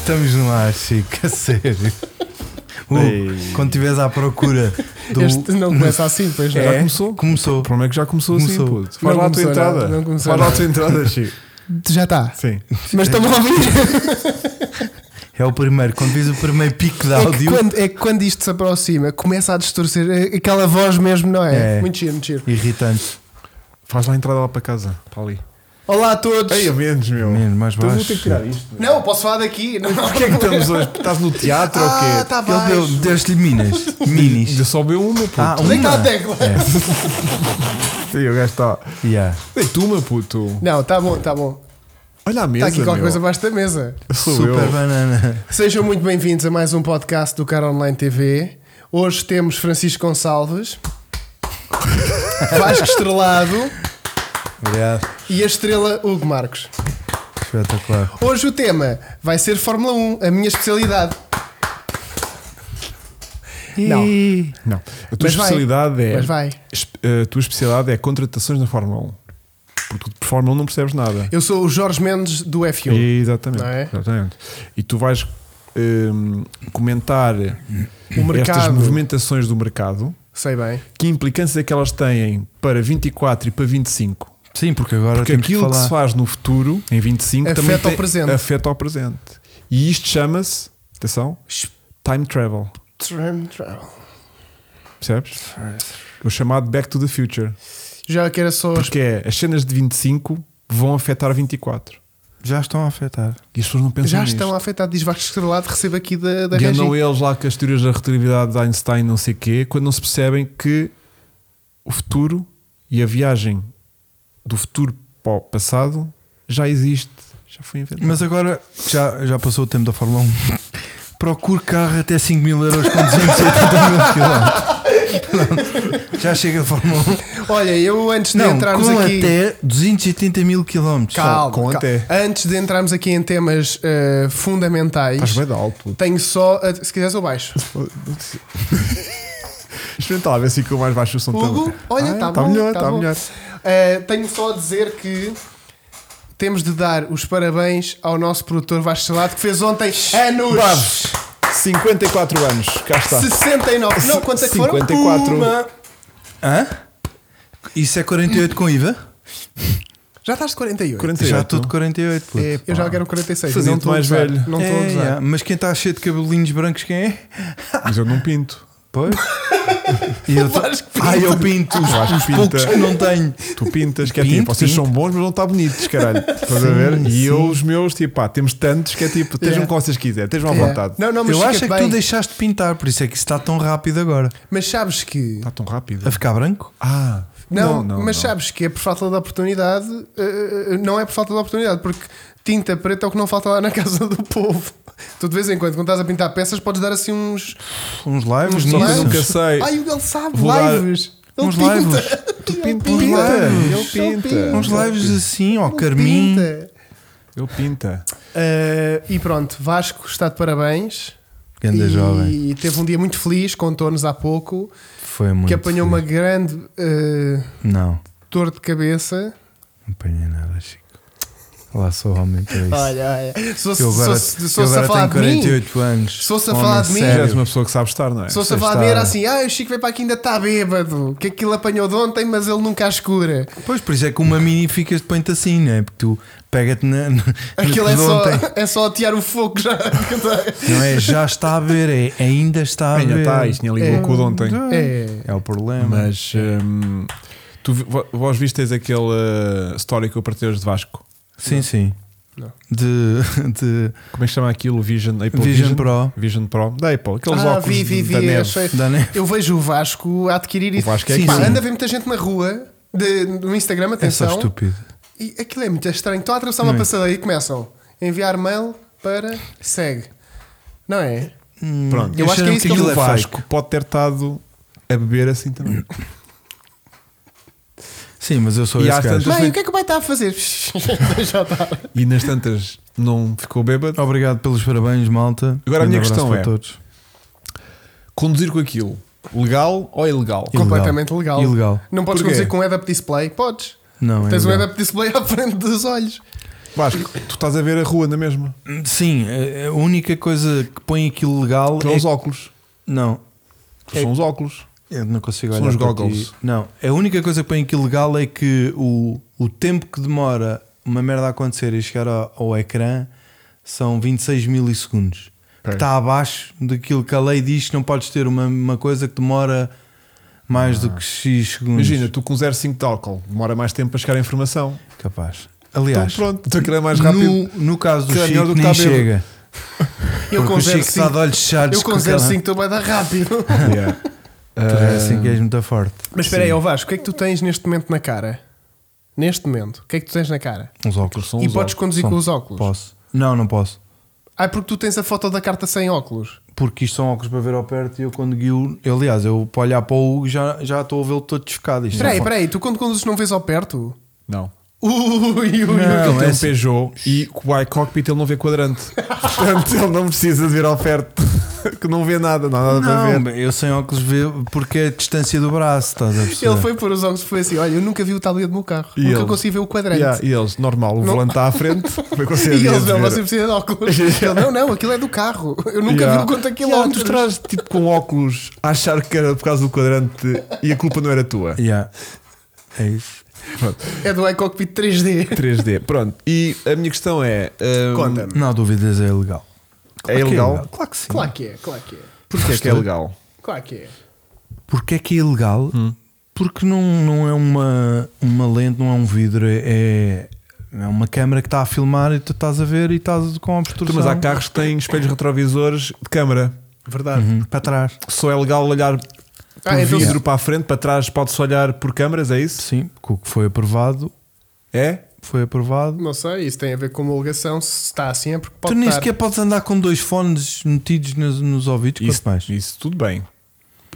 Estamos no ar, Chico, a sério. Hugo, Ei. quando estiveres à procura do. Este não começa assim, pois não. É, Já começou? Começou. O problema é que já começou, Começou. assim, puto. Faz Não lá a tua começou nada, entrada. não começou Faz lá a nada. tua entrada, Chico. Já está. Sim. Mas estamos a ouvir. É o primeiro. Quando vês o primeiro pico de É que, áudio. quando, é que quando isto se aproxima, começa a distorcer é, aquela voz mesmo, não é? É. Muito giro, muito giro. Irritante. Faz lá a entrada lá para casa. Para ali. Olá a todos. Ei, a menos, meu. Menos, mais Então baixo. vou ter que tirar isto. meu. Não, posso falar daqui. Não, O que é que estamos hoje? Estás no teatro ou Ah, quê? tá Ele baixo. deu, deste-lhe minas. Minis. Ainda só beu uma, puto. Ah, Onde é que está uma? a tecla? Ei, o gajo tá. está. Yeah. Ei, tu, meu puto. Não, tá bom, tá bom. Olha a mesa. Está Tá aqui meu. qualquer coisa abaixo da mesa. Sou Super eu. banana. Sejam muito bem-vindos a mais um podcast do Car Online TV. Hoje temos Francisco Gonçalves, Vasco Estrelado Obrigado. e a estrela Hugo Marcos. Espetacular. Hoje o tema vai ser Fórmula 1, a minha especialidade. Não. Não. A tua Mas vai. especialidade é. Mas vai. es- A tua especialidade é contratações na Fórmula 1. Porque tu de Fórmula 1 não percebes nada. Eu sou o Jorge Mendes do F1. Exatamente, Não é? exatamente. E tu vais hum, comentar O mercado. estas movimentações do mercado, Sei bem. que implicâncias é que elas têm para 24 e para 25. Sim, porque agora Porque temos que aquilo que, falar. se faz no futuro, em 25, Afeta também ao tem- presente. afeta ao presente. E isto chama-se, atenção, time travel. Percebes? O chamado Back to the Future. Já que era só. Porque é, as cenas de 25 vão afetar 24. Já estão a afetar. E as pessoas não pensam Já nisto. estão a afetar, diz Vasco Estrelado, recebo aqui da, da E regi. andam eles lá com as teorias da relatividade de Einstein, não sei quê, quando não se percebem que o futuro e a viagem do futuro para o passado já existe, já foi inventado. Mas agora que já, já passou o tempo da Fórmula 1. Procure carro até 5 mil euros com 280 mil quilómetros. Não, Já chega a Fórmula 1. Olha, eu antes de Não, entrarmos com aqui. até 280 mil quilómetros. Calma, com calma. até. Antes de entrarmos aqui em temas eh, fundamentais, Estás bem de alto. tenho só. a- se quiseres, eu baixo. Experimentar lá, ver se ficou mais baixo o som Hugo, também. olha, Ah, está tá bom. melhor, tá tá bom. melhor. Eh, tenho só a dizer que temos de dar os parabéns ao nosso produtor Vasco Salado que fez ontem anos. Bravo. 54 anos, cá está. 69. Não, quanto é que foram? 54. Uma. Hã? Isso é 48 com IVA? Já estás de 48. 48. Já estou de 48, puto. É, eu já quero 46. Fazia-te não estou a mais gozar, velho. Não estou a É, gozar. yeah, Mas quem está cheio de cabelinhos brancos, quem é? Mas eu não pinto. Pois. E eu tô- Ah, Ai, eu pinto os, Vasco os pinta. poucos que não tenho. Tu pintas, que é Pinto, tipo, vocês pinto. são bons, mas não está bonitos, caralho. Estás a ver? E eu, os meus, tipo, pá, temos tantos que é tipo, estejam Yeah. com vocês quiserem, estejam à Yeah. vontade. Não, não, mas eu acho é fica-te que bem. tu deixaste de pintar, por isso é que isso está tão rápido agora. Mas sabes que. Está Tá tão rápido. A ficar branco? Ah, Não, mas sabes que é por falta de oportunidade, eh, eh, não é por falta de oportunidade, porque tinta preta é o que não falta lá na casa do povo. Tu de vez em quando, quando estás a pintar peças, podes dar assim uns. Uns lives, Uns Só que eu Mas- nunca nisso. sei. Ai, ele sabe, Vou dar lives! Ele Uns pinta! lives. Tu pinta, Ele pinta. Ele pinta. Uns lives assim, ó, Ele Carminho. pinta. Ele pinta. Eh, e pronto, Vasco está de parabéns. Ganda e jovem. teve um dia muito feliz, contou-nos há pouco, Foi muito. que apanhou uma feliz. grande eh, Não, dor de cabeça. não apanhei nada, Chico. Lá sou homem para isso. Olha, olha. Se fosse- eu agora, se fosse- se eu fosse a agora falar tenho de mim, 48 anos. Se fosse a Homem falar de mim- Já és sério. uma pessoa que sabe estar, não é? Se fosse Você a falar está- dele, era assim, ah, o Chico veio para aqui ainda está bêbado, que aquilo apanhou de ontem, mas ele nunca as cura. Pois, por isso é que uma mini ficas de ponto assim, não é? Porque tu pega-te na. na Aquilo na- é de só, ontem. é só atear o fogo já. Não é? Já está a ver, é ainda está a Ainda ver. está, isto tinha ali É. o cu de ontem. É. É o problema. Mas hum, tu, vi- vo- vós visteis aquele uh, story que eu partilhei hoje de Vasco? Sim, sim. Não. De, de Como é que chama aquilo? Vision Apple Vision Pro. Vision Pro. Da Apple. Aqueles Ah, óculos vi, vi, vi. da neve. achei- da neve. Eu vejo o Vasco a adquirir isso. Vasco é Sim, Pá, sim. anda a ver muita gente na rua, de- no Instagram, É só atenção. estúpido. e aquilo é muito estranho. Estão a atravessar uma Não é? passadeira e começam a enviar mail para segue. Não é? Pronto. Eu acho que Acharam é isso que E ele o aquilo é Vasco fake. pode ter estado a beber assim também. Sim, mas eu sou E esse há gajo. tantas- Bem, o que é que o pai está a fazer? já está. E nas tantas não ficou bêbado. Obrigado pelos parabéns, malta. Agora a Grande minha abraço questão para é- todos. Conduzir com aquilo. Legal ou ilegal? Ilegal. Completamente legal. Ilegal. Não podes Porquê? conduzir com um head-up display? Podes. Não, é Tens um ilegal. head-up display à frente dos olhos. Vasco, tu estás a ver a rua na mesma. Sim, é, a- a única coisa que põe aquilo legal São é. os óculos. Não, É- São os óculos. eu não consigo São olhar. os para ti. goggles. Não, a única coisa que põe aquilo legal é que o, o tempo que demora uma merda a acontecer e chegar ao, ao ecrã são 26 milissegundos. Ok. Que está abaixo daquilo que a lei diz que não podes ter uma, uma coisa que demora mais do que X Hum. segundos. Imagina, tu com 0,5 de álcool, demora mais tempo para chegar a informação. Capaz. Aliás, então pronto, tu aquilo é mais rápido. No, no caso do Que é Chico, melhor do que nem está bêbado. chega. Eu Porque com o Chico 05 está de olhos fechados. eu com com aquela- 05 estou bem dar rápido. Yeah. Tu Ah, és assim que és muito forte. Mas espera aí, ó Vasco, o que é que tu tens neste momento na cara? Neste momento, o que é que tu tens na cara? Uns óculos. são e os óculos. podes conduzir São- com os óculos? Posso. Não, não posso. Ah, porque tu tens a foto da carta sem óculos. Porque isto são óculos para ver ao perto e eu quando guio. eu, Aliás, eu para olhar para o Hugo já, já estou a vê-lo todo desfocado. Isto é Espera aí, não- espera aí, tu quando conduzes não vês ao perto? Não. Ui, ui, Não. ui. Ele tem um esse- Peugeot e com o iCockpit ele não vê quadrante. Portanto, ele não precisa de vir ao perto, que não vê nada, não há nada para ver. Não, eu sem óculos vejo porque é a distância do braço, estás a perceber? Ele foi pôr os óculos e foi assim: olha, eu nunca vi o talia do meu carro, E nunca ele? consegui ver o quadrante. Yeah, e eles, normal, o Não. volante está à frente. Como é que você E havia eles, de não, ver? você precisa de óculos. Ele, não, não, aquilo é do carro. Eu nunca Yeah. vi o quanto aquilo é Yeah, tu estás tipo com óculos a achar que era por causa do quadrante e a culpa não era tua. Yeah. É isso. É do iCockpit 3D. 3D, pronto. E a minha questão é: hum, Conta-me. Não há dúvidas, é ilegal. é ilegal? Claro que sim. Claro que é, claro que é. Porquê é que é ilegal? Claro que é. Porque é que é ilegal? Hum. Porque não, não é uma, uma lente, não é um vidro, é, é uma câmera que está a filmar e tu estás a ver e estás com a Tu, obstrução Então, Mas há carros que têm espelhos retrovisores de câmara. Verdade. Uhum, para trás. Só é legal olhar por Ah, então, vidro para a frente, para trás pode-se olhar por câmaras, é isso? Sim, porque o que foi aprovado É? foi aprovado. não sei, isso tem a ver com homologação. Se está assim é porque Tu pode nem estar. sequer podes andar com dois fones metidos nos, nos ouvidos, quanto Isso, mais. isso tudo bem.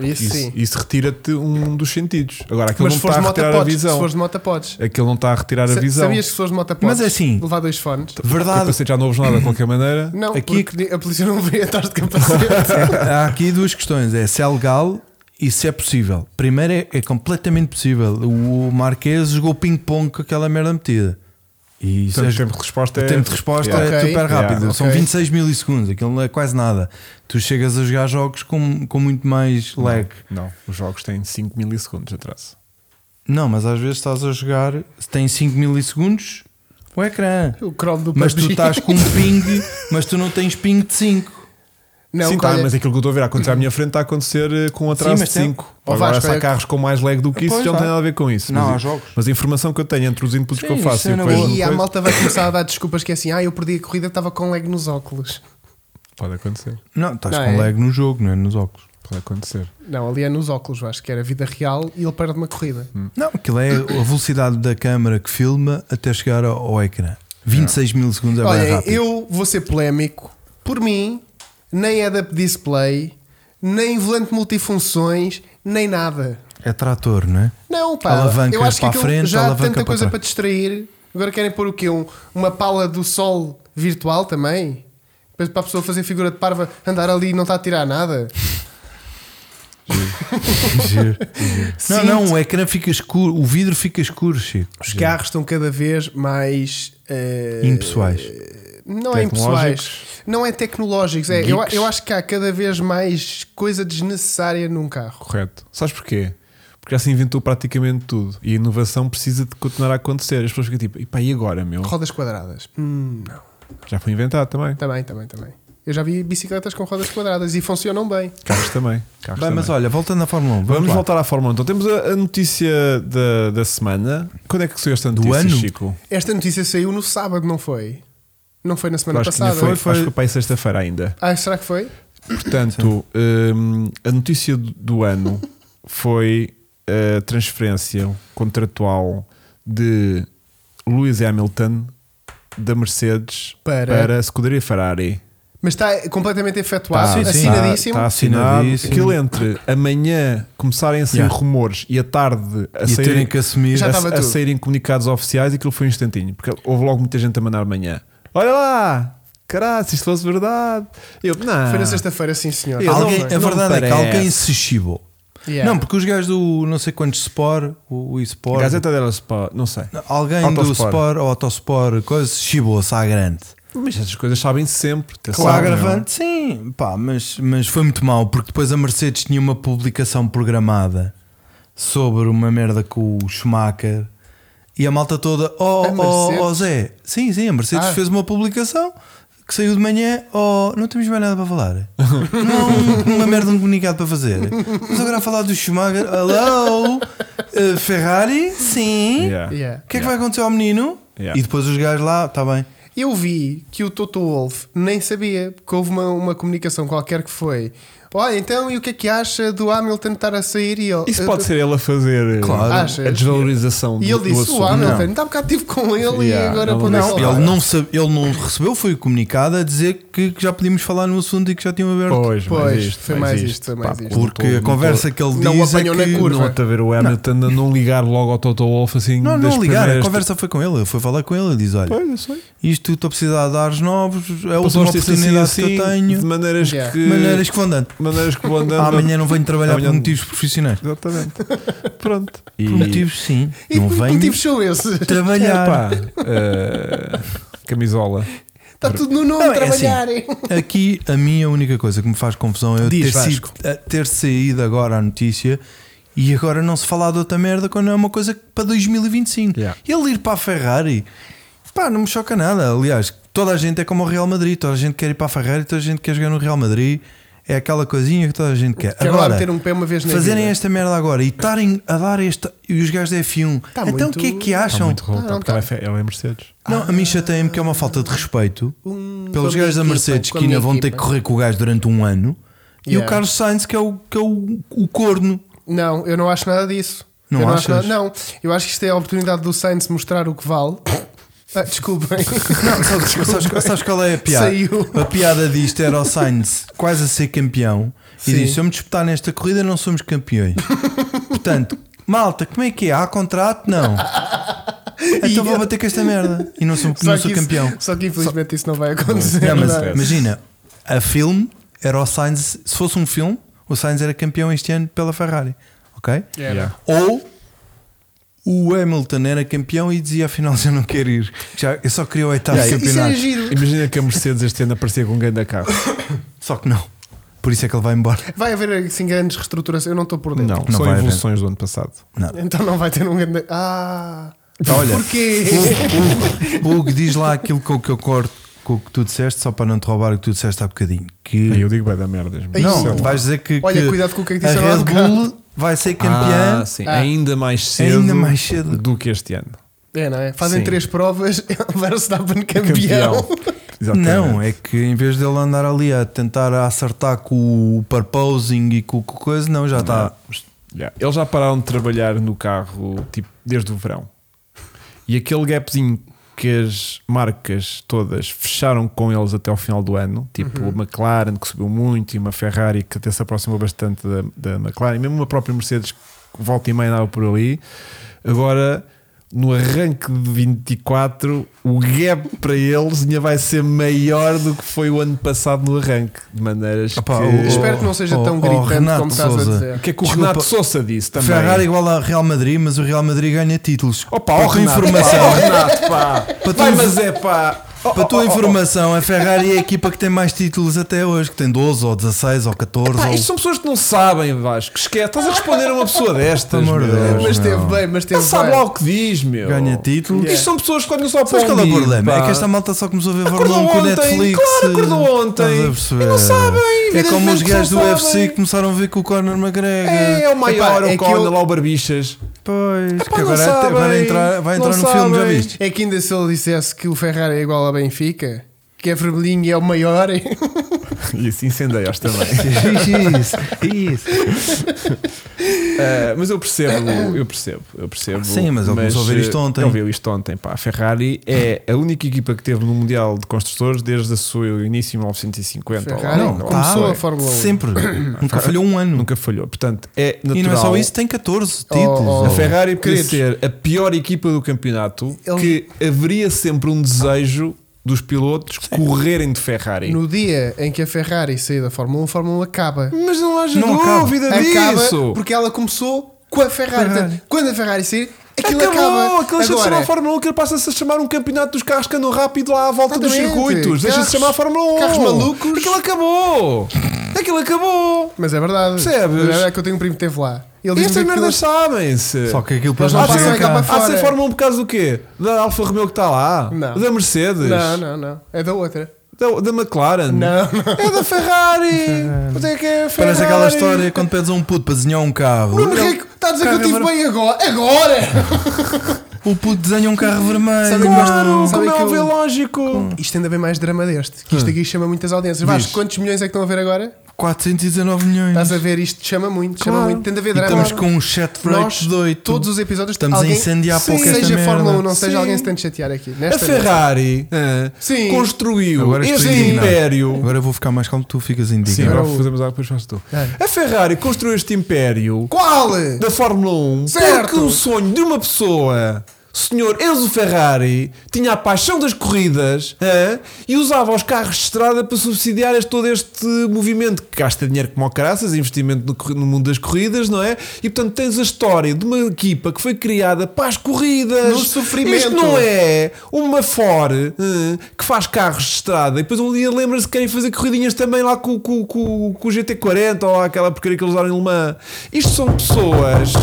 Isso, Isso, sim. isso retira-te um dos sentidos. Agora, aquilo Mas não se está fores a de moto, retirar a podes. Se visão. fores de moto, podes. Aquilo não está a retirar a Sa- visão. Sabias que se fores de moto, podes. Mas é assim. Levar dois fones. O Verdade, capacete já não ouves nada de qualquer maneira. Não, Aqui- é porque a polícia não vê, estás de capacete. há aqui duas questões: é se é legal e se é possível. Primeiro, é, é completamente possível. O Marquês jogou ping-pong com aquela merda metida. E isso Portanto, é o tempo de resposta O é. tempo de resposta Yeah. é Ok. super rápido, Yeah, são ok. 26 milissegundos, aquilo não é quase nada. Tu chegas a jogar jogos com, com muito mais lag. Não, os jogos têm 5 milissegundos de atraso. Não, mas às vezes estás a jogar, se tem 5 milissegundos, o ecrã. o Chrome do Mas PUBG. tu estás com um ping, mas tu não tens ping de 5. Não, Sim, tá, olha, mas aquilo que eu estou a ver a acontecer à minha frente está a acontecer eh, com um atraso é? Uhum. Sim, mas de tem- Oh, é 5. Ó, Agora, Vasco, se há olha- carros com mais lag do que isso, Pois já não há. tem nada a ver com isso. Não, mas, há jogos. Mas a informação que eu tenho entre os inputs que eu Sim, faço e isso é na depois. boa. E a depois- malta vai começar a dar desculpas que é assim: ah, eu perdi a corrida, estava com lag nos óculos. Pode acontecer. Não, estás Não com é? lag no jogo, não é? Nos óculos. Pode acontecer. Não, ali é nos óculos, eu acho que era vida real e ele perde uma corrida. Hum. Não, aquilo é a velocidade da câmara que filma até chegar ao, ao ecrã. 26 milissegundos é bem Olha, rápido. eu vou ser polémico. Por mim, nem é da display, nem volante multifunções, nem nada. É trator, não é? Não, pá. Alavanca eu acho que para a aquilo frente, já há alavanca para tanta coisa trás. para distrair. Agora querem pôr o quê? Um- uma pala do sol virtual também? Depois para a pessoa fazer figura de parva, andar ali e não está a tirar nada. Giro. Não, Sim. não, um o ecrã fica escuro, o vidro fica escuro, Chico. Os carros estão cada vez mais eh, Impessoais. Não é impessoais. Não é tecnológicos. É, eu, Geeks. eu acho que há cada vez mais coisa desnecessária num carro. Correto. Sabes porquê? Porque já se inventou praticamente tudo e a inovação precisa de continuar a acontecer. As pessoas ficam tipo, e pá, e agora, meu? Rodas quadradas. Hum, não. Já foi inventado também. Também, também, também. Eu já vi bicicletas com rodas quadradas e funcionam bem. Carros também. Carros Bem, também. mas olha, voltando à Fórmula 1, vamos, Vamos lá. voltar à Fórmula 1. Então temos a, a notícia da, da semana. Quando é que saiu esta Do notícia, ano? Chico? Esta notícia saiu no sábado, não foi? Não é? foi na semana acho que ainda passada? foi, Foi, acho foi. que para aí sexta-feira ainda. Ah, será que foi? Portanto, hum, a notícia do- do ano foi a transferência contratual de Lewis Hamilton da Mercedes Para- a escuderia Ferrari. Mas está completamente Ah, efetuado, Tá, sim, sim. assinadíssimo. Está assinado. Assinadíssimo. Aquilo entre amanhã começarem a sair Yeah. rumores e à tarde a E saírem terem que assumir. Já a- estava a, tudo. saírem comunicados oficiais, aquilo foi um instantinho, porque houve logo muita gente a mandar amanhã. Olha lá! Caralho, se isto fosse verdade. Eu, não. Foi na sexta-feira, sim, senhor. tá. Eu não- Alguém, não a verdade é que parece. alguém se chibou. Yeah. Não, porque os gajos do não sei quantos Sport, o, o eSport, é Gazeta dela Sport, não sei. alguém do Autosport. Sport ou Autosport, coisa, chibou-se à grande. Mas essas coisas sabem sempre. atenção, Com a meu. agravante, sim, pá, mas, mas foi muito mal, porque depois a Mercedes tinha uma publicação programada sobre uma merda com o Schumacher e a malta toda, oh, A oh, Mercedes? oh Zé, sim, sim, a Mercedes Ah. fez uma publicação que saiu de manhã, oh, não temos mais nada para falar, não, uma merda, um comunicado para fazer, vamos agora falar do Schumacher, hello, eh, Ferrari, sim, Yeah. Yeah. o que é que vai acontecer ao menino? Yeah. E depois os gajos lá, está bem. Eu vi que o Toto Wolff nem sabia, porque houve uma, uma comunicação qualquer que foi: Olha, então e o que é que acha do Hamilton estar a sair? E ele, Isso pode ser ele a fazer eh, Claro. Achas? a desvalorização E do, ele disse: do O assunto. Hamilton, está um bocado estive com ele Yeah, e agora não pode vou dizer. Ele não, sabe- ele não recebeu, foi o comunicado a dizer que, que já podíamos falar no assunto e que já tinham aberto. Pois, Pois, mais isto, foi mais isto, foi mais isto. Porque a conversa que ele diz Não o é apanhou na que- curva. Não até ver o Hamilton a não ligar logo ao Toto Wolff assim. Não, das não ligar, primeiras- a conversa é foi com ele, ele foi falar com ele, ele diz: olha, Pois, eu sei. isto estou a precisar de ares novos, é a Posso última mostrar isto oportunidade assim, que assim, eu De tenho. maneiras Yeah. que. Maneiras que vão dando. maneiras que vão andando. Amanhã não venho trabalhar Amanhã por não- motivos profissionais. Exatamente. Pronto. E- Por motivos, sim. E tipo, não que venho motivos são esses? trabalhar. Epá, eh, camisola. Está tudo no nome assim. Não, é trabalhar. hein? Aqui a minha única coisa que me faz confusão é eu Diz, ter, sido- Vasco. a- ter saído agora a notícia e agora não se falar de outra merda quando é uma coisa que- para 2025. Yeah. Ele ir para a Ferrari, pá, não me choca nada. Aliás, toda a gente é como o Real Madrid, toda a gente quer ir para a Ferrari, toda a gente quer jogar no Real Madrid. É aquela coisinha que toda a gente quer. Quer lá agora, meter um pé uma vez na fazerem vida. esta merda agora e estarem a dar esta. E os gajos da F1, Tá então o muito- que é que Está acham? muito rolo, Ah, tá, não, porque ela é tá. fe- ela é Mercedes. Não, a mim chateia-me que é uma falta de respeito Um- pelos com a gajos da minha Mercedes que equipa, com a minha ainda vão ter que equipa. correr com o gajo durante um ano e Yeah. o Carlos Sainz que é o, que é o, o corno. Não, eu não acho nada disso. Não eu não achas? acho nada. Não, eu acho que isto é a oportunidade do Sainz mostrar o que vale. Ah, desculpem. Não, sabes, sabes- sabes qual é a piada? Saiu. A piada disto era o Sainz quase a ser campeão Sim. e disse: se eu me disputar nesta corrida, não somos campeões. Portanto, malta, como é que é? Há contrato? Não. Então vou bater com esta merda e não sou, não sou que isso- campeão. é- só que infelizmente isso não vai acontecer. Não, mas não é? imagina, a filme era o Sainz. Se fosse um filme, o Sainz era campeão este ano pela Ferrari. Ok? Era. Yeah. Ou o Hamilton era campeão e dizia afinal já não quero ir. Já, eu só queria o oitavo Isso, isso era campeonato. giro. Imagina que a Mercedes este ano aparecia com um grande carro. só que não. Por isso é que ele vai embora. Vai haver assim grandes reestruturações. Eu não estou por dentro. Não, Não são vai evoluções do ano passado. Então não vai ter um grande. Ah! Então, olha, Porquê? Hugo, Hugo, Hugo, diz lá aquilo com o que eu corto com o que tu disseste, só para não te roubar o que tu disseste há bocadinho. Aí Que, eu digo bem da merda. não, Isso é uma- vais dizer que, Olha, que cuidado com o que é que a disseram há Red bocado. Bull vai ser campeã. sim. Ah. Ainda mais cedo. é Ainda mais cedo. do que este ano. É, não é? Fazem Sim. três provas, levaram se Verstappen campeão. Exatamente. Não, é que em vez dele andar ali a tentar acertar com o purposing e com, com coisa, não, já está. Yeah. Eles já pararam de trabalhar no carro tipo, desde o verão. E aquele gapzinho que as marcas todas fecharam com eles até ao final do ano, tipo a McLaren que subiu muito e uma Ferrari que até se aproximou bastante da, da McLaren, e mesmo uma própria Mercedes que volta e meia andava por ali. Agora, no arranque de 24, o gap para eles ainda vai ser maior do que foi o ano passado no arranque, de maneiras Opa, que... o- Espero que não seja Oh, tão oh, gritante Renato como estás Sousa. a O dizer. que é que o Desculpa. Renato Sousa disse também? é? Ferrari igual a Real Madrid, mas o Real Madrid ganha títulos. Opa, para ó, tua Renato, informação, pá, ó, Renato, pá. Para Vai, tu- mas é pá. Ó, para ó, a tua ó, ó, informação, a Ferrari é a equipa que tem mais títulos até hoje, que tem 12 ou 16 ou 14 Pá, ou isto são pessoas que não sabem, Vasco. Esquece. Estás a responder a uma pessoa destas. Pelo amor de Meu. Deus. Mas Mas teve Não. bem, mas teve ele sabe lá bem. o que diz, meu. ganha títulos. Isto são pessoas que olham só para Sabes qual é o umbigo, problema? pá. É que esta malta só começou a ver Acordou Verlon com o ontem. Netflix. eh, Claro, acordou ontem. Estás a perceber? E não sabem, É como os evidentemente gajos não do UFC sabem. que começaram a ver com o Conor McGregor. É, é o maior, Epá, é o que eu- Conan, lá o Barbichas. Pois, Epá, que não agora sabem, vai entrar, vai não entrar no filme, já sabem. viste? É que ainda se ele dissesse que o Ferrari é igual a Benfica, que é vermelhinho e é o maior. E assim incendeia-os também. isso, isso. Uh, mas eu percebo, eu percebo, eu percebo. Sim, mas ele começou a ver isto uh, ontem. Ele viu isto ontem. Pá. A Ferrari é a única equipa que teve no Mundial de Construtores desde o seu início em 1950. ou lá, Ferrari ou lá, começou ou a Fórmula 1. Sempre. Nunca falhou um ano. um. Nunca falhou. Portanto, é natural. E não é só isso, tem 14 Oh, títulos. oh. A Ferrari podia Queridos. ser a pior equipa do campeonato Ele- que haveria sempre um desejo dos pilotos correrem de Ferrari. No dia em que a Ferrari sair da Fórmula 1, a Fórmula 1 acaba. Mas não haja Não acaba. dúvida acaba disso. porque ela começou com a Ferrari. Ferrari. Portanto, quando a Ferrari sair, aquilo Acabou, acaba. aquilo deixa de se chamar Fórmula 1, aquilo passa-se a chamar um campeonato dos carros que andam rápido lá à volta dos Exatamente. circuitos. Deixa-se de Carros- chamar a Fórmula 1. carros malucos. Aquilo acabou. Aquilo acabou. Mas é verdade. Percebes? É verdade que eu tenho um primo que esteve lá. Ele diz-me Estas que aquilo- merdas sabem-se. Só que aquilo depois Mas não Há de chega não passa cá. nada para ser- um há de ser fora. Fórmula 1 por causa do quê? Da Alfa Romeo que está lá? Não. Da Mercedes? Não, não, não. É da outra. Então, Da, da McLaren? Não, É da Ferrari! Mas é que é Ferrari. Parece aquela história quando pedes a um puto para desenhar um carro. Bruno Rico, está a dizer que eu estive bem agora. Agora! O puto desenha um carro Sabe vermelho. que- Claro, Sabe como é que óbvio, é eu- lógico. Isto ainda bem mais drama deste. Que isto aqui chama muitas audiências. Vasco, quantos milhões é que estão a ver agora? 419 milhões. Estás a ver, isto chama muito. Chama Claro. muito. Tenta ver E drama. estamos com um chat Nós, rate de 8. todos os episódios, Estamos alguém- a incendiar a Sim, pouco esta Seja merda. Fórmula 1, não Sim. seja alguém se tem de chatear aqui. A Nesta merda. Ferrari ah, Sim. construiu Agora estou este indignado. império. Agora eu vou ficar mais calmo, tu ficas Sim, indignado. agora Agora o- fazemos algo depois faço tu. Ah. A Ferrari construiu este império Qual? da Fórmula 1 Certo. porque o sonho de uma pessoa, o senhor Enzo Ferrari, tinha a paixão das corridas hã? e usava os carros de estrada para subsidiar este- todo este movimento que gasta dinheiro como ao caraças, investimento no, corri- no mundo das corridas, não é? E portanto tens a história de uma equipa que foi criada para as corridas. No sofrimento. Isto não é uma Ford hã, que faz carros de estrada e depois um dia lembra-se que querem fazer corridinhas também lá com, com- com- com o GT40 ou lá aquela porcaria que eles usaram em Le Mans. Isto são pessoas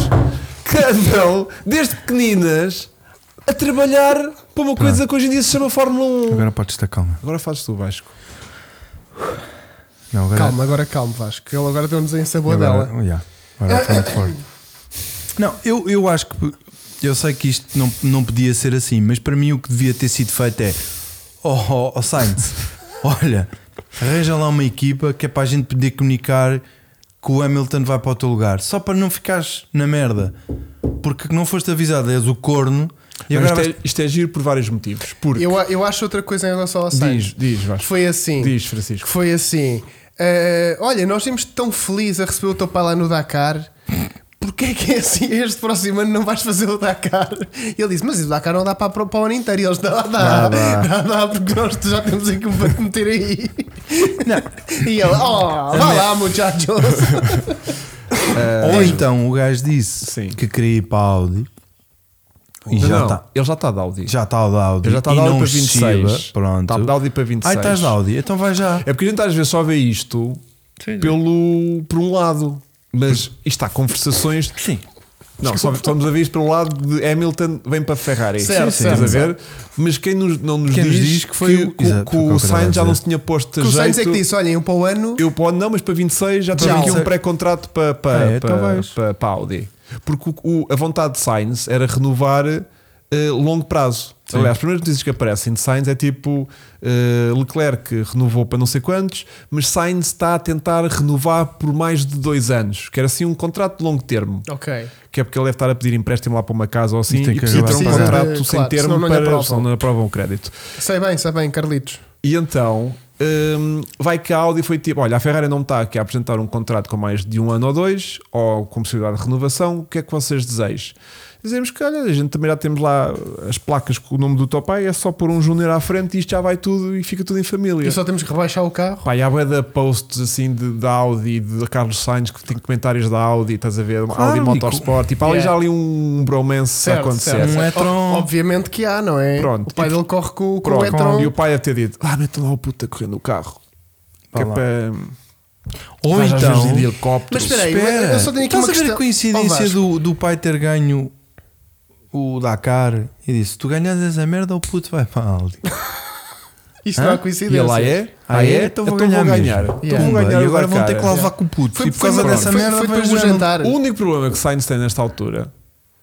que andam desde pequeninas a trabalhar para uma coisa que hoje em dia se chama Fórmula 1. Agora podes estar calma. Agora fazes tu, Vasco. Não, agora, Calma, agora calma, Vasco. Ele agora deu-nos a ensaboa agora, dela. oh, yeah. Agora foi muito forte. Não, eu, eu acho que. Eu sei que isto não, não podia ser assim, mas para mim o que devia ter sido feito é. Oh, oh, oh Sainz, olha, arranja lá uma equipa que é para a gente poder comunicar que o Hamilton vai para o teu lugar, só para não ficares na merda, porque não foste avisado, és o corno. E Mas agora isto, vais- é, isto é giro por vários motivos. Porque Eu, a- eu acho outra coisa em relação ao Sainz. diz, diz, que Vasco. foi assim. Diz, que Francisco. foi assim: eh, Olha, nós temos tão feliz a receber o teu pai lá no Dakar. Porquê é que é assim? Este próximo ano não vais fazer o Dakar? E ele disse: Mas o Dakar não dá para, para o ano inteiro. E eles: Dá, dá, dá, dá, porque nós já temos aqui um para te meter aí. E ele: Oh, vá lá, muchachos. Ou então o gajo disse É. Sim. que queria ir para a Audi e já tá. Não, está. Ele já está de Audi. Já está o da Audi. Ele já está e de Audi não para 26. chiba. Pronto. Está Tá de Audi para 26. Ai, estás de Audi? Então vai já. É porque a gente às vezes só vê isto pelo, por um lado. Mas isto há conversações. Sim. é Não, só estamos a ver isto pelo lado de Hamilton vem para Ferrari. Sim, Certo, sim, certo, estás a ver? Mas quem nos, não nos Quem diz, nos diz que foi o- que, Exato, que foi o que eu o estava a Sainz já não dizer. se tinha posto a Que o jeito. Sainz é que disse: Olhem, eu para o ano. Eu para não, mas para 26 já Já. tenho aqui um Certo. pré-contrato para, para, Ah, é, então para, vais. para- para Audi. Porque o- o- a vontade de Sainz era renovar eh, longo prazo. Aliás, as primeiras notícias que aparecem de Sainz é tipo eh, Leclerc renovou para não sei quantos, mas Sainz está a tentar renovar por mais de dois anos, que era assim um contrato de longo termo. Ok. Que é porque ele deve estar a pedir empréstimo lá para uma casa ou assim E e, tem que precisa ter um acabar a pagar. contrato sem Sim, claro, senão termo não lhe para aprovam. senão não lhe aprovam o crédito. Sei bem, sei bem, Carlitos. E então hum, vai que a Audi foi tipo: olha, a Ferrari não está aqui a apresentar um contrato com mais de um ano ou dois, ou com possibilidade de renovação, o que é que vocês desejam? Dizemos que olha, a gente também já temos lá as placas com o nome do teu pai, é só pôr um Júnior à frente e isto já vai tudo e fica tudo em família. E só temos que rebaixar o carro. Pá, e há bué de posts assim de, da Audi e de Carlos Sainz que tem comentários da Audi, estás a ver? Audi e Motorsport, tipo, ali Yeah. já ali um bromance a acontecer. certo. Um O- Etron. Obviamente que há, não é? Pronto. O pai E- dele corre com, com o Pronto, Etron. e o pai deve ter dito: ah, mete lá o puto a correr no carro. Vá Que é lá. para- Ou Vais às então. vezes de helicóptero. Mas espera aí, Espera. eu só tenho aqui Estás uma a ver questão. a Ó, coincidência Vasco, do, do pai ter ganho o Dakar e disse: Tu ganhas essa merda, o puto vai para a Audi. Isso Hã? não é E coincidência. ele lá é? Ah é? Então vou ganhar. mesmo. Então vou Pumba, ganhar e o agora vão Dakar. ter que lá levar com o puto. Foi, e por causa foi, dessa foi, merda, foi vai depois do já não- jantar. O único problema que Sainz tem nesta altura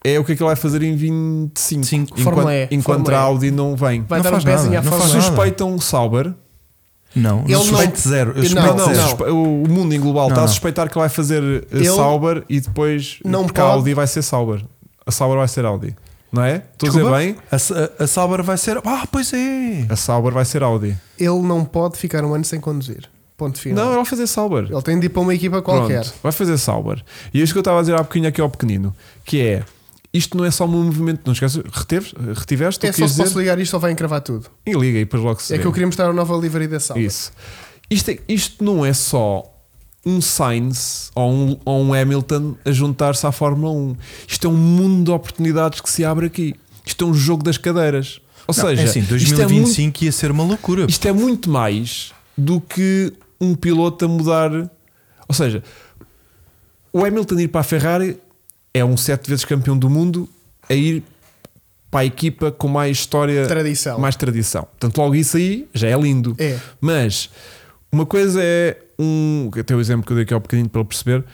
é o que é que ele vai fazer em 25. Cinco. Enquanto, Fórmula E, enquanto Fórmula a E. Audi não vem. Vai Não dar faz um pezinho nada, à não Fórmula faz nada. Suspeitam Sauber. Não, eu Ele não- suspeito zero. Eu Não, suspeito não, zero. não, suspe- o o mundo em global Não, está a não. suspeitar que vai fazer eh, Ele Sauber e depois não porque a pode. Audi vai ser Sauber. A Sauber vai ser Audi. Não é? Estou a dizer Desculpa? bem? A, Sa- a Sauber vai ser. Ah, pois é. A Sauber vai ser Audi. Ele não pode ficar um ano sem conduzir. Ponto Não, final. ela vai fazer Sauber. Ele tem de ir para uma equipa qualquer. Pronto, vai fazer Sauber. E isto que eu estava a dizer há pouquinho aqui ao pequenino, que é Isto não é só um movimento, não esqueces, reteves, retiveste, É o que só quis se posso dizer, ligar isto ou vai encravar tudo. e liga e depois logo se É vê. que eu queria mostrar a nova livraria da sala. Isso. Isto, é- isto não é só um Sainz ou um, ou um Hamilton a juntar-se à Fórmula 1. Isto é um mundo de oportunidades que se abre aqui. Isto é um jogo das cadeiras. Ou Não, seja, é assim, isto, é muito, 2025 ia ser uma loucura. isto é muito mais do que um piloto a mudar. Ou seja, o Hamilton ir para a Ferrari é um sete vezes campeão do mundo a ir para a equipa com mais história Tradição. mais tradição. Portanto, logo isso aí já é lindo. É. Mas uma coisa é um. Até o exemplo que eu dei aqui ao bocadinho para ele perceber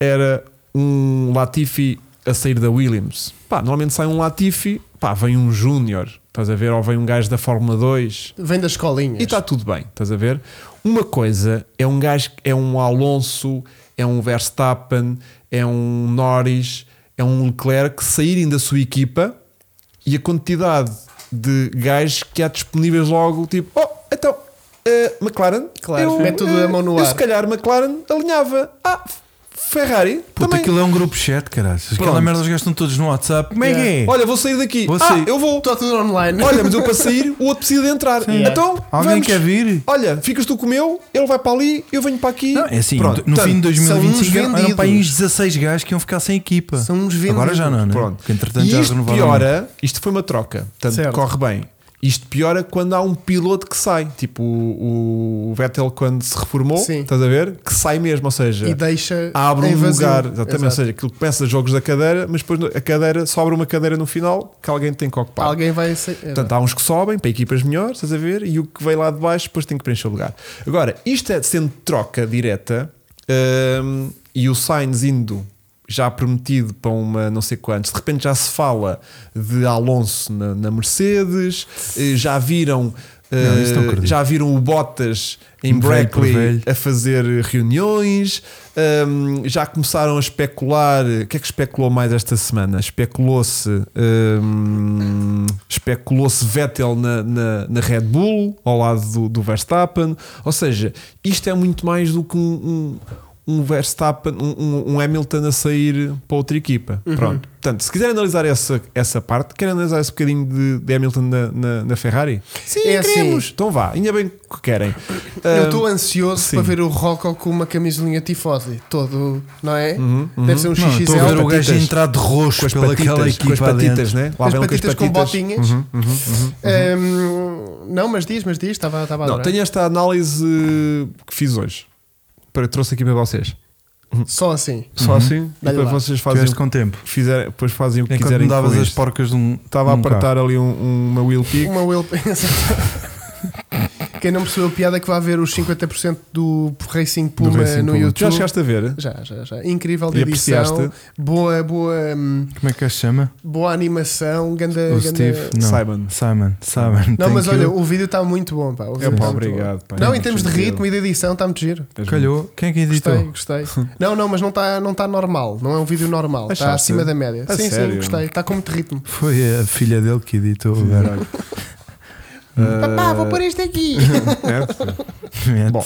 era um Latifi a sair da Williams. Pá, normalmente sai um Latifi, pá, vem um Júnior, estás a ver? Ou vem um gajo da Fórmula 2 Vem das escolinhas. e tá está tudo bem, estás a ver? Uma coisa é um gajo, é um Alonso, é um Verstappen, é um Norris, é um Leclerc saírem da sua equipa e a quantidade de gajos que há disponíveis logo, tipo, oh, então, eh, McLaren, Claro, eu, mete tudo a mão no eh, eu ar. se calhar McLaren alinhava, ah, Ferrari, Puta, também. aquilo é um grupo chat, caralho. Aquela Pronto. merda eles gastam todos no WhatsApp. Como é que é? Yeah. Olha, vou sair daqui, Vou ah, sair. eu vou, Está Tá tudo online. olha, mas eu para sair, o outro precisa de entrar, Yeah. então, Alguém vamos. quer vir? Olha, ficas tu com o meu, ele vai para ali, eu venho para aqui. Não, é assim, Pronto, no portanto, fim de são uns 2025 eram- eram vendidos. para aí uns 16 gajos que iam ficar sem equipa. São uns Agora vendidos. já não, né? Pronto. Porque entretanto e já isto renovaram. um. piora, isto foi uma troca, portanto Certo. corre bem. Isto piora quando há um piloto que sai, tipo o, o Vettel quando se reformou, Sim. estás a ver? Que sai mesmo, ou seja, E deixa. abre em um vazio. lugar, exatamente, ou Exato. seja, aquilo que pensa jogos da cadeira, mas depois a cadeira sobra uma cadeira no final que alguém tem que ocupar. Alguém vai. Ser... é Portanto, há uns que sobem para equipas melhores, estás a ver? E o que vem lá de baixo depois tem que preencher o lugar. Agora, isto é sendo troca direta hum, e o Sainz indo já prometido para uma não sei quantos, de repente já se fala de Alonso na, na Mercedes, eh, já viram. Não, isso não eh, acredito. já viram o Bottas em Um velho por Brackley velho. a fazer reuniões, hum, já começaram a especular. O que é que especulou mais esta semana? Especulou-se hum, especulou-se Vettel na, na, na Red Bull ao lado do, do Verstappen. Ou seja, isto é muito mais do que um, um, um Verstappen, um, um- um Hamilton a sair para outra equipa. Pronto. Portanto, se quiserem analisar essa, essa parte, querem analisar esse bocadinho de, de Hamilton na, na, na Ferrari? Sim, É assim. queremos. Então vá, ainda bem que querem. Eu Hum, estou ansioso sim. para ver o Rocco com uma camisolinha tifosi. Todo, não é? Uhum, Deve ser um Não, estou a ver XXL. o gajo patitas. entrar de com roxo as pela aquela patitas, com as equipa patitas, dentro. né? Lá As vêm com patitas com Uhum. botinhas. Ahm, Ehm, não, mas diz, mas diz, estava, estava a Não, adorar. tenho esta análise eh, que fiz hoje. Para, trouxe aqui para vocês. Só assim. Só assim, e Dá-lhe depois lá. vocês fazem Tiveste o com tempo. que fizerem, depois fazem o que Enquanto quiserem. me com davas as isto. porcas de um. Estava a de um carro. apertar ali um- um- uma wheel kick. Uma Will. Quem não percebeu a piada é que vai ver os 50% do Racing do Puma Racing no Puma. YouTube. Já chegaste a ver? Já, já, já. Incrível de E edição. apreciaste? Boa, boa, hum, Como é que se chama? boa animação. Ganda, O ganda- Steve? Não. Simon. Simon. Simon. Não, Thank mas you. olha, o vídeo está muito bom, pá. O vídeo É pá, tá muito obrigado, bom. pá. Não, É em termos de muito ritmo e de edição está muito giro. Calhou. Quem é que editou? Gostei, gostei. Não, não, mas não está não tá normal. Não é um vídeo normal. Está Achaste? acima da média. A sim, é. sério? sim, gostei. Está com muito ritmo. Foi a filha dele que editou. agora. Papá, Ah. vou pôr isto aqui. Eh, É? Bom,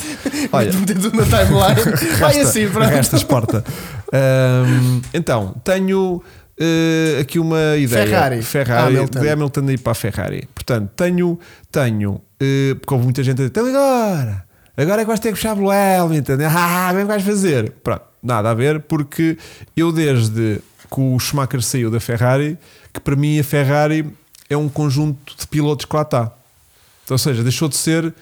olha, Olha. Tudo na timeline. Vai assim, pronto. resta Esparta. Ahm, então, tenho eh, aqui uma ideia. Ferrari. Ah, Hamilton. de Hamilton ir para a Ferrari. Portanto, tenho, tenho eh, porque houve muita gente a dizer, então agora, agora é que vais ter que puxar pelo Hamilton. Ah, como é que vais fazer? Pronto, nada a ver, porque eu desde que o Schumacher saiu da Ferrari, que para mim a Ferrari é um conjunto de pilotos que lá está. Então, Ou seja, deixou de ser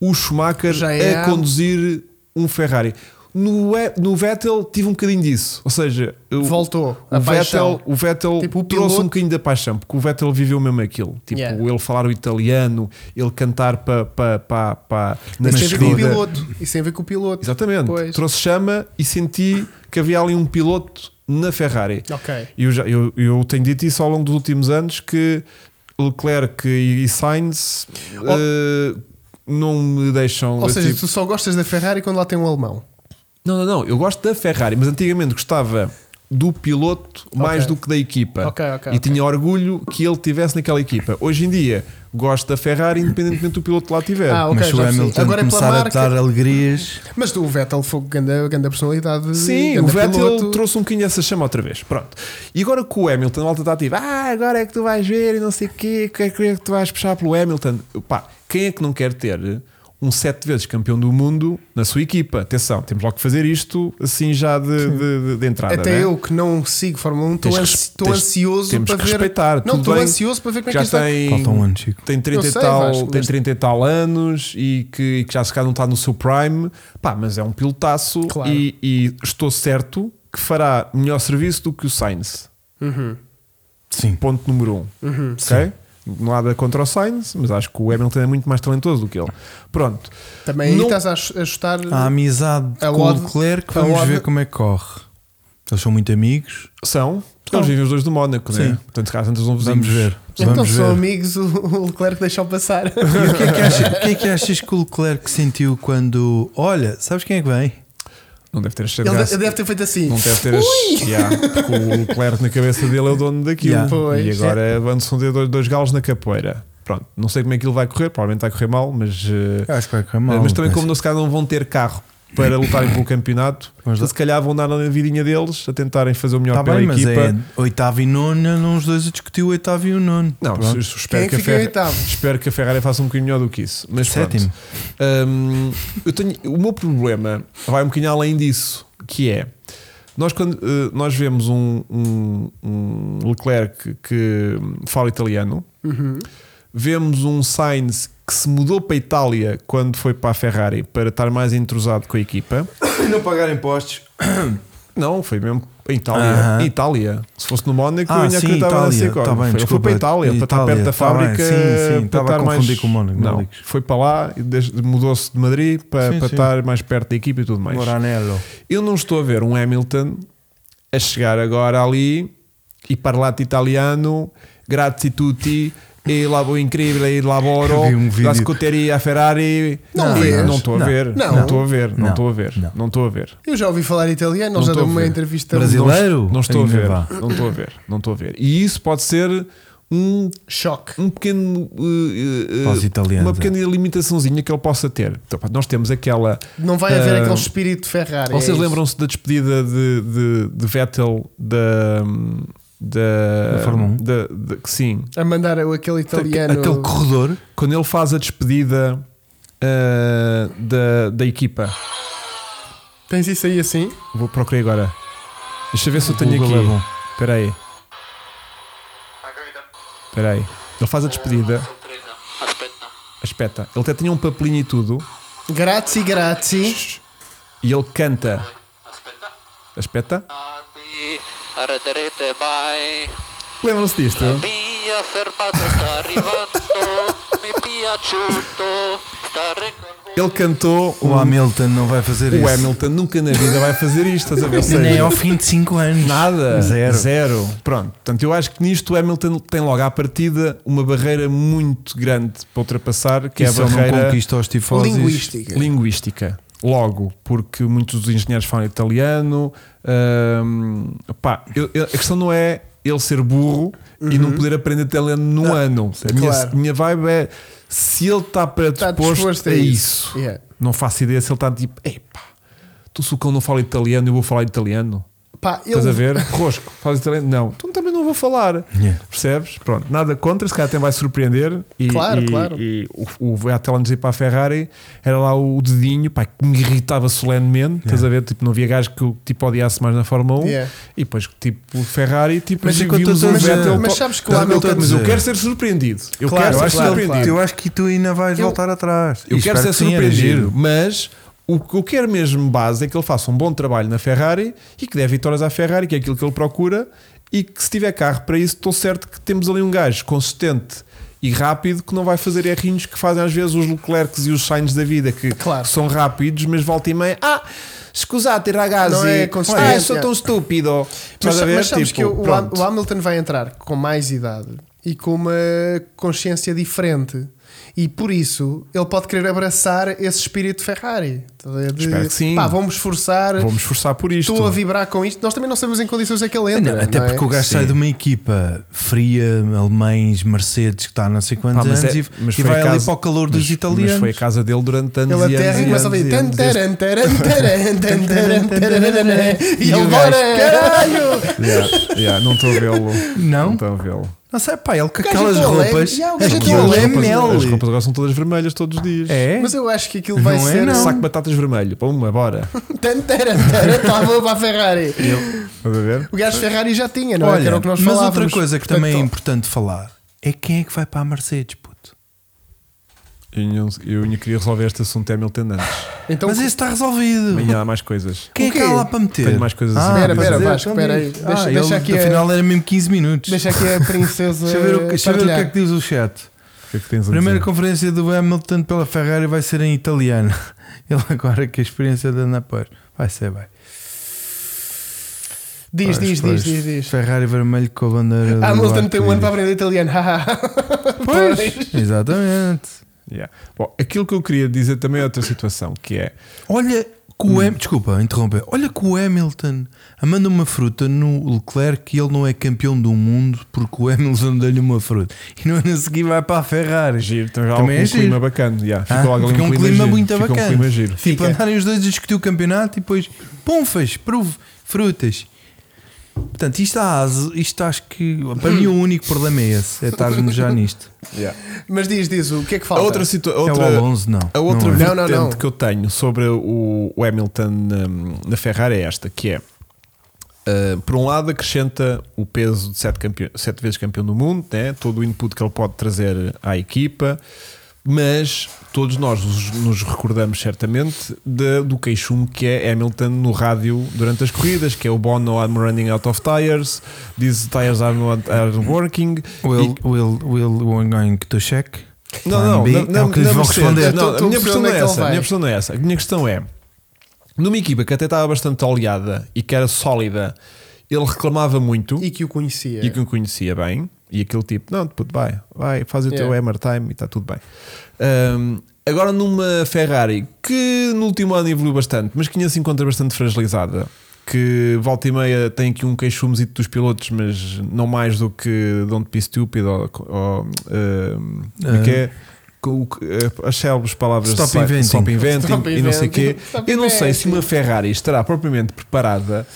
o Schumacher Já é a a- conduzir um Ferrari. No, E- no Vettel tive um bocadinho disso. Ou seja, eu- Voltou. o a Vettel, paixão. o Vettel Tipo, o trouxe piloto- um bocadinho da paixão, porque o Vettel viveu mesmo aquilo. Tipo, Yeah. ele falar o italiano, ele cantar para pa, pa, pa, na Mas tem a ver com o esquerda. piloto. Isso tem a ver com o piloto. Exatamente. Pois. Trouxe chama e senti que havia ali um piloto na Ferrari. Ok. Eu, já, eu, eu tenho dito isso ao longo dos últimos anos que Leclerc e Sainz eh, não me deixam. Ou seja, tipo- tu só gostas da Ferrari quando lá tem um alemão. Não, não, não. Eu gosto da Ferrari, mas antigamente gostava do piloto mais Ok. do que da equipa. Ok, ok, e ok. tinha orgulho que ele tivesse naquela equipa. Hoje em dia, gosto da Ferrari independentemente do piloto que lá tiver. Ah, Mas ok, se o já percebi. Hamilton Agora é pela começar a marca. dar alegrias. Mas o Vettel foi grande, grande personalidade. Sim, grande o Vettel piloto. trouxe um bocadinho essa chama outra vez. Pronto. E agora com o Hamilton, a malta está tipo, ah, agora é que tu vais ver e não sei o quê, que é que tu vais puxar pelo Hamilton. Pá, quem é que não quer ter um sete vezes campeão do mundo na sua equipa? Atenção, temos logo que fazer isto assim já de, de- de- de entrada. Até né? eu que não sigo Fórmula 1, Tens estou que ansi- res- estou tens- ansioso temos para que ver. respeitar, não, tudo estou bem. ansioso para ver como é que Já isto está. tem, Falta um ano, Chico. tem 30 Eu e sei, tal, Vasco, tem mas- 30 e tal anos e que, e que já se calhar não está no seu prime, pá, mas é um pilotaço Claro. e, e estou certo que fará melhor serviço do que o Sainz. Sim. Ponto número um. Uhum, ok? Não há nada contra o Sainz, mas acho que o Hamilton é muito mais talentoso do que ele. Pronto. Também aí Não- Ah, estás a ach- a chutar. A amizade A com o ode- Leclerc, a vamos ode- ver como é que corre. Eles são muito amigos. São, porque eles São. vivem os dois do Mónaco, né? Sim. Portanto, se calhar tantos são vizinhos. Vamos ver. então Vamos são ver. amigos, o o Leclerc deixou passar. E o que, é que achas, o que é que achas que o Leclerc sentiu quando. Olha, sabes quem é que vem? Não deve ter achado Ele de- graça. deve ter feito assim. Não deve ter as. Yeah, porque o Leclerc na cabeça dele é o dono daquilo. Yeah. Pois, E é. agora vão-se ter dois, dois galos na capoeira. Pronto, não sei como é que ele vai correr, provavelmente vai correr mal, mas. eh, Eu acho que vai correr É, mal. mas também, mas- como não se calhar não vão ter carro para lutarem pelo campeonato, Vamos lá. se calhar vão dar na vidinha deles a tentarem fazer o melhor Está pela bem, mas equipa. é oitavo e nono, não os dois a discutir o oitavo e o nono. Não, Pronto. s- espero, Quem é que a fica em Ferra- oitavo? espero que a Ferrari faça um bocadinho melhor do que isso. Mas pronto. Sétimo. Hum, eu tenho, o meu problema vai um bocadinho além disso, que é nós quando eh, nós vemos um, um- um Leclerc que fala italiano, vemos um Sainz que se mudou para a Itália quando foi para a Ferrari para estar mais entrosado com a equipa. Não pagar impostos. Não, foi mesmo em Itália. Aham. Em Itália. Se fosse no Mónaco, eu Ah, ainha sim, acreditava nessa Itália. Itália. Tá bem, foi, foi desculpa. para a Itália, para estar Itália, perto da tá bem, fábrica. sim, sim, para estava estar a mais- confundir com o Mónaco, não Não, ligues. foi para lá e desde- mudou-se de Madrid para, Sim, para sim. estar mais perto da equipa e tudo mais. Moranello. Eu não estou a ver um Hamilton a chegar agora ali e parlato italiano, grazie tutti, e lavo incredibile, e lavoro, Eu vi um vídeo. la scuderia Ferrari. Não E vês? não estou a Não. ver, Não. não estou a ver, não Não. estou a ver, Não. não estou a ver. Eu já ouvi falar italiano, Não ele já estou deu a uma ver. entrevista um Brasil- Brasileiro? Não, estou a Ainda ver. vá. Não estou a ver. Não estou a ver. E isso pode ser um, choque. um pequeno. eh, eh, Para os italianos, é. uma pequena limitaçãozinha que ele possa ter. Então, pá, nós temos aquela. Não vai haver Ah, aquele espírito Ferrari. é Vocês isso. lembram-se da despedida de, de, de Vettel da. Da Da. Fórmula 1? da- da- que sim. A mandar o- aquele italiano. Aquele corredor. Quando ele faz a despedida ah, da, da equipa. Tens isso aí assim? Vou procurar agora. Deixa eu ver se eu tenho Google é aqui. bom. Espera aí. Espera aí. Ele faz a despedida. Surpresa. Aspetta. Espeta. Ele até tinha um papelinho e tudo. Grazie, grazie. E ele canta. Aspetta. Espeta. Ardi, arderete mai. Lembram-se disto? Via fermato sta arrivando. Mi piaciuto. Stare con voi. Ele cantou um O o Hamilton. Hamilton não vai fazer Hum. O isso. Hamilton nunca na vida vai fazer isto, estás a ver? Ou Nem seja, ao fim de 5 anos. Nada. Zero. Pronto. Portanto, eu acho que nisto o Hamilton tem logo à partida uma barreira muito grande para ultrapassar, que Que é a só não barreira conquista os tifósis. Linguística. linguística. Logo, porque muitos dos engenheiros falam italiano. hum, pá, eu- eu- a questão não é ele ser burro e não poder aprender italiano num ano. A minha, Uhum. Claro. minha vibe é se ele está Está predisposto disposto a a isso. isso. Yeah. Não faço ideia se ele está tipo, epá, tu se o cão não fala italiano, eu vou falar italiano. Pá, Estás a ele ver? Rosco, faz italiano? Não, então também não vou falar. Yeah. Percebes? Pronto, nada contra, se calhar até vai surpreender. E, Claro, e- claro. E o, o Vettel antes de ir para a Ferrari era lá o dedinho, pá, que me irritava solenemente. É. Estás a ver? Tipo, não havia gajo que eu tipo, odiasse mais na Fórmula 1. Yeah. E depois, tipo, Ferrari, tipo, Mas vi- enquanto vimos eu tô- o mas- Vettel. mas sabes que o Estás a ver? Hamilton- Mas eu quero ser surpreendido. Eu Claro, quero ser claro, surpreendido. claro. Eu acho que tu ainda vais Eu- voltar atrás. Eu E quero ser espero que sim, era surpreendido, giro. mas o que eu quero mesmo base é que ele faça um bom trabalho na Ferrari e que dê vitórias à Ferrari, que é aquilo que ele procura, e que se tiver carro para isso, estou certo que temos ali um gajo consistente e rápido que não vai fazer errinhos que fazem às vezes os Leclercs e os Sainz da vida, que Claro. são rápidos, mas volta e meia, ah, escusate ragazzi, Não é consistente, ah, eu sou é. tão estúpido. Mas, Estás a ver? mas sabes Tipo, que o, o Ham- pronto. o Hamilton vai entrar com mais idade e com uma consciência diferente. E por isso ele pode querer abraçar esse espírito Ferrari. Estás a ver? De- Espero que sim. Pá, vamos esforçar. Vou-me esforçar por isto. Estou a vibrar com isto. Nós também não sabemos em que condições é que ele entra. Não, até não é? porque o gajo Sim. sai de uma equipa fria, alemães, Mercedes, que está há não sei quantos Pá, mas anos é- e, mas e foi vai a ali casa- para o calor mas- dos italianos. Mas foi a casa dele durante anos Ele e até anos ri, e começa a anos ouvir. e anos, desde- "Tan, taran, taran, tan, taran, taran", E E ele o bora, gajo, caralho! Yeah, yeah, não estou a vê-lo. Não? Não estou a vê-lo. Não sei, pá, ele com gajo aquelas entrou leve, roupas. já, o gajo aquilo entrou é leve. mel. As roupas agora são todas vermelhas todos os dias. É? Mas eu acho que aquilo vai Não é, ser. um não. Saco de batatas vermelho. Pumba, bora. Tan, taran, taran, tá bom para a Ferrari. Estás a ver? O gajo Ferrari já tinha, não é? Que Olha, era o que nós mas falávamos. outra coisa que Portanto, também é Então- importante falar é quem é que vai para a Mercedes, puto. Eu, não- eu ainda queria resolver este assunto é mil tendantes. Então, mas isso está resolvido. Amanhã há mais coisas. Quem O é que quê? há lá para meter? Tenho mais coisas a Ah, saber. Pera, mas pera, é, Vasco, então pera diz. aí. Deixa- Ah, deixa ele, aqui a- Afinal era mesmo 15 minutos. deixa aqui a princesa. Deixa eu ver, o, que- deixa eu ver o que é partilhar. que diz o chat. O que é que tens a Primeira dizer? conferência do Hamilton pela Ferrari vai ser em italiano. Ele agora que a experiência da Napoli vai ser bem. Diz, Pois, diz, pois, diz, diz, diz. Ferrari vermelho com a bandeira. do Ah, Hamilton tem um ano arco-íris. para aprender italiano. Pois, exatamente. Yeah. Bom, aquilo que eu queria dizer também é outra situação, que é Olha que o Ham- desculpa, interromper. Olha que o Hamilton manda uma fruta no Leclerc e ele não é campeão do mundo porque o Hamilton deu-lhe uma fruta. E no ano a seguir vai para a Ferrari. giro, tem lá Também um é giro. clima bacana. Yeah. Ah, Ficou lá ali fica um clima giro. muito Fica bacana. Um clima giro. Tipo, andarem os dois a discutir o campeonato e depois punfas, pruv, frutas. Portanto, isto há aso- isto acho que para mim o único problema é esse, é estarmos já nisto. Yeah. Mas diz, diz, o que é que A falta? outra situação. É o Alonso, não. A outra Não é. vertente Não, não, não. que eu tenho sobre o, o Hamilton hum, na Ferrari é esta, que é uh, por um lado acrescenta o peso de sete, campe- sete vezes campeão do mundo, né? todo o input que ele pode trazer à equipa, mas todos nós nos- nos recordamos certamente de- do queixume que é Hamilton no rádio durante as corridas, que é o Bono I'm running out of tires, diz tires are not are working. Will, E- will, will, will going to check? não, Plan não, B? não, é o que lhes vão Mercedes. responder. Não, Tu- tu a minha percebes questão onde não é é que ele essa. A vai. minha questão não é essa. A minha questão é: numa equipa que até estava bastante oleada e que era sólida, ele reclamava muito E que o conhecia. e que o conhecia bem, e aquele tipo, não, puto, vai, vai, faz o teu Yeah. hammer time e está tudo bem. Ahm, agora numa Ferrari que no último ano evoluiu bastante, mas que ainda se encontra bastante fragilizada, que volta e meia tem aqui um queixumezito dos pilotos, mas não mais do que don't be stupid ou, ou ahm, como é que é? Ah. Com o que- eh, As célebres palavras Stop de site, inventing. stop inventing Stop e não sei o quê. inventing. Stop Eu não sei se inventing. uma Ferrari estará propriamente preparada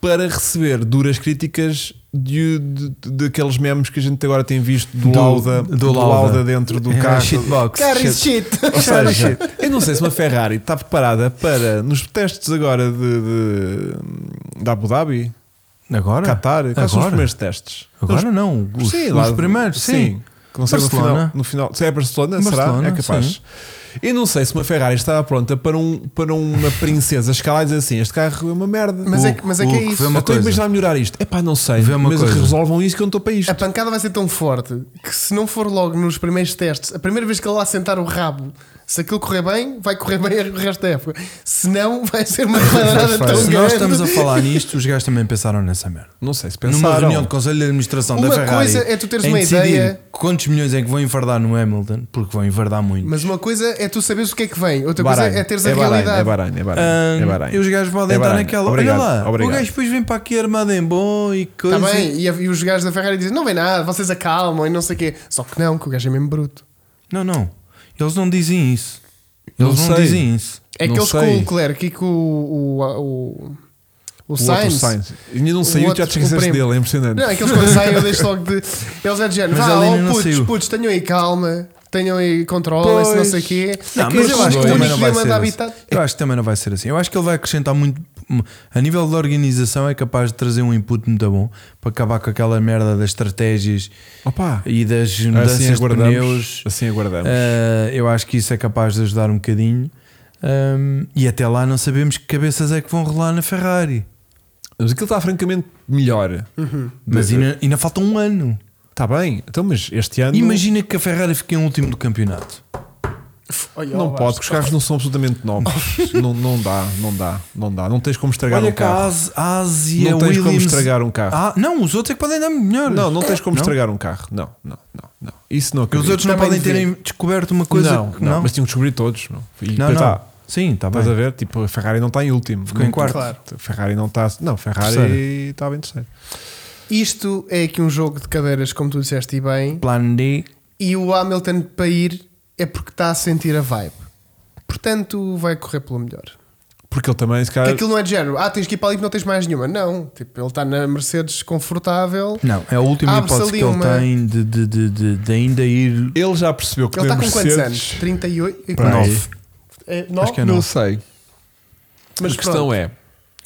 para receber duras críticas de, de, daqueles memes que a gente agora tem visto do, Do- Lauda, do do Lauda. Lauda dentro do É, carro. shitbox. Cara, isso shit. Ou seja, eu não sei se uma Ferrari está preparada para, nos testes agora de, de, de Abu Dhabi, Agora? Qatar, quais são os Agora? primeiros testes? Agora não. Os, Sim, os lá- primeiros, sim. Que Não sei no Barcelona. final, no final. Se é Barcelona, será? Barcelona, É capaz. sim. Eu não sei se uma Ferrari estava pronta para, um, para uma princesa escalar e dizer assim: este carro é uma merda. Mas é, O- que- mas é o que é que isso. vemos- Eu uma estou a coisa. imaginar melhorar isto. É pá, não sei. Vê uma mas coisa. resolvam isso que eu não estou para isto. A pancada vai ser tão forte que se não for logo nos primeiros testes, a primeira vez que ele lá sentar o rabo, se aquilo correr bem, vai correr bem o resto da época. Se não, vai ser uma quadrada tão Se grande. nós estamos a falar nisto, os gajos também pensaram nessa merda. Não sei se Numa reunião pensaram. de conselho de administração da Uma Ferrari, coisa é tu teres em uma decidir ideia- quantos milhões é que vão enfardar no Hamilton, porque vão enfardar muito. Mas uma coisa é tu saberes o que é que vem, outra Bahrein. coisa é teres a é Bahrein, realidade. É Bahrein, é Bahrein, Ahn, é Bahrein. e os gajos podem É estar Bahrein. naquela. Obrigado, olha lá, obrigado. o gajo depois vem para aqui armado em bom e coisa. Está Tá bem, e, e os gajos da Ferrari dizem: não vem nada, vocês acalmam e não sei o quê. Só que não, que o gajo é mesmo bruto. Não, não. Eles não dizem isso. Não Eles não, sei. dizem isso. É Não que eles com sei. o Leclerc e com o, o, o, o O outro Sainz. Sainz. Ainda não O saiu, já outro- te o esqueceste primo. dele, é impressionante. Não, é que eles quando saem eu deixo logo de. Eles é de género. Mas Vá, a ó, Lina não putos, saiu. putos, tenham aí calma, tenham aí controlem-se, não sei o quê. Não, Ah, mas É eu estes acho que dois também não vai deviam ser andar assim. habitados. Eu acho que também não vai ser assim. Eu acho que ele vai acrescentar muito. A nível da organização, é capaz de trazer um input muito bom para acabar com aquela merda das estratégias Opa, e das mudanças assim de aguardamos. pneus. Assim aguardamos. Ah, eu acho que isso é capaz de ajudar um bocadinho. Ahm, e até lá não sabemos que cabeças é que vão rolar na Ferrari. Mas aquilo está francamente melhor. é. Mas ainda, ainda falta um ano. Está bem, então, mas este ano Imagina que a Ferrari fique em último do campeonato. Olha, não ó, pode, porque os carros não são absolutamente novos. não, não dá, não dá, não dá. Não tens como estragar Olha um que a carro. As- a Ásia, Não tens como Williams- estragar um carro. Ah, não, os outros é que podem dar melhor. Não, não tens como estragar um carro. Não, não, não, não. Isso não Os acredito. outros não Também podem terem descoberto uma coisa. não, que- tipo, não, mas tinham que descobrir todos. meu. E Não, depois não. tá, Sim, está Estás a bem. ver? Tipo, a Ferrari não está em último. Ficou em Muito- quarto. Claro. A Ferrari não está. Não, a Ferrari Terceiro. estava em terceiro. Isto é aqui um jogo de cadeiras, como tu disseste, e bem. Plano D. E o Hamilton para ir é porque está a sentir a vibe. Portanto, vai correr pelo melhor. Porque ele também, se Porque calhar. aquilo não é de género. Ah, tens que ir para ali porque não tens mais nenhuma. Não. Tipo, ele está na Mercedes confortável. Não, é a última Abre-se hipótese ali que ele uma- tem de, de, de, de, de ainda ir Ele já percebeu que Ele na está com quantos Mercedes- anos? 38? Para aí. 9. É, nove? Acho que é Não nove. sei. Mas a questão pronto. é.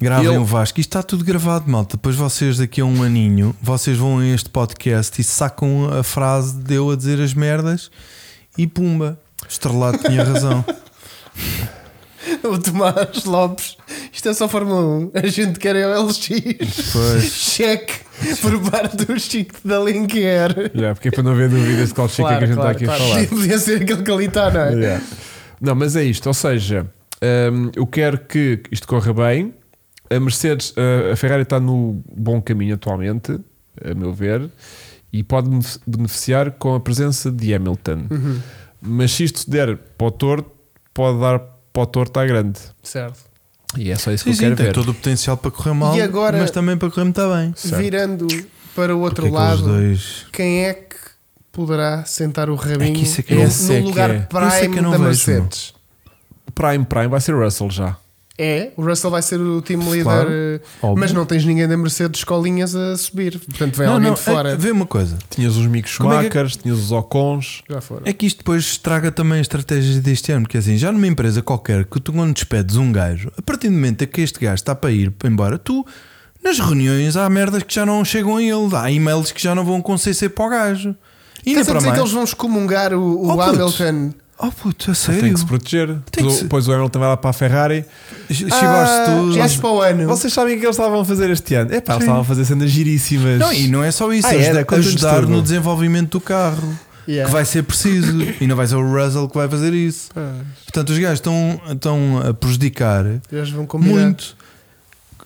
Gravem Ele- o Vasco. Isto está tudo gravado, malta. Depois vocês, daqui a um aninho, vocês vão a este podcast e sacam a frase de eu a dizer as merdas e pumba. Estrelado tinha razão. O Tomás Lopes. Isto é só Fórmula 1. A gente quer é o LX. Pois. Cheque por parte do Chico da Linker. Já, porque é para não haver dúvidas de qual chica que é a tá gente está aqui a falar. Podia ser aquele que ali está, não é? Yeah. Não, mas é isto, ou seja, hum, eu quero que isto corra bem. A Mercedes, a- a Ferrari está no bom caminho atualmente, a meu ver, e pode benef- beneficiar com a presença de Hamilton. Mas se isto der para o torto, pode dar para o torto à grande. Certo. E é só isso Sim, que eu sim, quero tem ver. todo o potencial para correr mal, E agora- mas também para correr muito bem. Certo. Virando para o outro Porque aqueles lado, é dois- quem é que poderá sentar o rabinho É que isso é que no, eu- esse é no que lugar é. Esse é que prime eu não da vejo, Mercedes? Prime, Prime, vai ser Russell já. É, o Russell vai ser o team leader, Claro, eh, óbvio. mas não tens ninguém da Mercedes colinhas a subir, portanto vem Não, alguém não, de fora. é- vê uma coisa. Tinhas os Mick Como é que- Schumachers, tinhas os Ocons. Já foram. É que isto depois estraga também a estratégia deste ano, porque assim, já numa empresa qualquer que tu quando despedes um gajo, a partir do momento em que este gajo está para ir para embora, tu nas reuniões há merdas que já não chegam a ele, há e-mails que já não vão com CC para o gajo. E Quer nem dizer para mais. que eles vão excomungar o, o Oh, puto. Hamilton? Oh puto, a Tem sério. que se proteger. Tem Depois que o- se- Depois o Hamilton vai lá para a Ferrari. Chibaste tudo. Ah, Já és para o ano. Vocês sabem o que eles estavam a fazer este ano? É pá, eles estavam a fazer cenas giríssimas. Não, e não é só isso, Ah, é era, ajudar, conta-nos ajudar tudo. no desenvolvimento do carro. Yeah. Que vai ser preciso e não vai ser o Russell que vai fazer isso. Ah, Portanto, os gajos estão, estão a prejudicar Eles vão combinar. muito.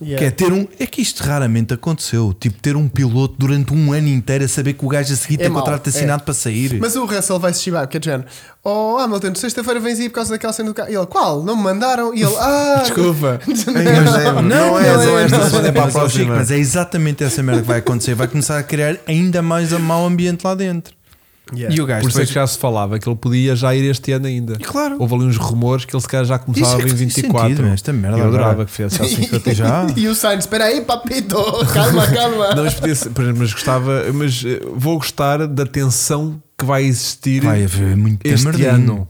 Yeah. Que é, ter um, é que isto raramente aconteceu. Tipo, ter um piloto durante um ano inteiro a saber que o gajo a seguir É tem mau, contrato é. assinado para sair. Mas o Russell vai se chibar, porque é de género. Oh Hamilton, sexta-feira vens aí por causa daquela cena do carro. E ele, qual? Não me mandaram? E ele, ah! Desculpa. não, não é, não é esta esta semana, é para a próxima. Chico, mas é exatamente essa merda que vai acontecer. Vai começar a criar ainda mais a mau ambiente lá dentro. Yeah. E o gajo Por isso é depois que já se falava que ele podia já ir este ano ainda. E claro. Houve ali uns rumores que ele se calhar já Isso começava é que em faz 24. sentido, esta merda eu adorava agora. que fizesse assim. já. E o Sainz, espera aí, papito, calma, calma. Não, mas, podia ser- por exemplo, mas gostava, mas eh, vou gostar da tensão que vai existir vai haver muito este merdinho. ano.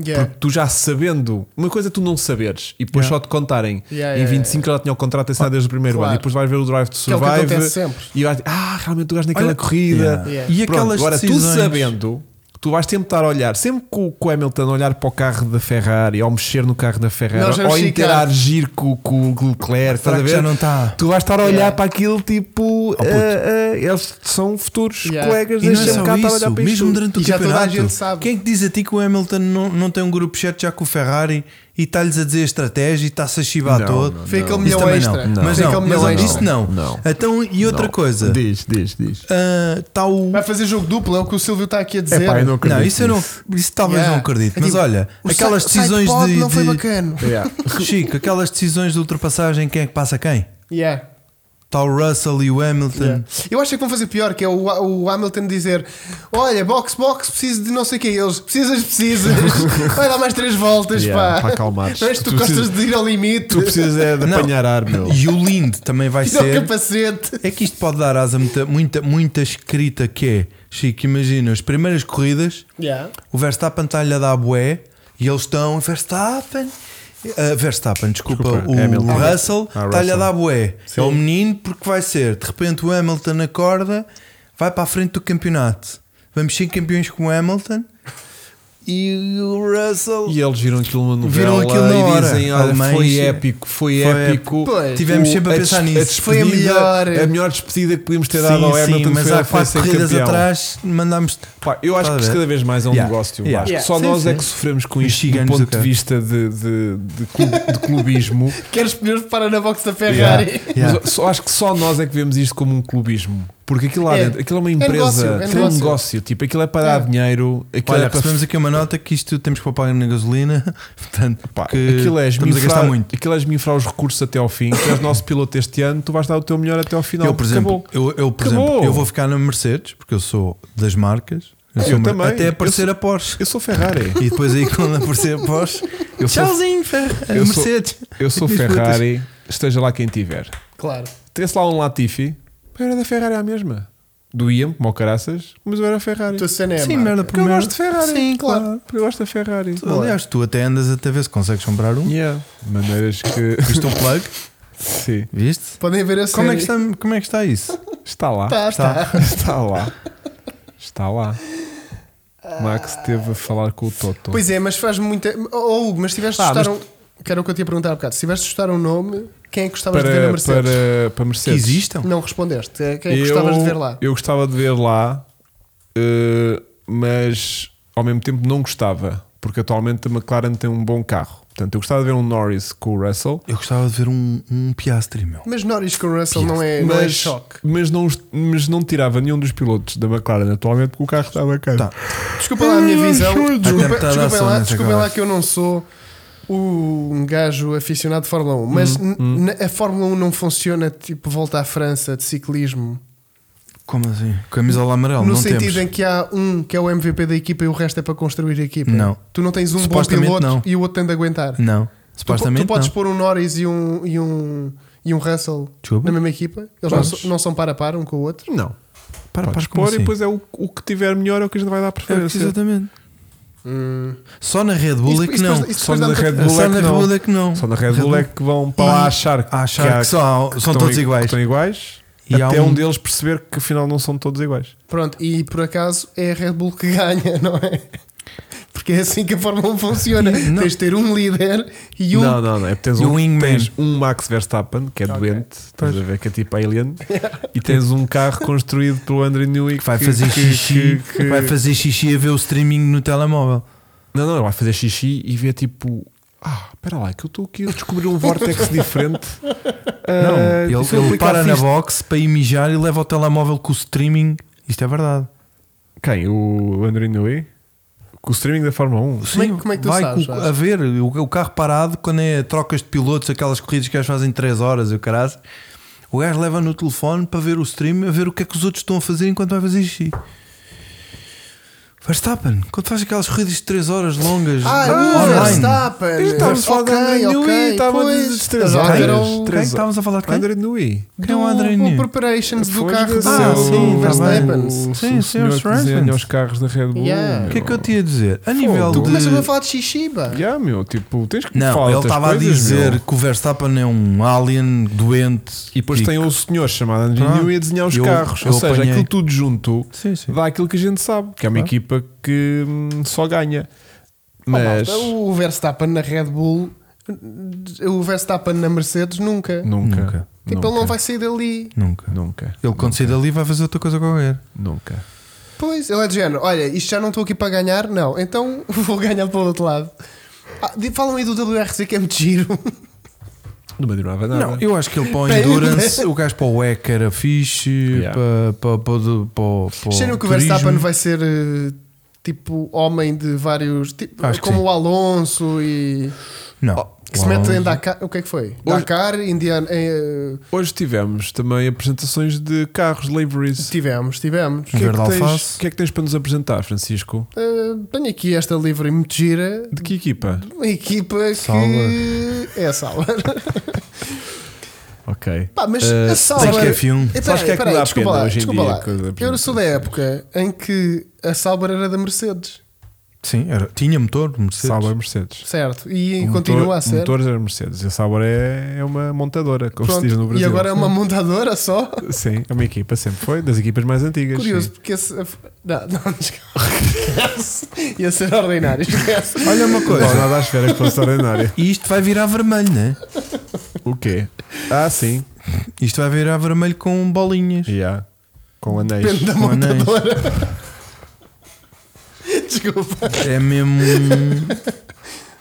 Yeah. Porque tu já sabendo, uma coisa é tu não saberes e depois só te contarem. Yeah, em yeah, Oh, 25 ela tinha o contrato assinado desde o primeiro Claro. ano e depois vais ver o Drive to é o que Survive acontece sempre. e vais ah, realmente o gajo naquela Olha, corrida. yeah. Yeah. E Pronto, aquelas agora decisões- tu sabendo, tu vais tentar olhar, sempre que o, que o Hamilton olhar para o carro da Ferrari ou mexer no carro da Nós Ferrari vamos ou ficar. interagir com, com o Leclerc, estás Será a que ver? já não está? Tu vais estar a olhar Yeah. para aquilo tipo, puto. ah, ah, eles são futuros Yeah. colegas, E não é deixa-me só cá estar a olhar isso, para isto. mesmo tudo. durante o E já toda a campeonato. gente sabe. Quem é que diz a ti que o Hamilton não, não tem um grupo chat já com o Ferrari e está-lhes a dizer a estratégia e está-se a chivar Não, todo? não, Foi Isso aquele milhão também extra. Não. Mas Foi não, aquele mas milhão olha, extra. isso não. Não. Então, e outra Não. coisa, Diz, diz, diz. ah, está o. Vai fazer jogo duplo, é o que o Silvio está aqui a dizer. Epá, eu não acredito Não, isso eu não. Isso talvez Yeah. não acredito. É mas tipo, olha, o aquelas side- decisões sidepod de. não foi de- bacana. Yeah. Chico, aquelas decisões de ultrapassagem, quem é que passa quem? Yeah. Está o Russell e o Hamilton. Hum. Yeah. Eu acho que vão fazer pior, que é o, o Hamilton dizer: Olha, box, box, preciso de não sei o que. Eles precisas, precisas. Vai dar mais três voltas, Yeah, pá. para acalmares. Mas tu, Tu gostas precisas- de ir ao limite. Tu precisas é de Eh, Não. apanhar ar, meu. E o Lind também vai ir ao ser. capacete. É que isto pode dar asa a muita, muita, muita escrita que é, Chico, imagina, as primeiras corridas, Yeah. o Verstappen está-lhe a dar bué e eles estão, Verstappen... eh, Verstappen, desculpa, Desculpa, o Hamilton. Russell Ah, está-lhe a Russell. dar bué. É o menino porque vai ser, de repente o Hamilton acorda, vai para a frente do campeonato. Vamos ser campeões com o Hamilton e o Russell... E eles viram aquilo numa novela Viram aquilo na hora. e dizem: olha, Alemães, foi sim. épico, foi, Foi épico. épico. Pois. Tivemos sempre a des- pensar nisso. Foi a despedida- melhor- a melhor despedida que podíamos ter Sim, dado ao sim, Hamilton. mas foi, há foi quatro ser corridas campeão. atrás mandámos... Pá, eu acho Estás a que isso ver? cada vez mais é um Yeah. negócio. Yeah. Vasco. Yeah. Só Sim, nós sim. é que sofremos com Os isto do gigantes ponto do de carro. vista de, de, de, clu- de clubismo. Queres pneus para na box da Ferrari. Yeah. Mas só- acho que só nós é que vemos isto como um clubismo. Porque aquilo lá É. dentro, aquilo é uma É empresa, negócio, é aquilo é um negócio. negócio, tipo, aquilo é para É. dar dinheiro, aquilo Olha, é para recebemos aqui uma nota que isto temos que poupar na gasolina. Portanto, Pá, que aquilo é estamos a gastar esmifrar, muito. aquilo é esmifrar os recursos até ao fim. Tu és nosso piloto este ano, tu vais dar o teu melhor até ao final. eu, por exemplo, Acabou. eu, eu, por Acabou. exemplo, eu vou ficar na Mercedes, porque eu sou das marcas. Eu sou Eu uma- também. Até Eu aparecer sou- a Porsche. eu sou Ferrari. E depois aí quando aparecer a Porsche, Eu sou- tchauzinho, Fer- eu sou- Mercedes. Eu sou Diz Ferrari, esteja lá quem tiver. Claro. Tivesse lá um Latifi, eu era da Ferrari à mesma. Doía-me, como ao caraças, mas eu era Ferrari. Tua cena é a Sim, marca. merda por Porque eu merda. gosto de Ferrari. Sim, claro. Porque eu gosto da Ferrari. Aliás, tu até andas até ver se consegues comprar um. Yeah. Maneiras que. Viste um plug? Sim. Viste? Podem ver a série. Como é, que está, como é que está isso? Está lá. Tá, Está. tá. Está lá. Está lá. Max esteve a falar com o Toto. Pois é, mas faz muita. Oh, Hugo, mas se tiveste de Ah, chutar mas- um. Que era o que eu te ia perguntar há bocado. Se tiveste de chutar um nome, quem é que gostavas de ver na para, Mercedes? para, para Que Mercedes. existam? Não respondeste. É, Quem é que gostavas de ver lá? Eu gostava de ver lá, eh, mas ao mesmo tempo não gostava, porque atualmente a McLaren tem um bom carro. Portanto, eu gostava de ver um Norris com o Russell, Eu gostava de ver um, um Piastri, meu. Mas Norris com Russell não é, não é mas, choque. mas, não, mas não tirava nenhum dos pilotos da McLaren atualmente, porque o carro estava caro. Tá. Desculpa lá a minha visão. Desculpa, Até me tá a dar desculpem sono lá, nessa desculpem lá conversa. que eu não sou um gajo aficionado de Hum, Fórmula 1, mas n- n- a Fórmula 1 não funciona tipo volta à França de ciclismo. Como assim? Camisola amarela, no não sentido temos. em que há um que é o MVP da equipa e o resto é para construir a equipa. Não. Tu não tens um bom Supostamente piloto não. e o outro tem de aguentar. Tu Não. po- Tu, Supostamente podes não. pôr um Norris e um, e um, e um Russell Desculpa? na mesma equipa. Eles não, Podes. so- não são para a par um com o outro. Não, Para, podes para, pôr como e assim? depois é o, o que tiver melhor é o que a gente vai dar É, preferência. exatamente. Hum. Só na Red Bull Isso- é que isso não. depois- isso Só depois na dá-me Red para- Bull Só é na que Red não. Bull é que não. Só na Red Bull é que vão para lá achar que, Hum. A achar há- que só- que são estão todos i- iguais. que estão iguais. E há até um... um- deles perceber que afinal não são todos iguais. Pronto, e por acaso é a Red Bull que ganha, não é? Porque é assim que a Fórmula 1 funciona. Não. Tens de ter um líder e um. Não, não, não. É porque tens E um, o wingman. tens um Max Verstappen, que é doente, estás a ver que é tipo alien, e tens um carro construído pelo Andrew Newey Que vai fazer xixi. que- que- Vai fazer xixi a ver o streaming no telemóvel. Não, não, ele vai fazer xixi e vê tipo. Ah, espera lá, que eu estou aqui a descobrir um vortex diferente. Não, Ah, ele, deixa eu ele aplicar para na isto. box para ir mijar e leva o telemóvel com o streaming. Isto é verdade. Quem? O Andrew Newey? Com o streaming da Fórmula 1. Sim, é- como é que tu vai sabes, com- Vasco? a ver o, o carro parado quando é trocas de pilotos, aquelas corridas que eles fazem 3 horas e o caralho. O gajo leva no telefone para ver o stream, a ver o que é que os outros estão a fazer enquanto vai fazer xixi. Verstappen, quando faz aquelas corridas de 3 horas longas Ah, ah, o online. Verstappen! Estávamos a falar de André Ok, Newey, ok, estava a pois. dizer dos três Estás a Quem? ver horas. o- Quem é que estávamos a falar de quem? Ah, Andrew Newey. Quem é o André o Newey? preparations do Foi carro do desse- Ah, sim, o- Verstappen. o- o Sim, senhor sim, que desenha Verstappen. os carros da Red Bull. Yeah. O meu. que é que eu te ia dizer? A nível Fogo. de. Mas eu vou falar de Shishiba. Yeah, meu, tipo, tens que falar Não, ele outras estava a coisas, dizer meu. que o Verstappen é um alien doente. E depois que- tem um- o senhor chamado Andrew Pronto. Newey a desenhar os Eu- carros. eu Ou seja, apanhei. aquilo tudo junto Sim, sim. dá aquilo que a gente sabe, que é uma equipa que hum, só ganha. Oh, Mas malta, O Verstappen na Red Bull, o Verstappen na Mercedes, nunca. nunca. Nunca. Tipo, nunca, ele não vai sair dali. Nunca. Nunca. Ele quando sair dali vai fazer outra coisa qualquer. Nunca. Pois, ele é de género. Olha, isto já não estou aqui para ganhar, não. Então vou ganhar pelo outro lado. Ah, di- falam aí do WRC que é muito giro. Não me durava nada. Não, eu acho que ele para o Bem, Endurance, o gajo para o WEC era fixe, Yeah. para, para, para, o- para, o- para o Achei que o turismo. Verstappen vai ser eh, tipo homem de vários. Tipo, Acho que como sim. o Alonso e. Não. Que se mete em Dakar. O que é que foi? Dakar, Indiana. eh, Hoje tivemos também apresentações de carros, liveries. tivemos, tivemos. O que, é Verde que tens, alface. o que é que tens para nos apresentar, Francisco? Eh, tenho aqui esta livre muito gira. De que equipa? Uma equipa Sauber. que. É a Sauber. Ok. Pá, mas Eh, a Tens que é Sauber. F1. Eh, Sabes Peraí, que é que peraí, dá a desculpa pena lá, hoje em desculpa dia, lá. coisa Eu sou da época em que a Sauber era da Mercedes, Sim, era, tinha motor, Mercedes. Sauber Mercedes. certo? E O continua Um motor, a ser. Motores era Mercedes. E a Sauber é, é uma montadora, como Pronto, se diz no Brasil. E agora é uma montadora só? Sim, é uma equipa, sempre foi, das equipas mais antigas. Curioso, sim. porque esse. Não, não, esquece. Ia ser ordinário, esquece. Olha uma Não estava coisa. nada à espera que fosse ordinária. E isto vai virar vermelho, né? O quê? Ah, sim. Isto vai virar vermelho com bolinhas. Yeah. Com anéis. Depende da Com anéis. montadora. Desculpa. É mesmo,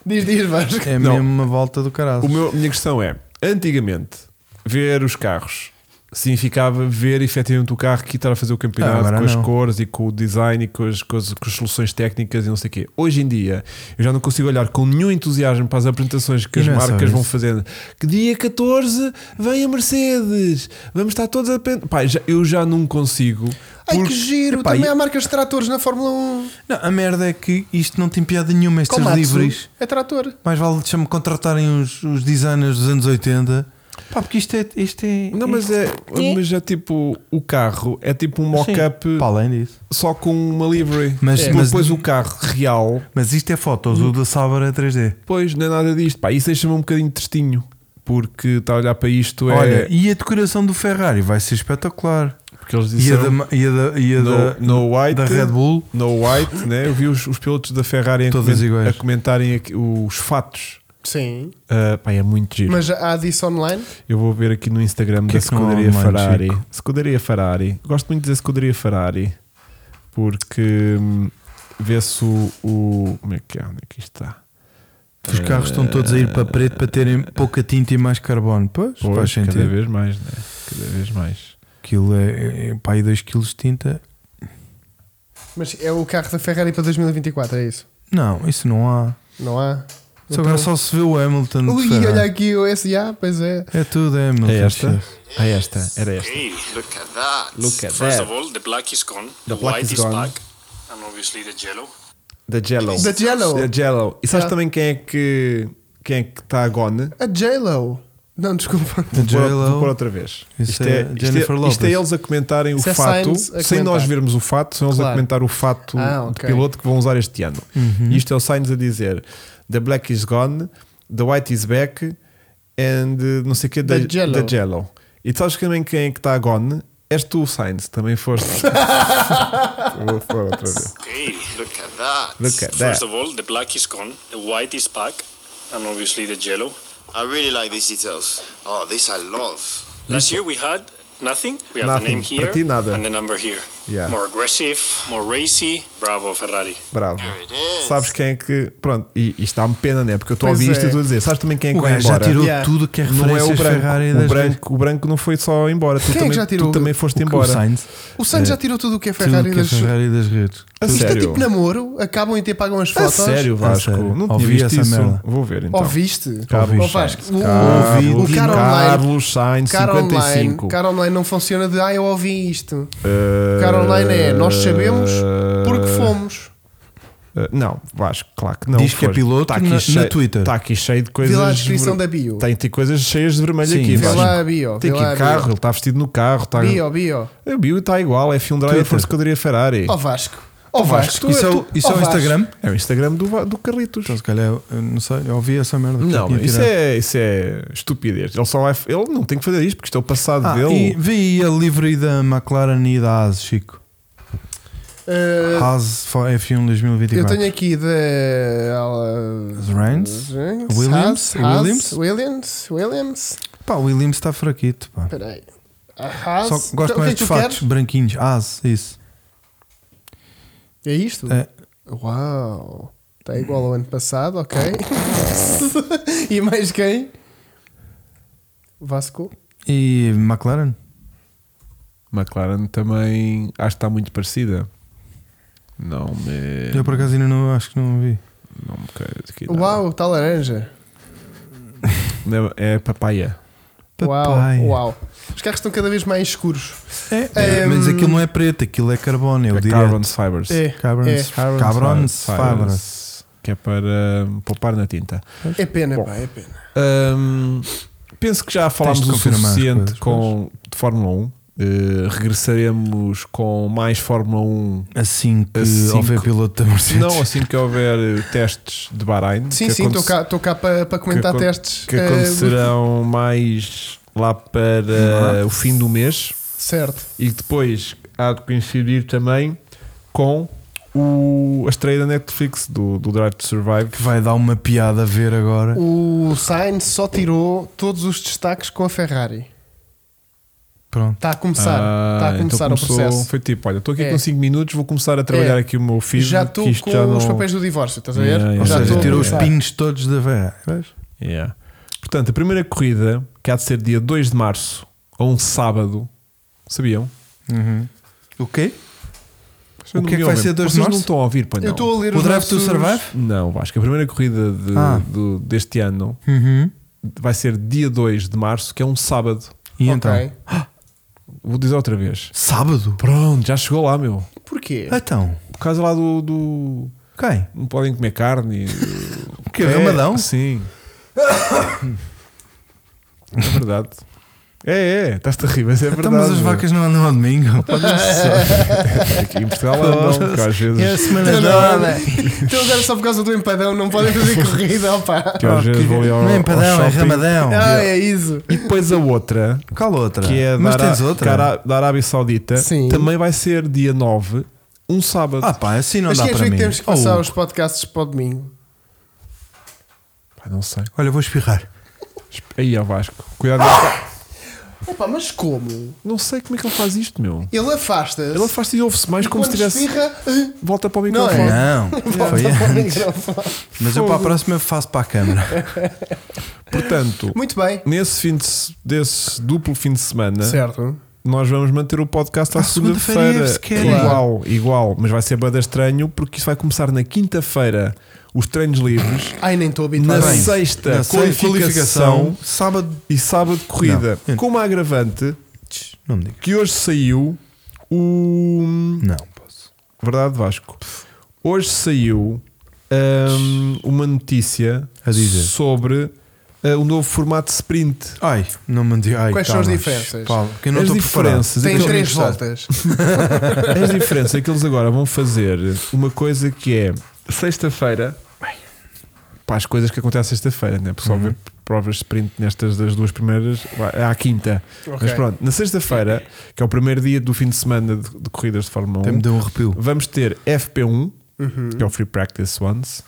Diz, diz, Vasco. é Não. mesmo uma volta do caralho. O meu, a minha questão é: antigamente, ver os carros significava ver efetivamente o carro que estava a fazer o Ah, campeonato agora com as não. cores e com o design e com as, coisas- com as soluções técnicas e não sei o quê. Hoje em dia eu já não consigo olhar com nenhum entusiasmo para as apresentações que E as não é só marcas vão isso. fazendo. Que dia 14 vem a Mercedes, vamos estar todos a. pen- Pá, já- eu já não consigo. Ai porque- que giro, Epá, também e- há marcas de tratores na Fórmula 1. Não, a merda é que isto não tem piada nenhuma, estes Komatsu livros. É trator. Mais vale deixar-me contratarem os, os designers dos anos 80. Pá, porque isto é. Isto é Não, mas é, mas é tipo o carro, é tipo um Sim. mock-up Para além disso. só com uma livery. Mas- Mas, mas- depois o carro real, Mas isto é fotos, Hum. o da Sauber é 3D. pois não é nada disto. Pá, isso deixa-me um bocadinho tristinho, porque está a olhar para isto é Olha, e a decoração do Ferrari vai ser espetacular. porque eles E a disseram da, ma- e a da, e a é um no, da, no white, da Red Bull. no white, né? Eu vi os, os pilotos da Ferrari a, Todas comen- iguais. a comentarem aqui os fatos. Sim. Ah, pá, é muito giro. Mas há disso online? Eu vou ver aqui no Instagram Que da é que não há Scuderia online, Ferrari. Chico? Scuderia Ferrari. Gosto muito de dizer Scuderia Ferrari porque hum, vê-se o, o- Como é que é? Onde é que isto está? Os carros estão todos a ir para preto para terem pouca tinta e mais carbono. Pois, Pois, faz cada sentido. vez mais, né? Cada vez mais. Aquilo é, é, pá, aí 2 kg de tinta. Mas é o carro da Ferrari para 2024, é isso? Não, isso não há. Não há? Então. Só agora só se vê o Hamilton. de Ui, Ferrari. olha aqui o SA, pois é. É tudo é Hamilton. É esta? chefe. É esta, era esta. Hey, look at that. Look at First that. of all, the black is gone. The The, black white is is, gone. back. And obviously the yellow. Da Jello. Da Jello. Da Jello. E sabes Yeah. também quem é que. Quem é que está a gone? A J-Lo. Não, A desculpa. Vou pôr- J.Lo. Vou pôr outra vez. Isso Isto é é, isto, é, Jennifer Lopez. isto é eles a comentarem o Isso é fato, Sainz a sem comentar. nós vermos o fato, são eles a Claro. comentar o fato Ah, de ok. piloto que vão usar este ano. Uhum. Isto é o Sainz a dizer: The black is gone, the white is back, and uh, não sei o que, The the, Jello. the Jello. E tu sabes também quem é que está gone? És tu, Sainz, que também foste. Vou pôr outra vez. Hey, look at that. Look at First that. of all, the black is gone. The white is back. And obviously the yellow. I really like these details. Oh, this I love. Last year we had nothing. We have Nothing. the name here Para ti, nada. and the number here. Yeah. More aggressive, more racy. Bravo, Ferrari. Bravo. There it is. Sabes quem é que. Pronto, e isto dá-me pena, né? Porque eu estou a Pois ouvir isto e é. estou a dizer: Sabes também quem é que O vai gajo já embora? tirou Yeah. tudo que é não é referência o Ferrari branco. O das branco, o branco não foi só embora. Tu, Quem é que também, já tirou tu também foste redes. embora. O Sainz. O Sainz já tirou tudo o que é Ferrari. tudo que é das- Ferrari das redes. A Isto é sério? tipo namoro? Acabam e te apagam as A fotos? sério, Vasco. sério. Não Ouvi tinha essa visto isso. merda. Vou ver então. Ouviste? Carlos Ó, Vasco, Sainz. o- Carlos, o cara Um online. Carlos Sainz, Cara 55. online, cara online não funciona de ah, eu ouvi isto. Eh, Cara online é nós sabemos Ah, porque fomos. eh, Ah, Não, Vasco, claro que não. Diz que é piloto na- na Twitter. Está aqui cheio de coisas. Vê lá a descrição ver- da bio. Tem aqui coisas cheias de vermelho Sim, aqui, vê Vê Vasco. lá a bio. Tem vê aqui lá a carro, ele bio. está vestido no carro. Está... Bio, bio. A bio está igual, é Film Driver Twitter. for Escuderia Ferrari. Ó Vasco. Ó Vasco. tu- Isso é o, tu- isso é ó o Vasco. Instagram? É o Instagram do, Va- do Carlitos. Então, se calhar, eu não sei, eu ouvi essa merda. porque eu Não, tinha isso tirado. é, isso é estupidez. Ele, só vai, ele não tem que fazer isto porque isto é o passado Ah, dele. e vê aí a livre da McLaren e da Haas, Chico. Eh, Haas um for F1 eu 2024. tenho aqui de. ah, Reigns? Reigns, Williams? Haas, Haas, Williams? Williams? Williams? Pá, o Williams está fraquito. Pá. Espera aí. Ah, Haas. Só Então, o gosto que é mais que dos tu fatos queres? branquinhos. Haas, isso. É isto? É. Uau! Está igual ao ano passado, ok. e mais quem? Vasco? E McLaren? McLaren também acho que está muito parecida. Não me. Eu por acaso ainda não, acho que não vi. Não me quero aqui, não. Uau, está laranja. Não, É papaya. Papai. Uau, uau. Os carros estão cada vez mais escuros. É, Ehm, mas aquilo não é preto, aquilo é carbono. Eu é diria. Carbon Fibers. É, Cabrons. Carbon Cabrons. fi- Fibers. Que é para hum, poupar na tinta. É pena, Bom. pá, é pena. Hum, penso que já falámos de o confirmar as suficiente coisas, com, de Fórmula 1. Eh, regressaremos com mais Fórmula 1 Assim que Assim houver que- piloto da Mercedes. Não, assim que houver eh, testes de Bahrein. Sim, que sim, estou aconte- cá, tô cá para para comentar acon- testes. Que eh, acontecerão mais lá para o fim do mês certo. e depois há de coincidir também com o, a estreia da Netflix do, do Drive to Survive. Que vai dar uma piada a ver agora. O Sainz só tirou todos os destaques com a Ferrari. Pronto. Está a começar. Ah, Está a então começar começou- o processo. Foi tipo: olha, estou aqui É. com 5 minutos, vou começar a trabalhar É. aqui o meu filho. já estou com os papéis do divórcio, estás a ver? Yeah, yeah, Ou Já seja, estou tô a tirou os pensar. pinos todos da Ferrari. Vês? Portanto, a primeira corrida, que há de ser dia 2 de março, a um sábado. Sabiam? O quê? Vocês O não que é que viam vai mesmo. ser dois de Vocês não março? estão a ouvir, pois não. Eu estou a ler O os Drive to nossos- Survive? Não, Vasco, a primeira corrida de- Ah. do- deste ano vai ser dia 2 de março, que é um sábado. E Ok. então? Vou dizer outra vez. Sábado? Pronto, já chegou lá, meu. Porquê? Então, Por causa lá do. do- quem? Não podem comer carne. É, O quê? Ramadão? Sim. é verdade. É, é, estás-te a rir, mas é Então, verdade. mas as meu. vacas não andam ao domingo. Aqui em Portugal andam, que às vezes. É a semana Não, não, toda. não. Então agora só por causa do empadão não podem fazer corrida, opá. Que às vezes vou ali ao- Não é empadão, ao é shopping. ramadão. Ah, é isso. E depois a outra, Qual outra? que é Mas da, Ara- tens outra? que Ara- da Arábia Saudita, Sim. também vai ser dia 9, um sábado. Ah pá, assim não Mas dá queres para ver mim. que temos que passar Oh, os podcasts para o domingo? Pá, não sei. Olha, vou espirrar. Aí ao Vasco. Cuidado. Opa, mas como? Não sei como é que ele faz isto, meu. Ele afasta-se. Ele faz e ouve-se mais e como se quando tivesse. espirra, Volta para o Não é? microfone. Não, foi volta para o antes. microfone. Mas eu para a próxima faço para a câmara. Portanto, Muito bem. nesse fim de, se- desse duplo fim de semana, Certo. nós vamos manter o podcast à À segunda-feira, segunda-feira. se querem. igual, igual. Mas vai ser bada estranho porque isso vai começar na quinta-feira os treinos livres. Ai, nem estou Na habituado. Bem, sexta, na sexta, qualificação. Sábado. E sábado de corrida, Não. com uma agravante Não me digas. que hoje saiu o. hum, Não posso. Verdade, Vasco. Hoje saiu hum, uma notícia A dizer. sobre uh, o novo formato sprint. Ai, não me digas. Ai, Quais são as calma. diferenças? Pá, que eu não as, estou preparado. diferenças é Tem que eles- três voltas. as diferenças é que eles agora vão fazer uma coisa que é sexta-feira. Para as coisas que acontecem sexta-feira, né? Porque só Uhum. ver provas de sprint nestas das duas primeiras, vai, é à quinta. Mas pronto, na sexta-feira, que é o primeiro dia do fim de semana de, de corridas de Fórmula 1, Até me deu um Uhum. arrepio. vamos ter FP1, que é o Free Practice Once.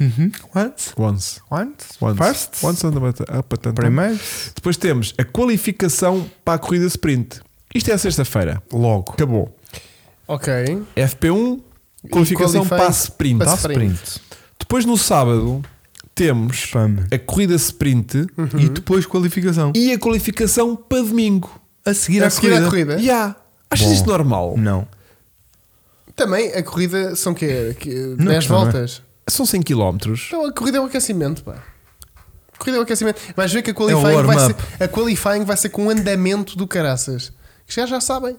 Uhum. Once, Once. once, Once. first, Once on the button- up button. primeiro, Depois temos a qualificação para a corrida sprint. Isto é a sexta-feira. logo. Acabou. ok. FP1, qualificação qualify- para a sprint. para a Sprint. Depois no sábado temos Spam. a corrida sprint Uhum. E depois qualificação. e a qualificação para domingo. A seguir A à seguir corrida. à corrida. Já. Achas isto normal? Não. Também a corrida são quê? Que- Não, dez não é. voltas. São 100 km. Então a corrida é o aquecimento, pá. A corrida é o aquecimento. Vais ver que a qualifying, É o vai, warm-up. ser, a qualifying vai ser com um andamento do caraças. Os caras já sabem.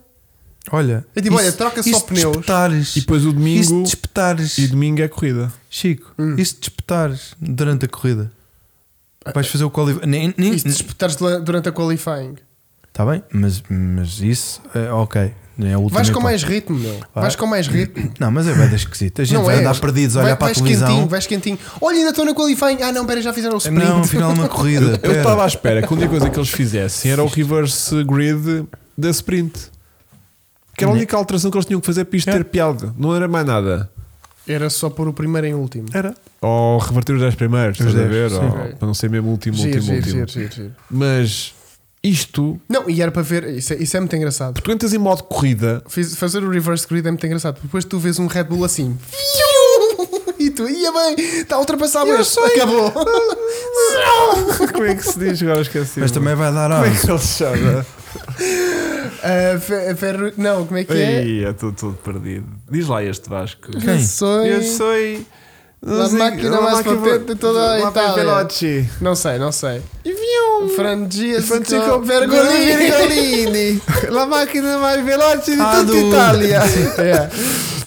Olha. É tipo, olha, troca só isso de pneus. espetares. E depois o domingo- Isso de espetares. E domingo é a corrida. Chico, Hum. isso de espetares durante a corrida. Vais fazer o qualify. Nem, nem, Isto de espetares dura- durante a qualifying. Tá bem, mas, mas isso é ok. É a última Vais com hipótese. mais ritmo, meu. Vais com mais ritmo. é. Não, mas é bem esquisito. A gente vai andar perdidos, a olhar Vai- para a vais televisão. É, Quentinho, vais quentinho. Olha, ainda estou na qualifying. Ah, não, pera, já fizeram o sprint. Não, afinal, uma corrida. Eu Pera. estava à espera que a única coisa que eles fizessem era o reverse grid da sprint. Que era a única alteração que eles tinham que fazer para isto ter piada. Não era mais nada. Era só pôr o primeiro em último. Era. Ou reverter os 10 primeiros, Os estás a 10, ver? sim. Ou, para não ser mesmo último, Giro, último, giro, último. giro, giro, giro. Mas isto, Não, e era para ver. Isso é, isso é muito engraçado. tu entras em modo corrida, Fiz- fazer o reverse grid é muito engraçado. Depois tu vês um Red Bull assim. E tu, ia bem, está a ultrapassar, mas acabou. como é que se diz? Agora esqueci. Mas também vai dar Como é horas. que ele se chama? Ah, fe- ferro- Não, como é que é? Ai, eu estou todo perdido. Diz lá este Vasco. Quem? Sou... Eu sou. não La sei- máquina la mais máquina- potente de toda a la Itália. Pepelotti. Não sei, não sei. E viu um- Francesco, Francesco Vergolini. Vergolini. La máquina mais veloce de Ah, tutta do- Itália. É,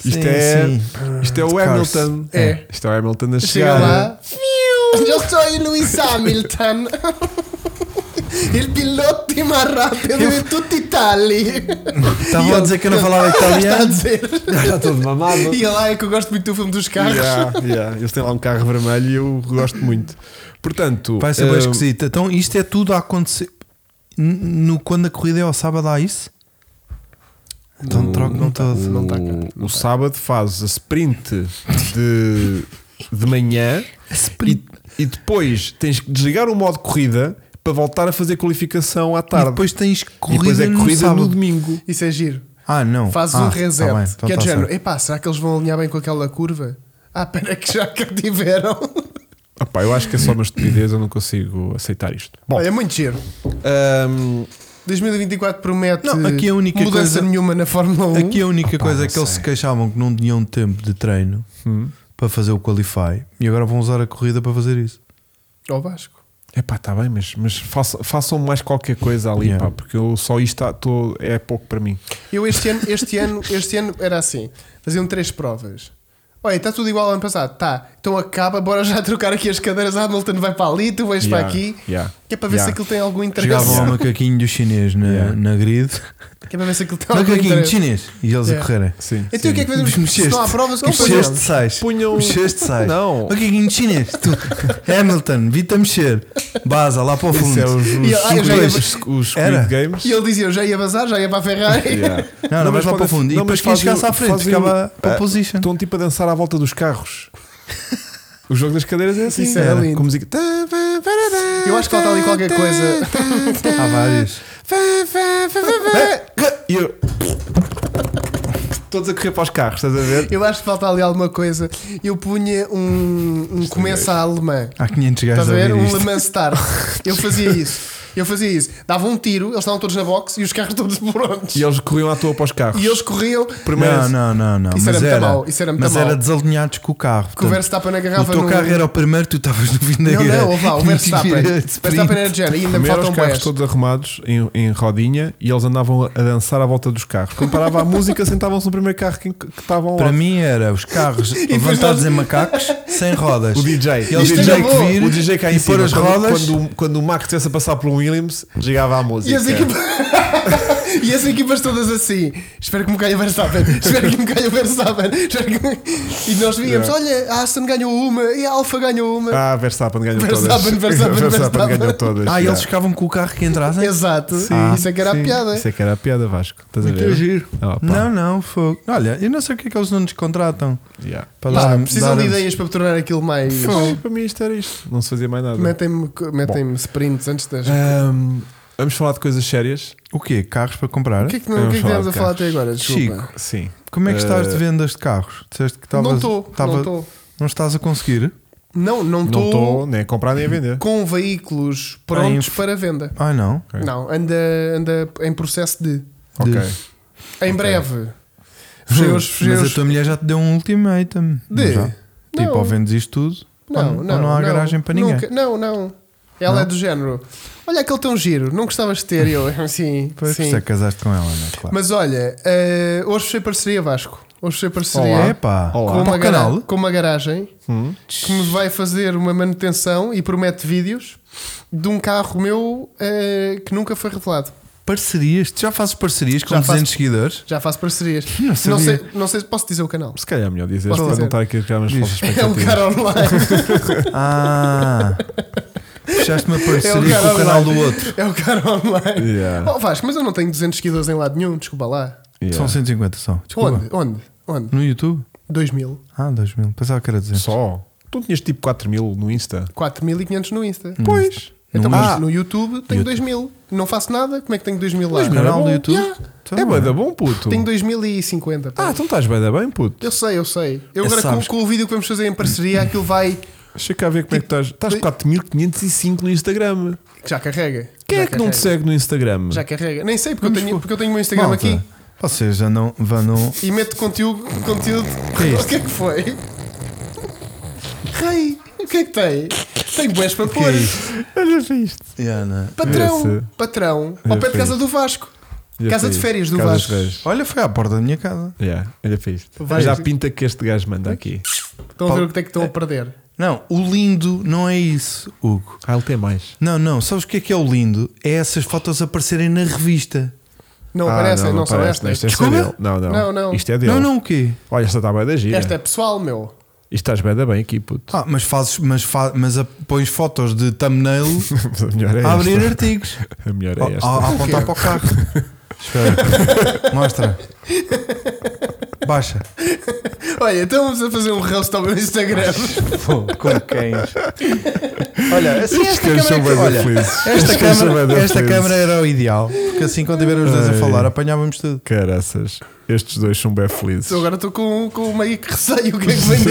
Isto Sim, é, sim. isto é o Cars. Hamilton. É. Isto é o Hamilton a chega chegar. lá. um Eu sou Lewis Hamilton. Il piloto mais rápido de tutta Italia. Estavam a dizer que eu não falava Está tá a italiano. dizer. Tá Está todo mamado. E lá é que eu gosto muito do filme dos carros. Yeah, yeah. Eles têm lá um carro vermelho e eu gosto muito. Portanto, Vai ser bem eh, esquisito. Então, isto é tudo a acontecer. N- No, quando a corrida é ao sábado, há isso? Então, trocam tá, todo. Não está cá. o, tá. o sábado faz a sprint de, de manhã É Sprint. E, e depois tens que desligar o modo corrida para voltar a fazer qualificação à E tarde. depois tens E corrida, depois é no corrida no, sábado. domingo. Isso é giro. Ah, não. Fazes Ah, um tá reset. bem, então que é tá de género. certo. Epá, será que eles vão alinhar bem com aquela curva? Ah, pera, que já cativeram. Ah pá, eu acho que é só uma estupidez, eu não consigo aceitar isto. Bom, Olha, é muito giro. ahm, 2024 promete Não, aqui a única mudança coisa- nenhuma na Fórmula 1. Aqui a única Opa, coisa não é que eles sei. Hum. se queixavam que não tinham tempo de treino para fazer o qualify e agora vão usar a corrida para fazer isso. Ó Vasco. Epá, está bem, mas, mas faça- façam mais qualquer coisa ali, Yeah. pá, porque eu só isto tá- tô- é pouco para mim. Eu este ano, este ano, este ano era assim: faziam três provas. Olha, está tudo igual ao ano passado. Tá, então acaba, bora já trocar aqui as cadeiras. A Hamilton vai para ali, tu vais Yeah, para aqui. yeah, que é para ver yeah. se aquilo tem algum interesse. Chegavam ao macaquinho do chinês na, Yeah. na grid. Que é para ver se aquilo tem algum Macaquinho interesse. chinês. E eles Yeah. a correrem. Sim. Então o que é que fazemos? Se Mexeste. não há provas, o que é que Mexeste, fazemos? sais. Punham- Mexeste, sais. é Não. Macaquinho chinês. Tu. Hamilton, vi-te a mexer. Baza, lá para o fundo. Isso é os, os, E, ah, eu já ia- os, os Squid Era. Games. E ele dizia: eu já ia bazar, já ia para a Ferrari. Yeah. Não, não, mas mas lá para o podem- fundo. E não, depois mas quem fazem o- chegasse à frente fazem o- ficava para Ah, a position. Estão tipo a dançar à volta dos carros. o jogo das cadeiras é assim. Isso era lindo. Com música. Eu acho que falta ali qualquer coisa. Há vários. E eu. Todos a correr para os carros, estás a ver? Eu acho que falta ali alguma coisa. Eu punha um, um começa a alemã. Há 500 gajos Estás a Ah, a ver? ouvir Um Le isto. Mans Start. Eu fazia isso. Eu fazia isso. Dava um tiro, eles estavam todos na box e os carros todos prontos. E eles corriam à toa para os carros. E eles corriam. Não, não, não, não. Isso mas era muito mau, isso era muito mas mau. era desalinhados com o carro. Que o portanto, Verstappen o agarrava teu no- carro era o primeiro, tu estavas no fim da Não, guerra. não, vá, o Verstappen. O Verstappen era de género, e Primeiro ainda me os faltam carros boés. todos arrumados em, em rodinha e eles andavam a dançar à volta dos carros. Quando parava a música, sentavam-se no primeiro carro que que estavam lá. Para mim era os carros levantados em macacos, sem rodas. O DJ. E eles Isto tinham era que bom. vir o DJ cá em e pôr cima. as Quando- rodas. Quando, quando o Max estivesse a passar por um Williams, chegava à música. E as, equipas... e as equipas todas assim. Espero que me ganhe o Verstappen. Espero que me ganhe o Verstappen. Espero que- E nós víamos: olha, a Aston ganhou uma e a Alfa ganhou uma. Ah, Verstappen ganhou Verstappen, todas. Verstappen, Verstappen. ganhou todas. Ah, yeah. eles ficavam com o carro que entrassem? é. Exato. Ah, isso é que era sim. a piada. Isso é que era a piada, Vasco. Estás a ver? Ah, pá. Não, não, fogo. Olha, eu não sei porque é que eles não nos contratam. Yeah. Para Pá, dar- precisam dar- de ideias para tornar aquilo mais. Mas Para mim isto era isto. Não se fazia mais nada. Metem-me metem sprints antes É. das. Ahm, vamos falar de coisas sérias? O quê? Carros para comprar? O que é que, não, o que é que Vamos tivemos a falar falar de até agora? Desculpa. Chico, Sim. Como é que estás de Eh, vendas de carros? Disseste que estavas- não estou, estava- não estou. não estás a conseguir? Não, não Não estou estou nem a comprar nem a vender. com veículos prontos Em- para venda. Ah, não. Ok. Não, anda, anda em processo de. Ok. De- Em breve. Fechei os. fechei Hum, Mas os- a tua mulher já te deu um ultimatum. não De? já? Tipo, Não. ou vendes isto tudo, Não, ou, não, ou não há garagem para ninguém. nunca- não, não. Ela é do género. Olha aquele tão giro, não gostavas de ter eu. Sim, Pois, por sim. isso é que casaste com ela, não é? Claro. Mas olha, eh, hoje fechei parceria Vasco. Hoje fechei parceria. Olá. Epá, Olá. com Para uma, o gara- canal? Hum. com uma garagem que me vai fazer uma manutenção e promete vídeos de um carro meu eh, que nunca foi revelado. Parcerias? Tu já fazes parcerias com Já 200 faço. seguidores? Já faço parcerias. Não sabia. sei, não sei se posso dizer o canal. Se calhar é melhor dizer Posso para dizer? não estar aqui a criar umas Diz. falsas É um expectativas. cara online. Ah, fechaste uma É um parceria cara com o canal do online. outro. É um cara online. Yeah. Oh, Vasco, mas eu não tenho 200 seguidores em lado nenhum, desculpa lá. Yeah. São 150 só. Desculpa. Onde? Onde? Onde? No YouTube? 2 mil. Ah, 2000. Pensava que era 200. Só? assim. Tu não tinhas tipo 4 mil no Insta? 4.500 no Insta. Pois. Então, Hum. No mas Insta. no YouTube tenho YouTube. 2 mil. Não faço nada, como é que tenho 2 mil lá? Ah, Mas canal do YouTube? Yeah. Então, é bué da bom, puto. Tenho 2050. pá. Ah, então estás bué da bem, puto. Eu sei, eu sei. Eu É, agora com, sabes- com o vídeo que vamos fazer em parceria, aquilo vai. que Deixa cá ver como é que estás. Estás 4505 no Instagram. Já carrega. Quem Já é que não carrega. te segue no Instagram? Já carrega. Nem sei, porque, eu Vamos tenho, pôr- porque eu tenho o meu Instagram Malta, aqui Vocês andam, andam e meto conteúdo. conteúdo. é isto? o que é que foi? Rei, o que é que tem? Tem boés para pôr. Olha para isto. é Yeah, né? Patrão, Esse- patrão. Olha Ao pé de para casa isto. do Vasco. Olha Casa para de isto. férias do Casa de Vasco. férias. Olha, foi à porta da minha casa. Yeah, olha para isto. Vai. Olha a pinta que este gajo manda aqui. Estão a ver o que é que estão a perder. Não, o lindo não é isso, Hugo. Ah, ele tem mais. Não, não, sabes o que é que é o lindo? É essas fotos aparecerem na revista. Não Ah, aparecem, não, são parece. estas. Isto é Desculpa? dele. Não, não. Não, não. Isto é dele. Não, não, o quê? Olha, esta está bem da gira. Esta é pessoal, meu. Isto estás bem da bem aqui, puto. Ah, mas fazes, mas, fa- mas a- pões fotos de thumbnail a melhor é a abrir esta. artigos. A melhor é a, esta. a- a apontar quê? para o carro. Espera. Mostra. Baixa. Olha, então vamos a fazer um roast ao meu Instagram. com cães. Olha, assim Estes esta cães câmara, é são que- bué da olha, felizes. Estes esta, cães são bué câmara, da esta felizes. câmara era o ideal. Porque assim, quando tiveram os dois a falar, apanhávamos tudo. Caraças, estes dois são bem felizes. Então agora estou com, com meio que receio. O que é que vem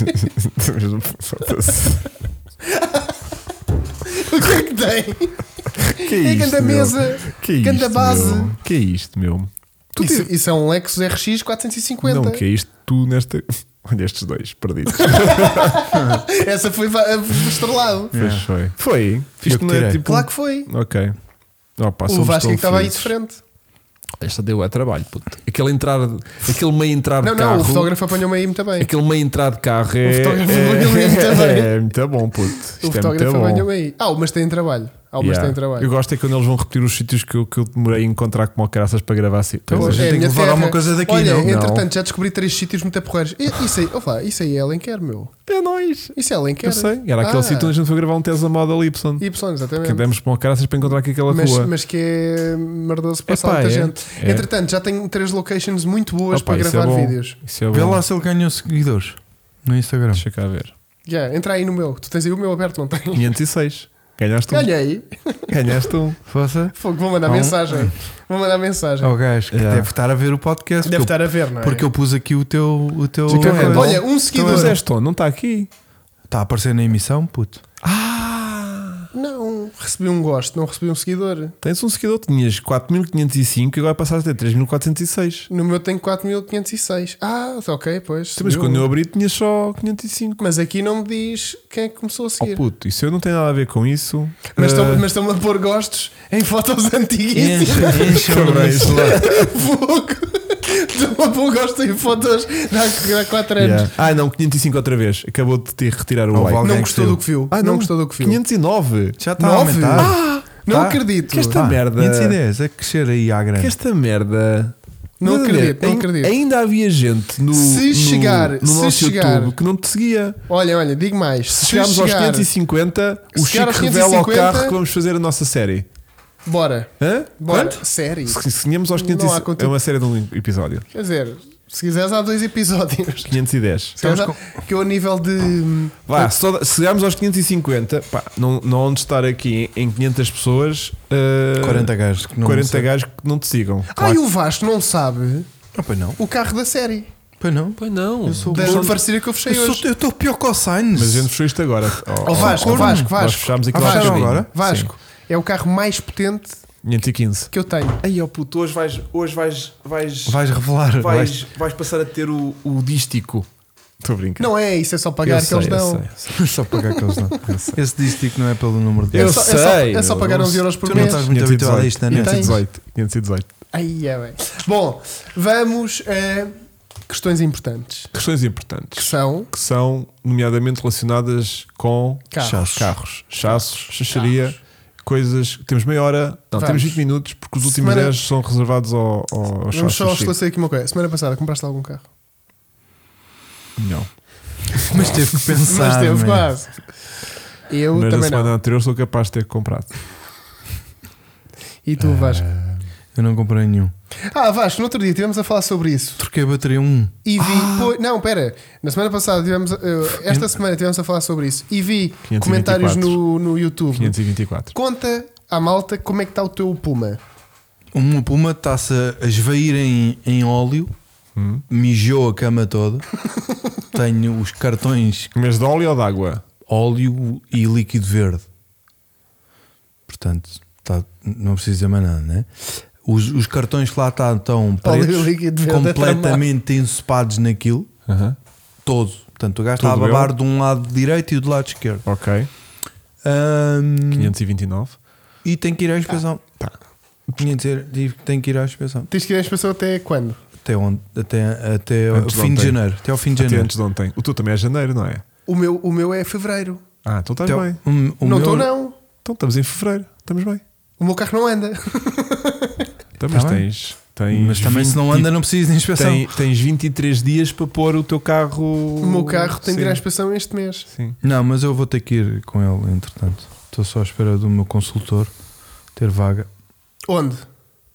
daí? Foda-se. O que é que tem? Que é É isto, grande meu? mesa, Que é grande isto, base. meu? Que é isto, meu? Tu Isso, tens- isso é um Lexus RX 450. Não, que é isto, tu nesta. Olha, estes dois perdidos. Essa foi va- estrelado. Pois foi. Foi. Eu Isto que não é tirei. tipo. Claro que foi. Ok. Não, pá, um- O somos Vasco é tão que estava aí de felizes. frente. Esta deu a trabalho, puto. Aquele entrar, aquele meio entrar de Não, carro. não, o fotógrafo apanhou-me aí muito bem. Aquele meio entrar de carro é. O fotógrafo apanhou é, muito bem. é muito bom, puto. Isto O é fotógrafo muito bom. apanhou-me aí. Ah, o mas tem trabalho. Ah, o mas Yeah. tem Eu trabalho. gosto é quando eles vão repetir os sítios que eu, que eu demorei a encontrar como caraças para gravar assim. Pois, a gente É, tem que minha levar terra. alguma coisa daqui, Olha, não? entretanto, já descobri três sítios muito aporreiros. E- Isso aí, opa, isso aí é Alenquer, meu. É nóis. Isso é Alenquer. Eu sei. Era aquele Ah, sítio onde a gente foi gravar um Tesla Model Y. Y, exatamente. Que demos para uma caraças para encontrar aqui aquela mas, rua. mas que é merdoso passar Epá, muita é. gente. É. Entretanto, já tenho três locations muito boas Opa, para isso é gravar bom. vídeos. Isso é Vê bom. lá se ele ganhou seguidores no Instagram. Deixa cá ver. Yeah, entra aí no meu. Tu tens aí o meu aberto, não tens? 506. Ganhaste um. Olha aí. Ganhaste um. Força. Fogo, vou mandar Não. mensagem. Vou mandar mensagem. Ao gajo que Yeah. deve estar a ver o podcast. Deve porque estar a ver, não eu, é? porque eu pus aqui o teu. O teu Fica handle. vendo. Olha, um seguidor. então, Mas és não está aqui. Está Tá a aparecer na emissão, puto. Não, recebi um gosto, não recebi um seguidor. Tens um seguidor, tinhas 4.505 e agora passaste a ter 3.406. No meu tenho 4.506. Ah, ok, pois. Sim, Mas subiu. quando eu abri tinhas só 505. Mas aqui não me diz quem é que começou a Oh seguir. puto, isso eu não tenho nada a ver com isso. mas então, Ah, estão- mas estão-me a pôr gostos em fotos antigas. Enche, enche o meu celular. Fogo. Estão-me a pôr gostos em fotos de há 4 anos. yeah. Ah não, 505 outra vez. Acabou de te retirar o Não like. vale. Alguém Não gostou gostou. do que viu. Ah, não, gostou do que viu. tá 509. Já está a Nove? Ah, aumentar. não Tá. acredito. Que esta Pá, merda. 510, a é crescer aí à grande. Que esta merda. Não Nada a ver. acredito, não Ain- acredito. Ainda havia gente no, Se no- chegar, no se nosso chegar. YouTube que não te seguia. Olha, olha, digo mais. Se, Se chegarmos aos chegar, 550, o se chegar Chico aos revela ao 550, carro que vamos fazer a nossa série. Bora. Hã? Bora. Quanto? Sério. Se seguimos aos Não há 500 conteúdo. É uma série de um episódio. Quer dizer, se quiseres, há dois episódios. 510. Se quiseres, há- Então, Que eu, a nível de. Vá, se toda- se chegarmos aos 550, pá, não, não onde estar aqui em 500 pessoas, ah, 40 gajos que não 40 sei. gajos que não te sigam. Ah, e o Vasco não sabe Ah, pois não. o carro da série. Pois não. Pois não. Eu sou Da Mas- parceria que eu fechei Eu hoje. sou- eu estou pior que o Sainz. Mas a gente fechou isto agora. Ó, Ó ó, Vasco, ó, Vasco, Nós Vasco. fechámos aqui Ah, lá fecharam bocadinho. agora? Vasco, é o carro mais potente Sim, 515. que eu tenho. Aí, ó puto, hoje vais, hoje vais, vais, Vais revelar. vais, vais passar a ter o, o dístico. Estou a brincar. Não é, isso é só pagar que eles dão. vais- Só pagar que eles não. Esse distico não é pelo número de Eu é só, é só- sei, é só meu, pagar não 11 sei. euros por Tu não mês. estás muito habituado a isto, não é? E tens? 518. 518. Aí é bem. Bom, vamos a questões importantes. Questões Que importantes. são. Que são, nomeadamente, relacionadas com Carros. chassos, carros, chassos chacharia, coisas. Temos meia hora, Então, não, temos Vamos. 20 minutos, porque os últimos Semana- 10 são reservados ao, ao aos Vamos só chassos, sim. esclarecer aqui uma coisa. Semana passada compraste algum carro? Não. Mas teve que pensar. Mas teve man. quase. Eu Mas na também semana não. anterior sou capaz de ter comprado. E tu, Ah. Vasco? Eu não comprei nenhum. Ah, Vasco, no outro dia estivemos a falar sobre isso. Troquei a bateria 1. E vi. Ah. pô- não, pera. Na semana passada tivemos. a- eu- esta semana tivemos a falar sobre isso. E vi 524. comentários no, no YouTube. 524. Conta à malta como é que está o teu Puma. Uma puma está-se a esvair em, em óleo, Hum. mijou a cama toda. Tenho os cartões Mas de óleo ou de água? óleo e líquido verde. Portanto, tá- não preciso dizer mais nada, né? Os, os cartões que lá tá- estão Óleo e líquido pretos, verde é completamente ensopados naquilo, todo. Portanto, o gajo está a Tudo babar ele? de um lado direito e do lado esquerdo. Ok. Ahm, 529. e tem que ir à inspeção. Tá. Tem que ir à inspeção. Tens que ir à inspeção até quando? Até, onde, até, até o Antes de fim de ontem. janeiro. Até ao fim de Até janeiro. antes de ontem. O teu também é janeiro, não é? O meu, o meu é fevereiro. Ah, então estás Até bem. o- o meu- não é. estou, não. Então estamos em fevereiro. Estamos bem. O meu carro não anda. Então, mas Tá bem. tens, tens. Mas também se não 20 anda, não precisa de inspeção. tipo, tem- tens 23 dias para pôr o teu carro. O meu carro tem Sim. que ir à inspeção este mês. Sim. Não, mas eu vou ter que ir com ele, entretanto. Estou só à espera do meu consultor ter vaga. Onde?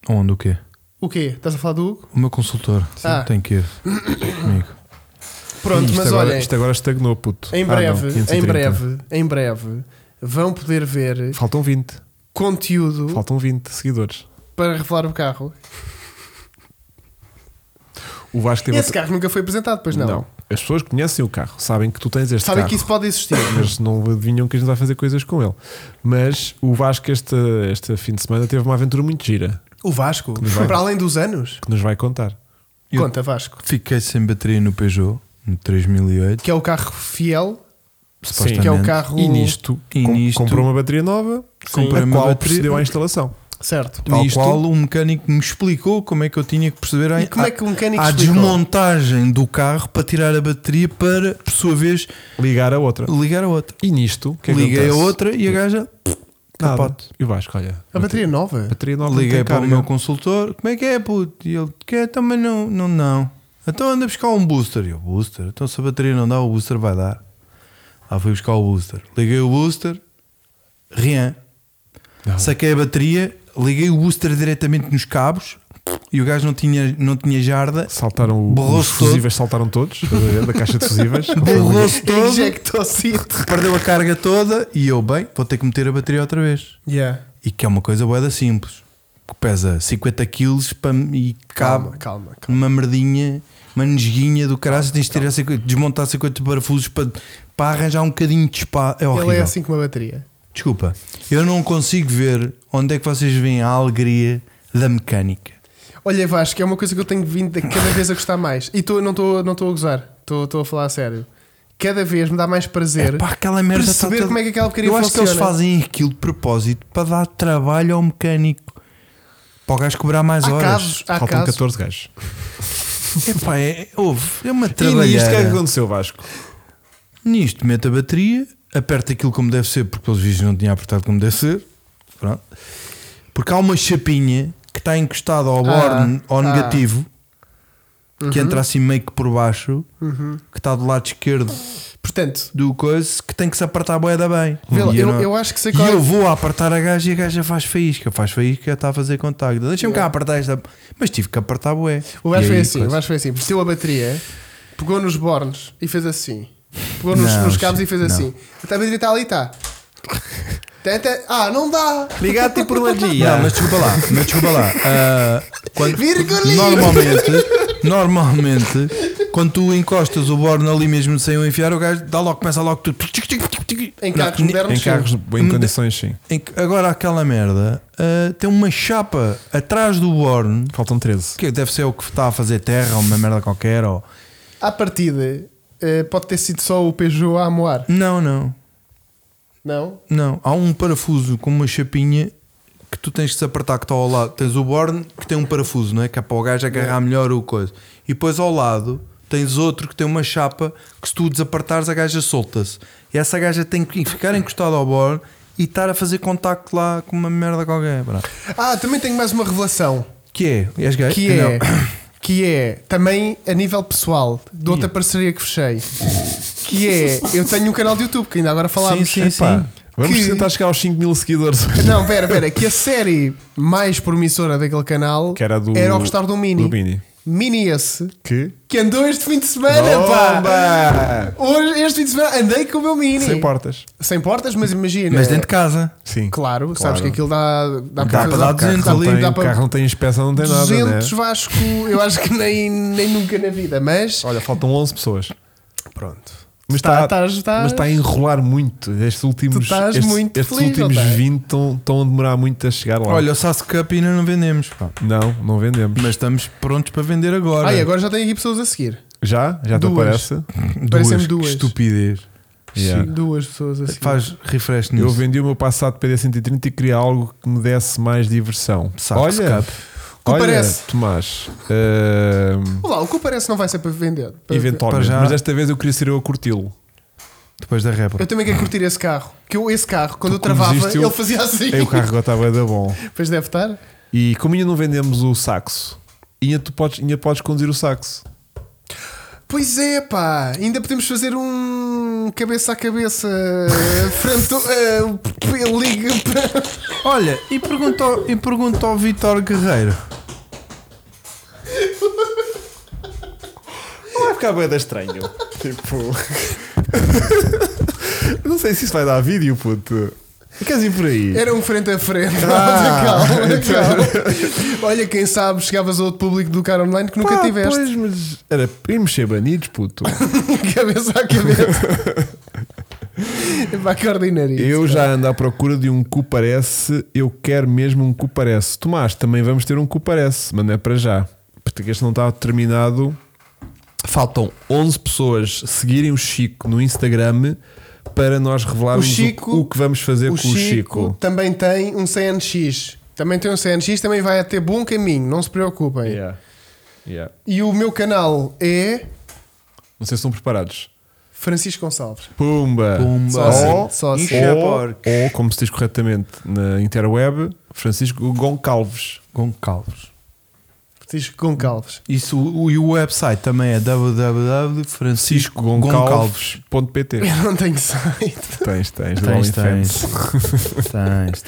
Onde o quê? O quê? Estás a falar do Hugo? O meu consultor Ah. tem que ir comigo. Pronto, isto, mas agora, olhem, isto agora estagnou, puto. em Ah, não, breve, em 530. breve, em breve, vão poder ver Faltam 20. conteúdo Faltam 20 seguidores. para revelar o carro. O Vasco teve. Esse carro nunca foi apresentado, pois não. Não. As pessoas conhecem o carro, sabem que tu tens este Sabem carro. que isso pode existir. mas não adivinham que a gente vai fazer coisas com ele. Mas o Vasco, este, este fim de semana, teve uma aventura muito gira O Vasco, para além dos anos, que nos vai contar. Eu- conta Vasco, Fiquei sem bateria no Peugeot, no 3008. que é o carro fiel, supostamente. que é o carro E nisto, Oh, E com- nisto- comprou uma bateria nova, Comprei a uma qual bateria- procedeu à instalação. certo. Tal Isto- qual um mecânico me explicou como é que eu tinha que proceder à, E como é que o mecânico à explicou? desmontagem do carro para tirar a bateria para, por sua vez, Ligar a outra. ligar a outra. E nisto, o que é que Liguei a acontece? outra e a gaja Nada. capote. E o Vasco, olha. A bateria nova. bateria nova não Liguei tem para o carga. meu consultor, como é que é, puto? E ele, quer também não, não, não. Então anda buscar um booster. E eu, booster? Então se a bateria não dá, o booster vai dar. Lá fui buscar o booster. Liguei o booster, rien. Não. Saquei a bateria, liguei o booster diretamente nos cabos e o gajo não tinha, não tinha jarda. Saltaram os Borrou-se todo. fusíveis, saltaram todos estás a ver, da caixa de fusíveis. Borrou-se todo, Injectocito. perdeu a carga toda e eu, bem, vou ter que meter a bateria outra vez. Yeah. E que é uma coisa boeda simples. Que pesa 50 quilos para- e cabe Calma, calma, calma. uma merdinha, uma nesguinha do caralho. Tens de Então. tirar 50, desmontar 50 parafusos para, para arranjar um bocadinho de espaço. É horrível. Ele é assim com uma bateria. Desculpa, eu não consigo ver onde é que vocês veem a alegria da mecânica. Olha, Vasco, é uma coisa que eu tenho vindo a cada vez a gostar mais. E tô, não estou não tô a gozar, estou a falar a sério. Cada vez me dá mais prazer. Pá, aquela merda está perceber toda- como é que aquela porcaria Eu acho que eles funciona. fazem aquilo de propósito para dar trabalho ao mecânico. Para o gajo cobrar mais há horas. casos, há Faltam casos. 14 gajos. Epá, é, houve, é uma E nisto, o que é que trabalheira. aconteceu, Vasco? Nisto, mete a bateria, aperta aquilo como deve ser, porque pelos vídeos não tinha apertado como deve ser. Pronto. Porque há uma chapinha que está encostada ao borne, ao ah. Uhum. negativo, que entra assim meio que por baixo, que está do lado esquerdo Portanto, do coice, que tem que se apertar a boeda bem. Vê lá, E eu- eu acho que sei E qual é- eu vou a apertar a gaja e a gaja faz faísca, faz faísca, está a fazer contacto. Deixa-me cá apertar esta. Mas tive que apertar a boé. o gajo foi assim, o gajo foi assim, meteu a bateria, pegou nos bornes e fez assim. Pegou nos, Não, nos cabos e fez não. assim. Até a bateria está ali, está. Tenta- Ah, não dá! tipo Ligado-te por Não, lagia. mas desculpa lá, mas desculpa lá. Ah, quando- Virgulinha. normalmente, normalmente, quando tu encostas o borne ali mesmo sem o enfiar, o gajo dá logo, começa logo tu. Em carros Não, modernos, Em sim. carros, em condições, sim. em que- Agora aquela merda ah, tem uma chapa atrás do borne, Faltam 13. que deve ser o que está a fazer terra, ou uma merda qualquer, ou. À partida, eh, pode ter sido só o Peugeot a amoar, Não, não. não? Não, há um parafuso com uma chapinha que tu tens que se apertar que está ao lado. Tens o borne que tem um parafuso, não é? Que é para o gajo agarrar melhor o coisa. E depois ao lado tens outro que tem uma chapa que se tu desapertares a gaja solta-se. E essa gaja tem que ficar encostada ao borne e estar a fazer contacto lá com uma merda qualquer. Pronto. Ah, também tenho mais uma revelação. Que é? És gay? que Não. é, que é também a nível pessoal de outra parceria que fechei. Que é, eu tenho um canal de YouTube que ainda agora falámos. Sim, sim, Pá, sim. Vamos Que- tentar chegar aos 5 mil seguidores. Não, pera, pera, que a série mais promissora daquele canal Que era do- era o Rockstar do Mini. do Mini. Mini esse Que? que andou este fim de semana, pá! Hoje, este fim de semana, andei com o meu Mini. Sem portas. Sem portas, mas imagina. Mas dentro de casa. Sim. Claro, sabes que aquilo dá, dá, um Dá para dar 200 carro não ali, tem- dá O carro para não tem inspeção, não tem nada. 200 Né? Vasco, eu acho que nem, nem nunca na vida, mas Olha, faltam 11 pessoas. pronto. Mas Tá- está, estás- estás- mas está a enrolar muito. Estes últimos, estás estes, muito estes feliz, últimos não tá? 20 estão, estão a demorar muito a chegar lá. Olha, o Sass Cup ainda não vendemos. pá. Não, não vendemos. Mas estamos prontos para vender agora. Ah, e agora já tem aqui pessoas a seguir. Já? Já te Duas. aparece? parecem-me que duas. Estupidez. Yeah. Sim, duas pessoas a seguir. Faz refresh nisso. Eu vendi o meu passado PD130 e queria algo que me desse mais diversão. Sax olha, Cup. olha Comparece. Tomás, ahm, Olá, o que parece não vai ser para vender. Para- eventualmente, Para já- mas desta vez eu queria ser eu a curti-lo. Depois da rap. Eu também quero curtir esse carro. Que eu, esse carro, quando eu como travava, existe, eu- ele fazia assim. É o carro que estava da bom. Pois deve estar. E como ainda não vendemos o saxo, ainda tu podes, ainda podes conduzir o saxo. Pois é, pá. Ainda podemos fazer um cabeça a cabeça. frente. Uh, liga para. Olha, e pergunta ao, e pergunta ao Vitor Guerreiro. Vai ficar bem estranho. tipo. não sei se isso vai dar vídeo, puto. Queres ir por aí? Era um frente a frente. Ah, calma, calma. Olha, quem sabe chegavas a outro público do cara online que nunca Pá, tiveste. Pois, mas era para irmos ser banidos, puto. cabeça a cabeça. Epá, que ordinaria. Eu já ando à procura de um cu parece, eu quero mesmo um cu parece. Tomás, também vamos ter um cu parece, mas não é para já. Porque este não está terminado. Faltam 11 pessoas seguirem o Chico no Instagram para nós revelarmos O Chico- o, o que vamos fazer o com Chico, o Chico. também tem um CNX. Também tem um CNX, também vai ter bom caminho, não se preocupem. Yeah. Yeah. E o meu canal é Não sei se estão preparados. Francisco Gonçalves. Pumba! Pumba. Só Ou- assim, só assim. Incha ou, porcos. ou, como se diz corretamente na interweb, Francisco Goncalves. Com calvos. Francisco Goncalves. Isso, o, e o website também é www.franciscogoncalves.pt Franciscogoncalves.pt Eu não tenho site. Tens, tens, do Tens, OnlyFans. tens. tens.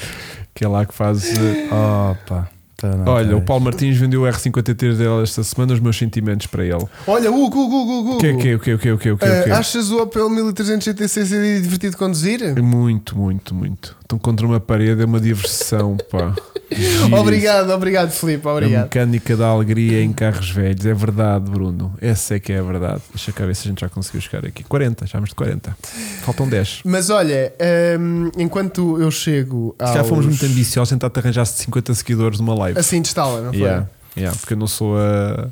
Que é lá que faz. eh, Opa. tá, não, Olha, tá. o Paulo Martins vendeu o R53 dele esta semana, os meus sentimentos para ele. Olha, Hugo, Hugo, Hugo, Hugo. O que é que é, o que é, o que é, o que é, o que é, o Ah, que é? achas o Opel 1300 GTC CD divertido de conduzir? Muito, muito, muito. Estão contra uma parede, é uma diversão, pá. Giro. Obrigado, obrigado, Filipe, A obrigado. mecânica da alegria em carros velhos. É verdade, Bruno. Essa é que é a verdade. Deixa eu cá ver se a gente já conseguiu chegar aqui. 40, já vamos de 40. Faltam 10. Mas olha, hum, enquanto eu chego aos... Se calhar fomos muito ambiciosos tentar arranjar 50 seguidores numa live. Ah, Assim de estala, não foi? Yeah, yeah, porque eu não sou a.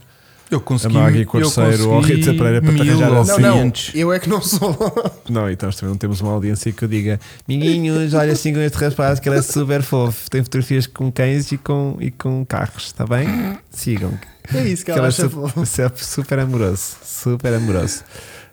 eu consegui. a Maggie eu Corseiro ou a consegui Rita Pereira para te mil arranjar ou assim. Não, não, 500. eu é que não sou. Não, então nós também não temos uma audiência que eu diga Miguinhos, olha assim com este rapaz que ele é super fofo, tem fotografias com cães e com, e com carros, está bem? Sigam. É isso que ele ela é acha su- fofo. su- super amoroso, super amoroso.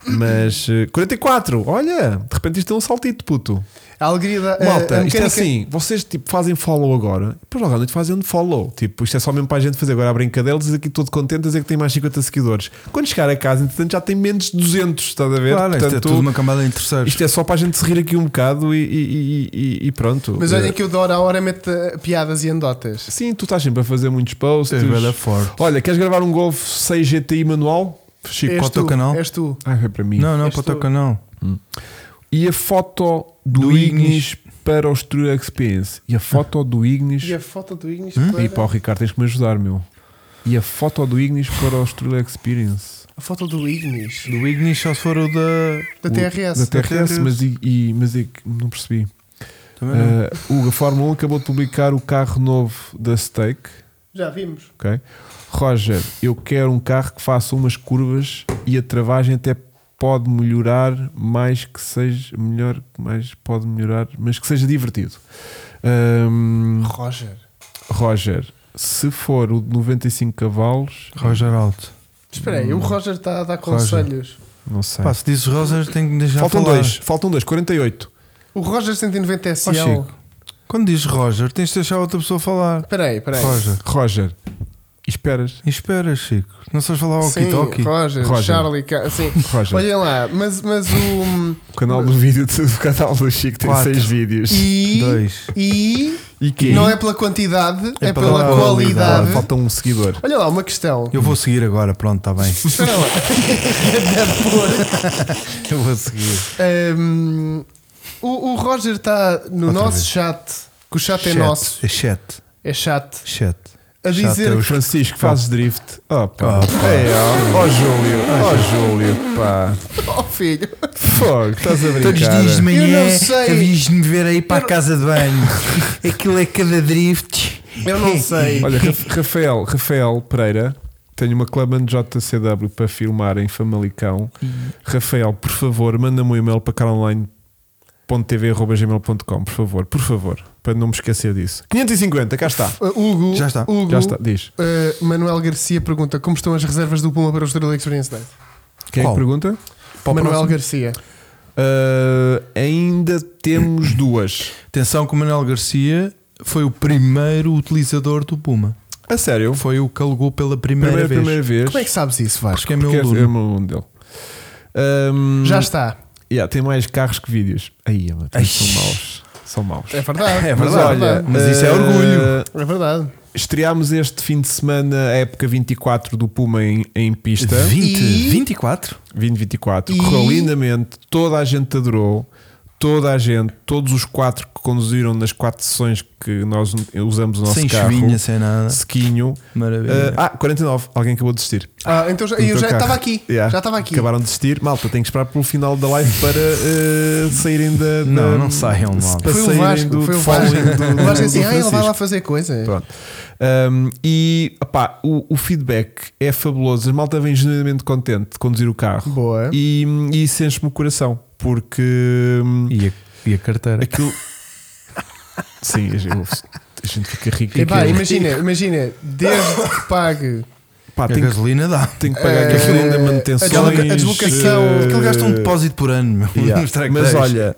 Mas eh, 44, olha, de repente isto é um saltito, puto. A alegria da... a- Malta, a isto é mecânica- assim, vocês tipo, fazem follow agora, depois logo à noite fazem um follow. Tipo, isto é só mesmo para a gente fazer agora a brincadeira, dizer aqui todo contente, dizer que tem mais 50 seguidores. Quando chegar a casa, entretanto, já tem menos de 200, estás a ver? Claro, isto é Portanto, tudo uma camada em terceiros. isto é só para a gente se rir aqui um bocado e, e- e- e- e pronto. Mas olha Eh, que eu de hora a hora meto eh, piadas e andotas. Sim, tu estás sempre a fazer muitos posts. É verdade, forte. Olha, queres gravar um Golf 6 GTI manual? Chico. És- És o teu tu, canal? És tu. Ah, é para mim. Não, não, és para o teu tu. canal. E a foto do, Do Ignis, Ignis. para o True Experience. E a foto do Ignis. E a foto do Ignis E para o para... Ricardo, tens que me ajudar, meu. E a foto do Ignis para o True Experience. A foto do Ignis. Do Ignis só se for o da. Da TRS. Da TRS, TRS. mas, e, e- mas e, não percebi. Também não. Ah, Hugo, a Fórmula 1 acabou de publicar o carro novo da Stake. Já vimos. Ok? Roger, eu quero um carro que faça umas curvas e a travagem até pode melhorar mais que seja melhor, mais pode melhorar, mas que seja divertido. Ahm, Roger. Roger, se for o de 95 cavalos, Roger Alto. Espera Hum. aí, o Roger está a dar conselhos. não sei. Pá, se dizes Roger, tenho que me deixar faltam falar. dois, faltam dois, 48. O Roger 190 Ó, SL. Chico, quando dizes Roger, tens de deixar outra pessoa falar. Espera aí, espera aí. Roger. Roger, e esperas. E espera, Chico. Não sabes falar Sim, walkie-talkie? Roger, Roger. Charlie, Ca- sim. Roger. Olhem lá, mas, mas o. hum, O canal do vídeo do canal do Chico tem Quatro. seis vídeos. E. Dois. E. E quê? Não é pela quantidade, é, pela, pela qualidade. qualidade. Falta um seguidor. Olha lá, uma questão. Eu vou seguir agora, pronto, está bem. Espera lá. Eu vou seguir. Ahm, Hum, o, o Roger está no Outra nosso vez. chat, que o chat é Chat. nosso, É chat. é chat, Chat. a Chat dizer é O o Francisco fazes drift. Oh, pá. Oh, pá. É, ó, ó, Júlio. Ó, Júlio, pá. oh filho, Fogo, estás a Todos os brincar. dias de Eu manhã não sei. havias-me ver aí para a casa de banho. Aquilo é cada drift. eu não sei. Olha, Raf- Rafael, Rafael Pereira, tenho uma Clubman JCW para filmar em Famalicão. Rafael, por favor, manda-me um e-mail para caronline.tv.gmail.com, por favor, por favor, para não me esquecer disso. 550, cá está. Uh, Hugo, Já está. Hugo, Já está, diz. uh, Manuel Garcia pergunta como estão as reservas do Puma para o Estrela Experience Night. Quem é que Qual? pergunta? Manuel Garcia. Ah, ainda temos duas. Atenção que o Manuel Garcia foi o primeiro utilizador do Puma. A sério? Foi o que alugou pela primeira, Primeira, primeira vez. vez. Como é que sabes isso, Vasco? Porque é meu Porque é aluno. o aluno dele. Ahm, Já está. yeah, tem mais carros que vídeos. Aí, mano, Ai. são maus. São maus. É verdade. É Mas verdade. olha, Mas isso é eh, orgulho. É verdade. Estreámos este fim de semana a época 24 do Puma em, em pista. 20, E- 24? 2024. E- Correu lindamente. Toda a gente adorou. toda a gente, todos os quatro que conduziram nas quatro sessões que nós usamos o nosso Sem carro, chuvinha, sem nada. Eh, sequinho. Maravilha. ah, 49. Alguém acabou de desistir. Ah, então já, No eu teu já carro. estava aqui. Yeah. Já estava aqui. Acabaram de desistir. Malta, tem que esperar pelo final da live para eh, saírem da. da- Não, não saiam, se- malta. para Foi o saírem Vasco, do foi o following Vasco. do- o Vasco do assim, ah, ele vai lá Francisco." fazer coisa. Pronto. Um, e opá, o, o feedback é fabuloso. A malta vem genuinamente contente de conduzir o carro Boa. e, e isso enche-me o coração porque hum, E, a, e a carteira. aquilo. Sim, a gente, a gente fica rico. E pá, Aquilo- imagina, imagina, desde que pague pá, A tem, que, gasolina dá. tem que pagar Eh, aquilo ainda aquela- manutenções. a deslocação, eh, Aquilo gasta um depósito por É ano, meu. yeah. nos tractores. Mas olha,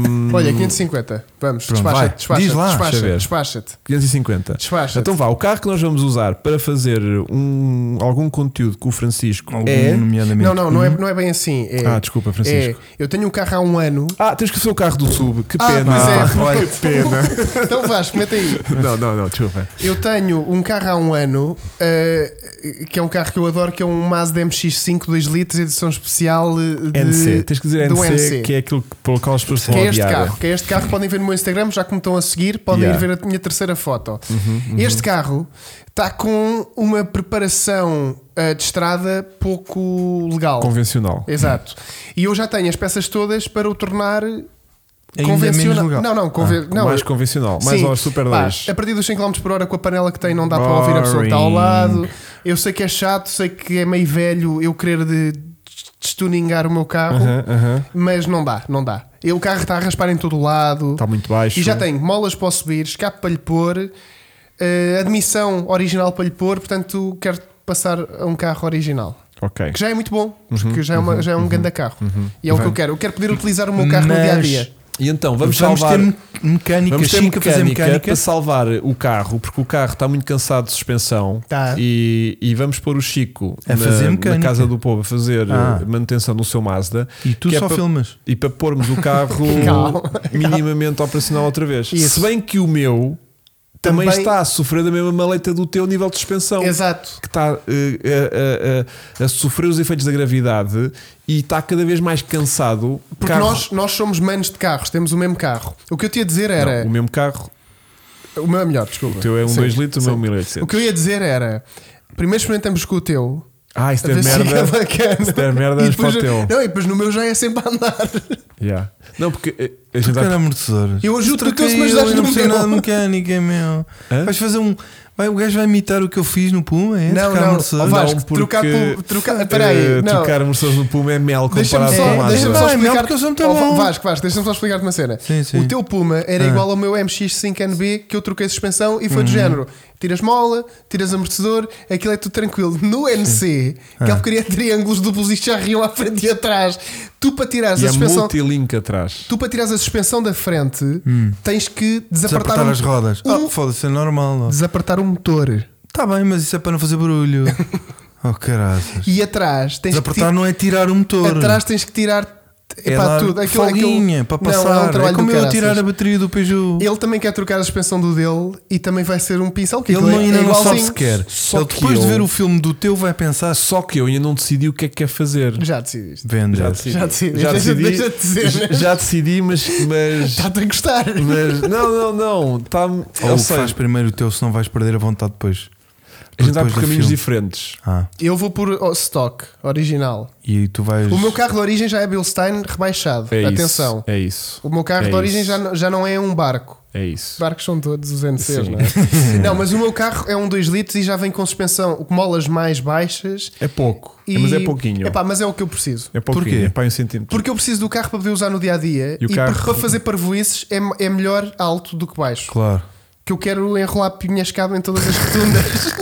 hum, Olha, 550. Vamos, Pronto, despacha-te, vai. despacha-te, Diz lá, deixa despacha-te, ver. despacha-te. 550. Despacha-te. Então vá, o carro que nós vamos usar para fazer um, algum conteúdo com o Francisco Algum, é. nomeadamente. Não, não, não é, não é bem assim. é- Ah, desculpa, Francisco. é, eu tenho um carro há um ano. Ah, tens que ser o carro do sub, que Ah, pena. pois é, porque- olha, que pena. Então Vasco, mete aí. não, não, não, desculpa. Eu tenho um carro há um ano, eh, que é um carro que eu adoro, que é um Mazda MX5 2 litros, edição especial eh, de, NC, tens que dizer do NC, que é aquilo que, pelo qual as pessoas Que estão é a este odiar. carro, que é este carro, podem ver no meu Instagram, já que me estão a seguir, podem Yeah. Uhum, ir ver a minha terceira foto. Este carro está com uma preparação eh, de estrada pouco legal. Convencional. Exato. E eu já tenho as peças todas para o tornar Ainda menos convencional. legal. Ah. Não, não, conven... não Ah, mais eu- convencional, mais Sim. aos Super Pá, 10. A partir dos 100 km por hora com a panela que tem, não dá para ouvir a pessoa que está ao lado. Eu sei que é chato, sei que é meio velho eu querer de destuningar o meu carro, Aham, aham. mas não dá, não dá. E o carro está a raspar em todo lado. Está Tá muito baixo. E já tenho molas para subir, escape para lhe pôr, eh, admissão original para lhe pôr, portanto quero passar a um carro original. Ok. Que já é muito bom, Uhum, porque já é, uma- já é um grande carro. E é o que eu quero. Eu quero poder utilizar o meu carro no Mas- dia a dia. E então, vamos, Vamos, salvar. ter me- mecânica Vamos ter chica mecânica, para fazer mecânica. para salvar o carro, porque o carro está muito cansado de suspensão Tá. e, e vamos pôr o Chico A na- fazer na, mecânica. casa do povo a fazer Ah. eh, manutenção no seu Mazda E tu que é só para- filmas. e para pormos o carro Calma, minimamente operacional outra vez. Isso. Se bem que o meu também, Também- está a sofrer da mesma maleta do teu nível de suspensão. Exato. Que está eh, a, a- a- a sofrer os efeitos da gravidade e está cada vez mais cansado. O Porque carro- nós, nós somos manos de carros, temos o mesmo carro. O que eu te ia dizer era. Não, o mesmo carro, o meu é melhor, desculpa. o teu é um Sim, 2 litros, o meu é um sim. 1800. O que eu ia dizer era. Primeiro experimentamos com o teu. Ah, isso A é ver se é merda. bacana. Se der merda, E vamos depois- para o teu. Não, e depois no meu já é sempre a andar. Yeah. Não, porque eh, a gente Trocar vai- amortecedores. Eu ajudo o teu Troquei se me eu, ajudares eu no não sei meu. nada de mecânica, meu. Hã? Vais fazer um. Vai, o gajo vai imitar o que eu fiz no Puma, é? Não, Trocar não. Ó, amortecedores. Vasco, Não, porque, trocar por- trocar- eh, espera aí, não. Trocar amortecedores no Puma é mel Deixa-me comparado com só, o deixa-me Não, é só melhor explicar. porque eu sou muito Oh, bom. Vasco, Vasco, deixa-me só explicar-te uma cena. Sim, sim. É. O teu Puma era igual ao meu MX5 NB que eu troquei a suspensão e foi Uhum. do género: tiras mola, tiras amortecedor, aquilo é tudo tranquilo. No NC, É. aquela porcaria de triângulos duplos e já riam à frente e atrás. Tu para tirares E a é há suspensão. multilink atrás. Tu para tirares a suspensão da frente tens que desapertar, Hum. Desapertar um- as rodas. um- Oh, Foda-se, é normal. desapertar o motor Está bem, mas isso é para não fazer barulho. oh, caralho. e atrás tens que Desapertar ti- não é tirar o motor. atrás tens que tirar é epá, dar tudo aquilo, aquilo- folguinha para Não, passar. é, um trabalho como do eu caraças. tirar a bateria do Peugeot. Ele também quer trocar a suspensão do dele e também vai ser um pincel que Ele aquilo não, é- ainda é não sabe igualzinho. sequer. só Ele que depois de eu- ver o filme do teu vai pensar só Só que eu ainda não decidi o que é que quer fazer. Já decidiste. vender. Já decidi. Já Deixa- decidi, deixa-te dizer. Tá- já decidi mas. mas, Está-te a gostar. mas- não, não, não. Tá, Ou ou faz seja, primeiro o teu, senão vais perder a vontade depois. a gente vai por depois do caminhos filme. diferentes. Ah, Eu vou por oh, stock, original. e tu vais. O meu carro de origem já é Bilstein rebaixado. É Atenção. Isso, é isso. O meu carro É de origem isso. já, não- já não é um barco. É isso. Barcos são todos os NCs, Sim. não é? não, mas o meu carro é um 2 litros e já vem com suspensão, com molas mais baixas. É pouco. E... Mas é pouquinho. Epá, mas é o que eu preciso. É pouquinho. Porquê? É pá, um centímetro. Porque eu preciso do carro para poder usar no dia a dia E e, o carro- para- para fazer parvoices é, é melhor alto do que baixo. Claro. Que eu quero é enrolar a minha escada em todas as rotundas.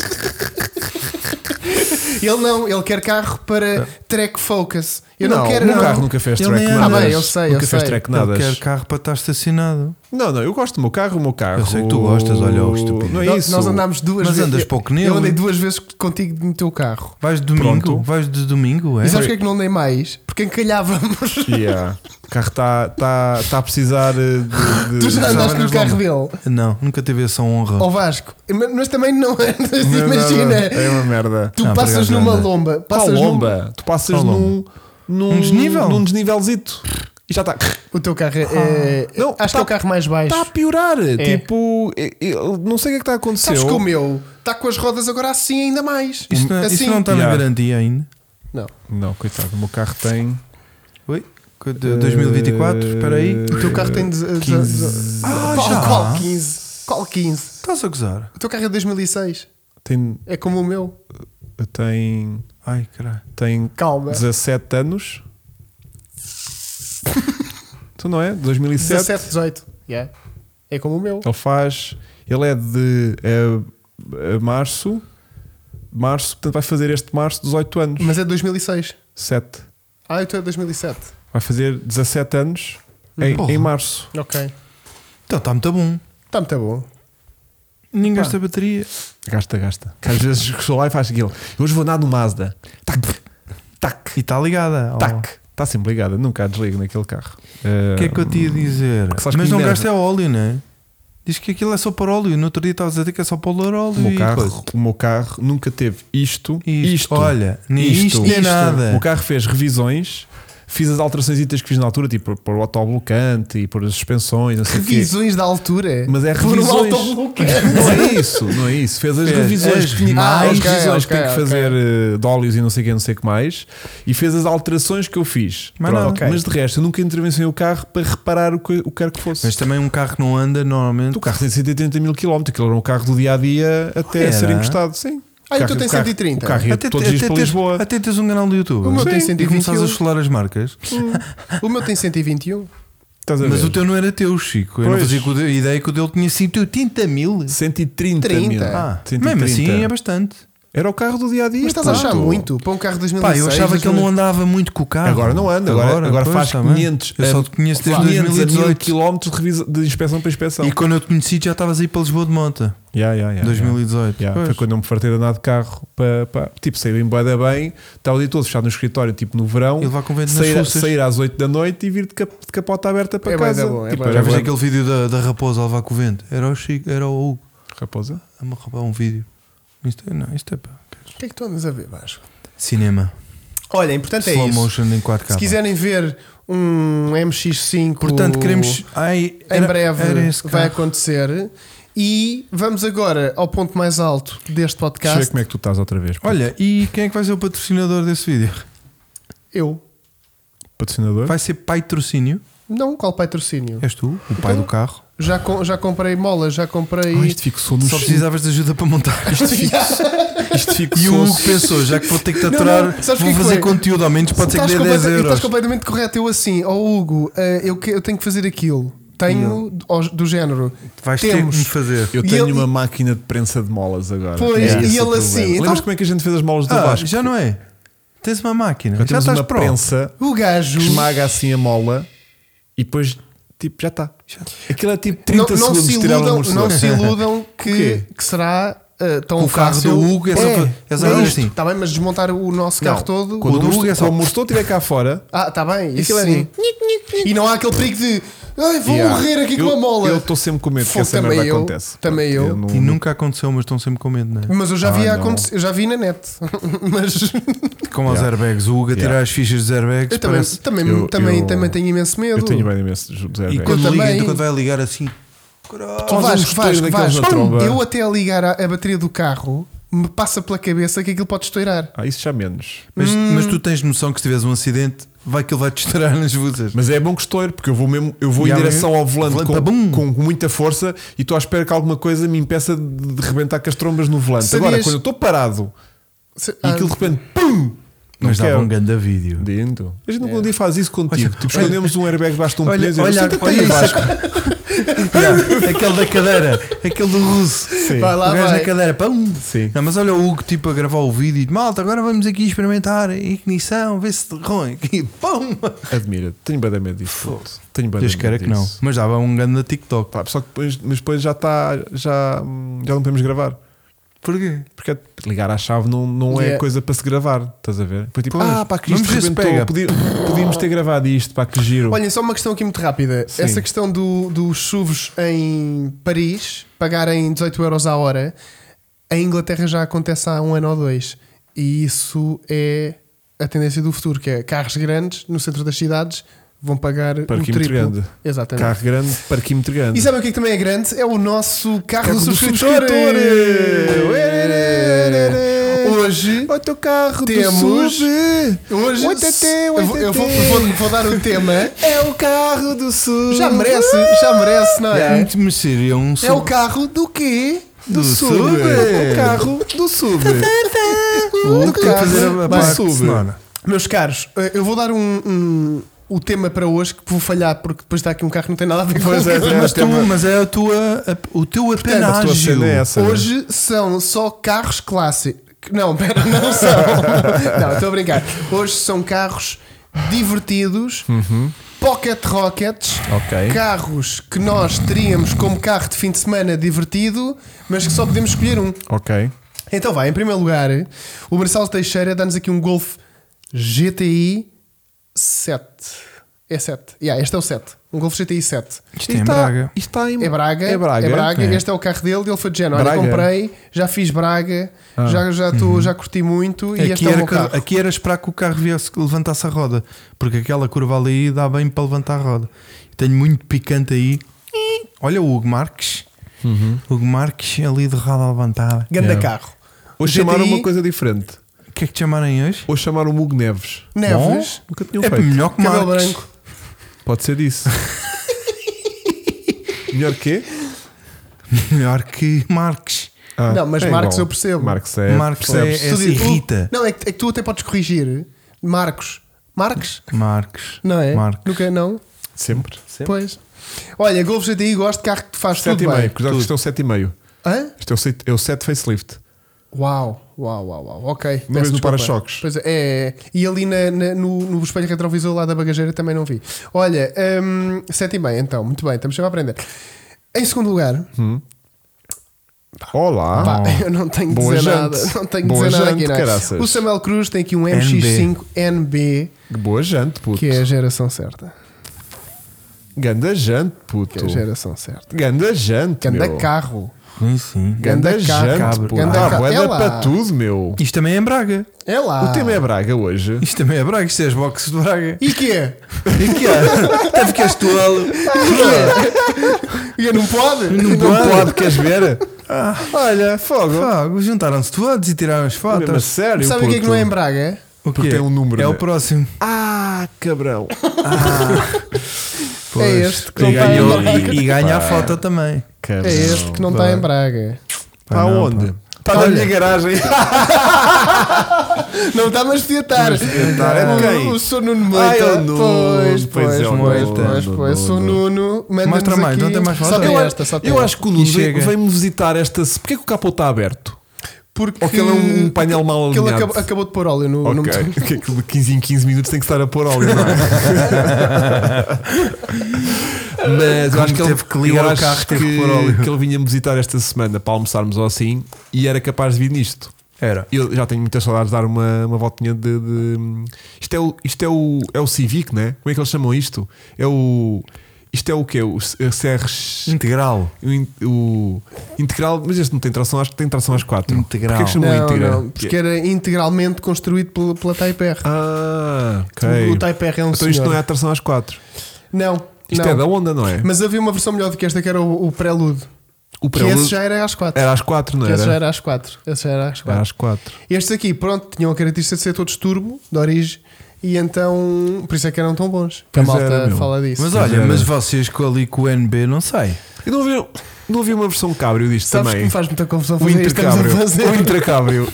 ele não, ele quer carro para track focus. Eu não, quero. um não. carro nunca fez Ele track nem é- nada. Ah, bem, eu sei, eu Nunca fez sei. track Não nada. quer carro para estar estacionado. Não, não, eu gosto do meu carro, o meu carro. Eu sei que tu gostas, olha, ó, estúpido. Não é Nós- isso. Nós andámos duas Mas vezes. andas para o pneu. Eu andei duas vezes contigo no teu carro. Vais de domingo? Pronto. Vais de domingo, é? E sabes porque é que não andei mais? Porque encalhávamos. Yeah. O carro está tá, tá a precisar eh, de. de- tu já Já andaste no andas carro longe. dele. Não, nunca teve essa honra. Oh, Ao Vasco. Mas- Mas também não andas, Não, não, não, assim, imagina. É uma merda. Tu Não, por passas acaso numa anda. lomba. Qual Passas num- lomba? Tu passas Qual num, lomba? num. Um Tá desnível? Num desnivelzito. E já tá, está. O teu carro é. é- Não, acho tá- que é o carro mais baixo. Está a piorar. Tipo, eu- eu não sei o que é que está a acontecer. É. Sabes que o meu está com as rodas agora assim ainda mais. Isto não, é- assim. isto não um está Yeah. na garantia ainda. Não. Não, coitado, o meu carro tem. Oi? Co- de 2024, espera aí. Eh, O teu carro tem. 15. Ah, qual, já? qual 15? Qual 15? Estás a gozar? O teu carro é de 2006. Tem. É como o meu. Tem. Ai, caralho. Tem Calma. 17 anos. tu não é? 2007. 17, 18. Yeah. É como o meu. Ele faz. Ele é de é, é março. Março, portanto, vai fazer este março 18 anos. Mas é de 2006. 7. Ah, eu estou é de 2007. Vai fazer 17 anos em, Porra. em março. Ok. Então está muito bom. Está Tá muito bom. Ninguém gasta bateria. Gasta, gasta. Que às vezes sou lá e faz aquilo. Eu Hoje vou andar no Mazda. Tac, tac, E está ligada. Oh. ao- tac. Está sempre ligada, nunca a desligo naquele carro. O que é que eu te ia dizer? Porque sabes Mas que não enerva. gasta é óleo, não é? Diz que aquilo é só para óleo. No outro dia estavas a dizer que é só para o o óleo. meu e carro, coisa. o meu carro nunca teve isto, Isto, isto, olha, nem isto, nem nada. O meu carro fez revisões, fiz as alterações que fiz na altura, tipo por o autoblocante e por as suspensões, não sei o quê. Revisões da altura. Mas é Por um revisões. autoblocante. Não é isso, não é isso. Fez as Fez revisões as que tinha, mais. as Ah, ok, revisões que ok, tinha que ok. fazer eh, de óleos e não sei o que, não sei o que mais. E fez as alterações que eu fiz. Mas Pronto. não, ok. Mas de resto, eu nunca intervencionei o carro para reparar o que, o que quer que fosse. Mas também um carro que não anda normalmente. O carro tem 180 mil km, aquilo era um carro do dia a dia até Era? ser encostado, sim. Ah, O então carro- tem o carro- 130. O carro ia todos os dias para tens- Lisboa. até tens um canal do YouTube. O meu tem Sim. 120 e começas a quilos. chular as marcas. O meu tem 121. Estás a Mas ver? o teu não era teu, Chico. Eu não Pois. fazia com- ideia que o dele tinha 180 mil. 130 mil. 30. Ah, 130. mesmo assim é bastante. Era o carro do dia a dia. Mas estás a achar pronto. muito para um carro de 2006. Pá, eu achava que ele não 2000. andava muito com o carro. Agora não anda, agora, agora, pois, faz está bem. 500, Eu a- só te conheço desde 500 a 1000 2018. km de, revisa- de inspeção para inspeção. E quando eu te conheci já estavas aí para Lisboa de moto. Yeah, yeah, yeah, 2018. yeah. Yeah, Foi Pois. quando eu me fartei de andar de carro para, para- tipo, saiu em Bada bem, estava o dia todo fechado no escritório, tipo no verão, E levar com vento nas sair, fuças. sair às 8 da noite e vir de, cap- de capota aberta para É bué da casa. bom, é Tipo, bué era Já viste bué- aquele vídeo da, da raposa a levar com o vento? Era o Chico, era o Hugo. Raposa? A-me roubar um vídeo. Isto é, não, isto é pá. O que é que tu andas a ver, Vasco? Cinema. Olha, importante é Slow isso. motion em 4K. Se quiserem ver um MX5. Portanto, queremos. Ai, Em era- breve era esse vai carro. acontecer. E vamos agora ao ponto mais alto deste Deixa eu ver podcast. como é que tu estás outra vez. Olha, Olha, e quem é que vai ser o patrocinador desse vídeo? Eu. patrocinador. Vai ser patrocínio? Não, qual patrocínio? És tu, o pai do carro? Já, com- já comprei molas, já comprei. Ah, isto fixou nos. Só precisavas de ajuda para montar. Isto fixou. isto fixou. E o Hugo pensou, já que vou ter que te Não, aturar, não, sabes o vou que é que fazer foi? conteúdo ao menos, pode ser que estás, dê 10 completa- estás euros. completamente correto. Eu assim, ó Hugo, eh, eu, que- eu tenho que fazer aquilo. Tenho ó, do género. Vais ter um temos. de fazer. Ah, Eu E tenho ele- uma máquina de prensa de molas agora. Pois, É e esse ele o problema. assim, Lembras então- como é que a gente fez as molas do Ah, Vasco? já não é? Tens uma máquina, Já já temos estás uma pronto. prensa O gajo. que esmaga assim a mola e depois tipo, já está. Aquilo é tipo 30 Não, não segundos se de um tirar o iludam, não se iludam que, quê? que será eh, tão O carro fácil. do Hugo é só fa- é só fazer assim. Está tá bem, mas desmontar o nosso carro todo. Quando O do o, Hugo é mosto- só- quando o motor estiver cá fora, Ah, está bem, isso Aquilo é sim. E não há aquele perigo de Ai, vou Yeah. morrer aqui Eu- com a mola. Eu estou sempre com medo que Fogo, essa também merda eu, acontece. Também eu. não- E nunca aconteceu, mas estão sempre com medo, não é? Mas eu já vi Ah, a não. acontecer, eu já vi na net. mas Como aos airbags, o Hugo a tirar Yeah. as fichas dos airbags. eu também, parece- também, eu- também, eu- também tenho imenso medo. Eu tenho bem imenso de José E Velho. quando, liga, também. quando vai ligar assim, Oh, Faz um Vasco, estouro daqueles Vasco, na Vasco. tromba. Eu até a ligar a, a bateria do carro me passa pela cabeça que aquilo pode estourar. Ah, isso já menos. mas, Hum. mas tu tens noção que se tiveres um acidente, vai que ele vai te estourar nas buças. Mas é bom que estoure, porque eu vou mesmo, eu vou E em há- direção ao volante Volante, bum! com, com muita força e estou à espera que alguma coisa me impeça de, de rebentar com as trombas no volante. Sabias- Agora, quando eu estou parado Se- e ah, aquilo de repente, pum! Mas não dá quero. um grande vídeo. Dentro. A gente nunca um dia faz isso Olha, contigo. tipo, escondemos um airbag debaixo de um Olha, pneu e dizemos, olha, "Senta-te olha aí, isso. Vasco." Yeah, aquele da cadeira, aquele do russo. Vai lá, o gajo vai. na cadeira, pum. Sim. Não, mas olha o Hugo tipo a gravar o vídeo e malta, agora vamos aqui experimentar a ignição, ver se roem. E pum! Admira, tenho bem medo disso. puto. Tenho bem Deus medo queira que não. disso. Mas dava um grande TikTok. Pá, só que depois, mas depois já está, já, já não podemos gravar. Porquê? Porque ligar à chave não, não é Yeah. coisa para se gravar, estás a ver? Foi tipo, Pois. ah, pá, que Vamos isto ver se rebentou, pega. podi- podíamos ter gravado isto, pá, que giro. Olhem, só uma questão aqui muito rápida. Sim. Essa questão do, dos chuvos em Paris pagarem 18 euros à hora, em Inglaterra já acontece há um ano ou dois. E isso é a tendência do futuro, que é carros grandes no centro das cidades vão pagar um Parquímetro triplo. grande. Exatamente. Carro grande, parquímetro grande. E sabe o que é que também é grande? É o nosso carro, Carro do, do subscritor. subscritor. Hoje, o teu carro Temos- do sub. hoje Oi, Tetê, eu oi, vou, eu vou, Tetê. vou- vou dar o tema. É o carro do sub. Já merece, já merece, não é? Muito mereceria um É o sub- carro do quê? do sub. sub. é. O carro do sub. Do Tem que fazer a- a Bem, parte sub. sonora. Meus caros, eh, eu vou dar um, um- o tema para hoje que vou falhar porque depois está aqui um carro que não tem nada a ver com Pois o é, tema. Mas, tu, tema- mas é a tua, a- o teu Portanto, a tua apenágio. cena é essa. não é? Hoje são só carros clássicos. Não, pera, não são. não, estou a brincar. Hoje são carros divertidos, pocket rockets, Uhum. Ok. carros que nós teríamos como carro de fim de semana divertido, mas que só podemos escolher um. Ok. Então vai, em primeiro lugar, o Marcelo Teixeira dá-nos aqui um Golf GTI 7. É 7. Yeah, este é o 7. Um Golf GTI 7. Isto é em Braga. Isto está em Hum. É Braga. É Braga. É. Este é o carro dele. Ele foi de género. Olha, Braga. Ah. Uhum. comprei, já fiz Braga, já, já, tô, já curti muito e Aqui este é o era, meu que- carro. aqui era esperar que o carro viesse, que levantasse a roda, porque aquela curva ali dá bem para levantar a roda. Tenho muito picante aí. Olha o Hugo Marques, Uhum. Hugo Marques ali de roda levantada. Ganda Yeah. carro. Hoje GTI, chamaram uma coisa diferente. O que é que te chamarem hoje? Hoje chamaram o Hugo Neves. Neves, Nunca tinham é feito. melhor que cabelo Marques. branco. Pode ser disso. melhor que? Melhor que Marques. Ah, Não, mas é Marcos igual. eu percebo. Marcos é. Marques é, percebes. é Tu se dizes, irrita. "Uh, Não, é que, é que tu até podes corrigir. Marcos. Marcos? Marques. Não é? Marques. Nunca, não? Sempre. Sempre. Pois. Olha, Golf GTI gosto de carro que te faz tudo 7,5. bem. Cuidado que isto é o 7,5. Hã? Isto é o set- é o 7 facelift. Uau, uau, uau, uau. Ok. Não Peço vês no desculpa. para-choques. Pois é, é. E ali na- na- no, no espelho retrovisor lá da bagageira também não vi. Olha, hum, sete e meia então, muito bem, estamos sempre a aprender. Em segundo lugar, Hum. Olá. pá, eu não tenho que Ah. Boa dizer gente. nada. Não tenho que Boa dizer nada gente, aqui, não. é? caraças. O Samuel Cruz tem aqui um MX5 NB, Boa jante, puto. que é a geração certa. Ganda jante, Que puto. é a geração certa. Ganda jante, Ganda meu. carro. Sim, sim. Ganda Ganda carro. jante, puto. Ah, Ganda Dá carro. boeda Ela. para tudo, meu. Isto também é em Braga. É lá. O tema é Braga hoje. Isto também é Braga. Isto é as boxes de Braga. E que é? E que é? Então, Até ficas tolo. E Ah. não pode? Não pode, queres ver? Olha, fogo. Juntaram-se todos e tiraram as fotos. Mas sério, Sabe o que é que não é em puto? Braga? O Porque tem um número, É né? o próximo. Ah, cabrão. É este que não E está em ganhou- Braga. e, e ganha a foto também. Cabrão. É este que não está em Braga. Está não, onde? Está na Olha. minha garagem. Não está, mas podia estar. estar. É de quem? O, o Sr. Nuno Ah, é Moita. o Nuno. Pois, Pois pois, é, o pois, Nuno, pois, Nuno, pois. O Nuno manda Mostra mais, aqui. não tem mais Só foto? tem Eu- esta, só tem Eu esta. acho que o Nuno E chega. veio-me visitar esta. se- Porquê que o capô está aberto? Porque Ou que ele é um painel mal que ele alinhado. acabou, acabou de pôr óleo no, no Ok, motor. que aquilo de 15 em 15 minutos tem que estar a pôr óleo, não é? Mas eu acho que ele teve que ligar eu o acho carro, teve que que, pôr óleo. que ele vinha-me visitar esta semana para almoçarmos ou assim e era capaz de vir nisto. Era. Eu já tenho muitas saudades de dar uma, uma voltinha de. de- Isto, é o, isto é, o, é o Civic, né? Como é que eles chamam isto? É o. Isto é o quê? O CRs. Integral. O, in- o integral, mas este não tem tração, acho que tem tração às quatro. Integral. Porquê que chamam Não, integra? não, porque é era integralmente construído pela, pela Type R. Ah, ok. O Type R é um Então senhor. isto não é atração às quatro. Não, Isto não. é da onda, não é? Mas havia uma versão melhor do que esta que era o, o Prelude. o Que esse Prelude já era às quatro. era às quatro, não Que era? Esse já era às quatro. Esse já era às Era quatro. às quatro. Estes aqui, pronto, tinham a característica de ser todos turbo, de origem, e então por isso é que eram tão bons. Que a Pois malta era, meu. fala disso. Mas Pois olha, era. mas vocês com ali com o NB não sai. E não havia, não havia uma versão cabrio disto Sabes que também? me faz muita confusão O fazer isto que estamos intercábrio. a fazer. O intercábrio.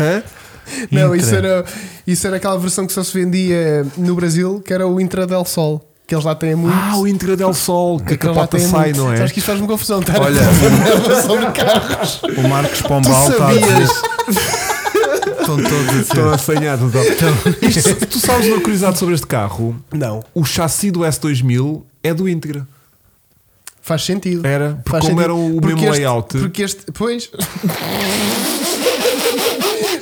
Hã? Não, isso Intra. era, isso era aquela versão que só se vendia no Brasil, que era o Intra del Sol, que eles lá têm muito. Ah, o Intra del Sol, que a eles lá capota têm sai, muito. não é? Sabes que isto faz-me confusão, tá? estar Olha. a falar sobre carros. O Marcos Pombal está a dizer. Estão todos a Estou dizer. assanhado. tá. Isto- tu sabes uma curiosidade sobre este carro? Não. O chassi do S2000 é do Integra. Faz sentido. Era, porque Faz como sentido. era o Porque mesmo este- layout. Porque este. Pois.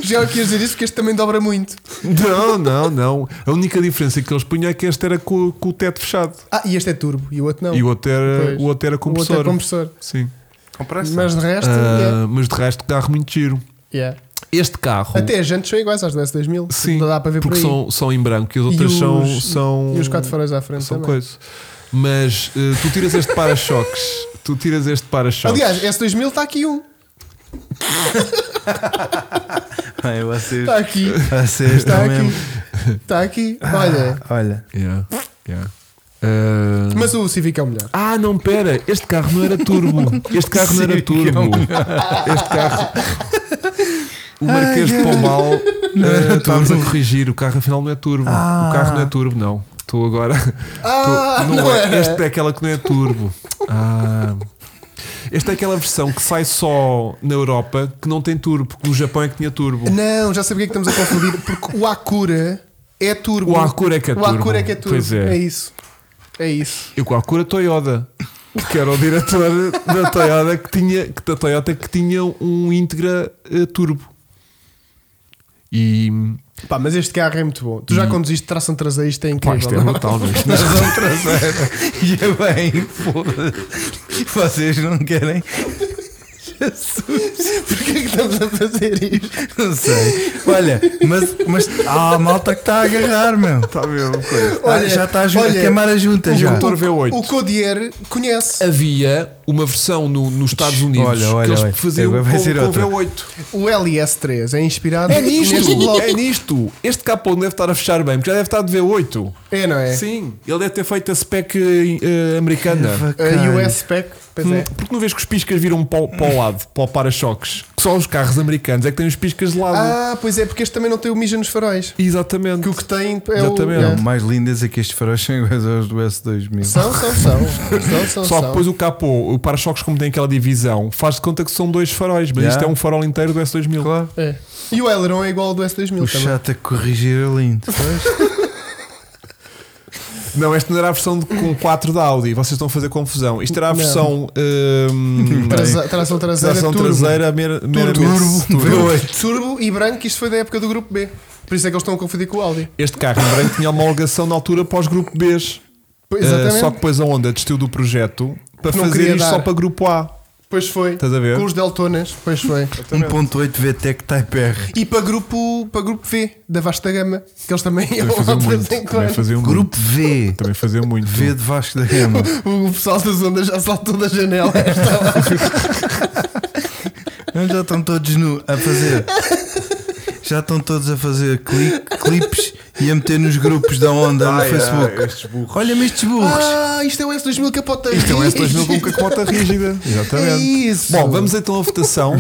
Já eu queria dizer isso porque este também dobra muito. Não, não, não. A única diferença que eles punham é que este era co- com, o teto fechado. Ah, e este é turbo e o outro não. E o outro era, Pois. Ah, o outro era compressor. Ah, O outro é compressor. Sim. Mas de resto, é, Ah, Mas de resto, carro muito giro. yeah. Yeah. Este carro. Até as jantes são iguais às do S2000. Sim, Não dá para ver por porque aí. são, são em branco e as outras são, são. e os quatro faróis à frente São também. coisa. Mas eh, tu tiras este para-choques. tu tiras este para-choques. Aliás, é- S2000 está aqui um. Bem, vocês, Está aqui. Tá vocês estão é Está mesmo. aqui. Está Tá aqui. Olha. Olha, Yeah, yeah. Eh, Mas o Civic é o melhor. Ah, não, pera, este carro não era turbo. Este carro não era turbo. Este carro. O Marquês de Pombal é eh, estava-nos a corrigir. O carro afinal não é turbo. O carro não é turbo, não. Estou agora. Ah, Tô- não era. Este é aquela que não é turbo. Ah. Esta é aquela versão que sai só na Europa que não tem turbo, porque no Japão é que tinha turbo. Não, já sabia que estamos a confundir. Porque o Acura é turbo. O Acura é que é O Acura é que é turbo. Pois turbo. é. É isso. É isso. Eu com a cura Toyota, que era o diretor da Toyota que tinha, que- da Toyota que tinha um Integra eh, turbo. E Pá, mas este carro é muito bom. Tu já conduziste tração traseira, isto é Hum. pá, incrível. isto é não? brutal, não é? Isto não- razão traseira. E é bem, foda-se. Vocês não querem? Porquê que estamos a fazer isto? Não sei. Olha, mas, mas há a malta que está a agarrar, meu. Está mesmo coisa. Olha, já está a, ju- a queimar a junta. o Já. motor V8. O Codier conhece. Havia uma versão no- nos Estados Unidos Olha, que olha, eles olha. faziam Agora com, vai ser com outra. V8. O LS3 é inspirado É neste nisto, bloco. é nisto. Este capão deve estar a fechar bem, porque já deve estar de V8. É, não é? Sim, ele deve ter feito a spec eh, Tá. americana. A Caralho. US Spec, pois Hum, é. Porque não vês que os piscas viram um para o, para o lado, para o para-choques? Que Só os carros americanos é que têm os piscas de lado. Ah, pois é, porque este também não tem o mija nos faróis. Exatamente. Que o que tem é Exatamente. Não, o. mais lindas é que estes faróis são iguais aos do S2000. É. São, são, são. são, são, Só que são. depois o capô, o para-choques, como tem aquela divisão, faz de conta que são dois faróis, mas Yeah. isto é um farol inteiro do S2000. Claro. É. E o Aileron é igual ao do S2000 O também. chato a corrigir é lindo. Não, esta não era a versão de- com 4 da Audi, vocês estão a fazer confusão. Isto era a Não. versão. hum, Traza- Tração traseira, tração turbo. traseira, mer- meramente turbo. V8. Turbo e branco, isto foi da época do grupo B. Por isso é que eles estão a confundir com o Audi. Este carro em branco tinha homologação na altura para os grupo Bs. Pois, Eh, Exatamente. só que depois a Honda desistiu do projeto para Não fazer queria isto dar. só para grupo A. Pois foi. Estás a ver? Com os Deltonas, pois foi. 1.8 VTEC Type R. E para grupo, para grupo V, da vasta gama, que eles também iam Também lá faziam muito. de vez em Também quando. faziam muito. Grupo V. Também faziam muito. V de Vasco da Gama. O pessoal das ondas já saltou da janela. É, Não, Já estão todos nu a fazer. Já estão todos a fazer cli clipes e a meter nos grupos da onda no Facebook. Olha-me estes burros. ah, isto é o S2000 capota Isto é um S2000 com capota rígida. É Exatamente. isso. Bom, vamos então à votação.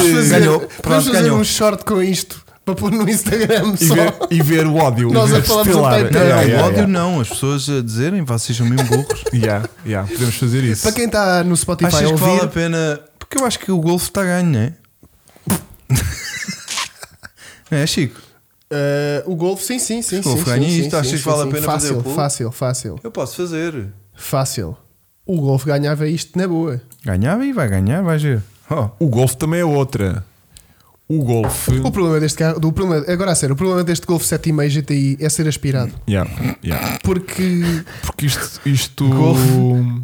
Tá, fazer, ganhou. podemos Pronto, fazer ganhou. um short com isto para pôr no Instagram E só. ver, e ver o ódio. Nós e ver a falarmos estelar. um tempo. Não, Yeah, não, yeah, o ódio yeah. não. As pessoas a dizerem vocês são mesmo burros. Yeah, yeah, Podemos fazer isso. Para quem está no Spotify a Achas que ouvir, vale Tipo, a pena? Porque eu acho que o Golfo está ganho, não é? Não é, Chico? eh, o Golf, sim, sim, sim. O Golf sim, ganha sim, isto, sim, achas sim, que vale a sim. pena fácil, fazer o pulo? Fácil, fácil, Eu posso fazer. fácil. O Golf ganhava isto na boa. Ganhava e vai ganhar, vai ver. Oh, O Golf também é outra. O Golf. O problema deste carro, do problema, agora a sério, o problema deste Golf 7,5 GTI é ser aspirado. Yeah, yeah. Porque Porque isto. isto... Golf.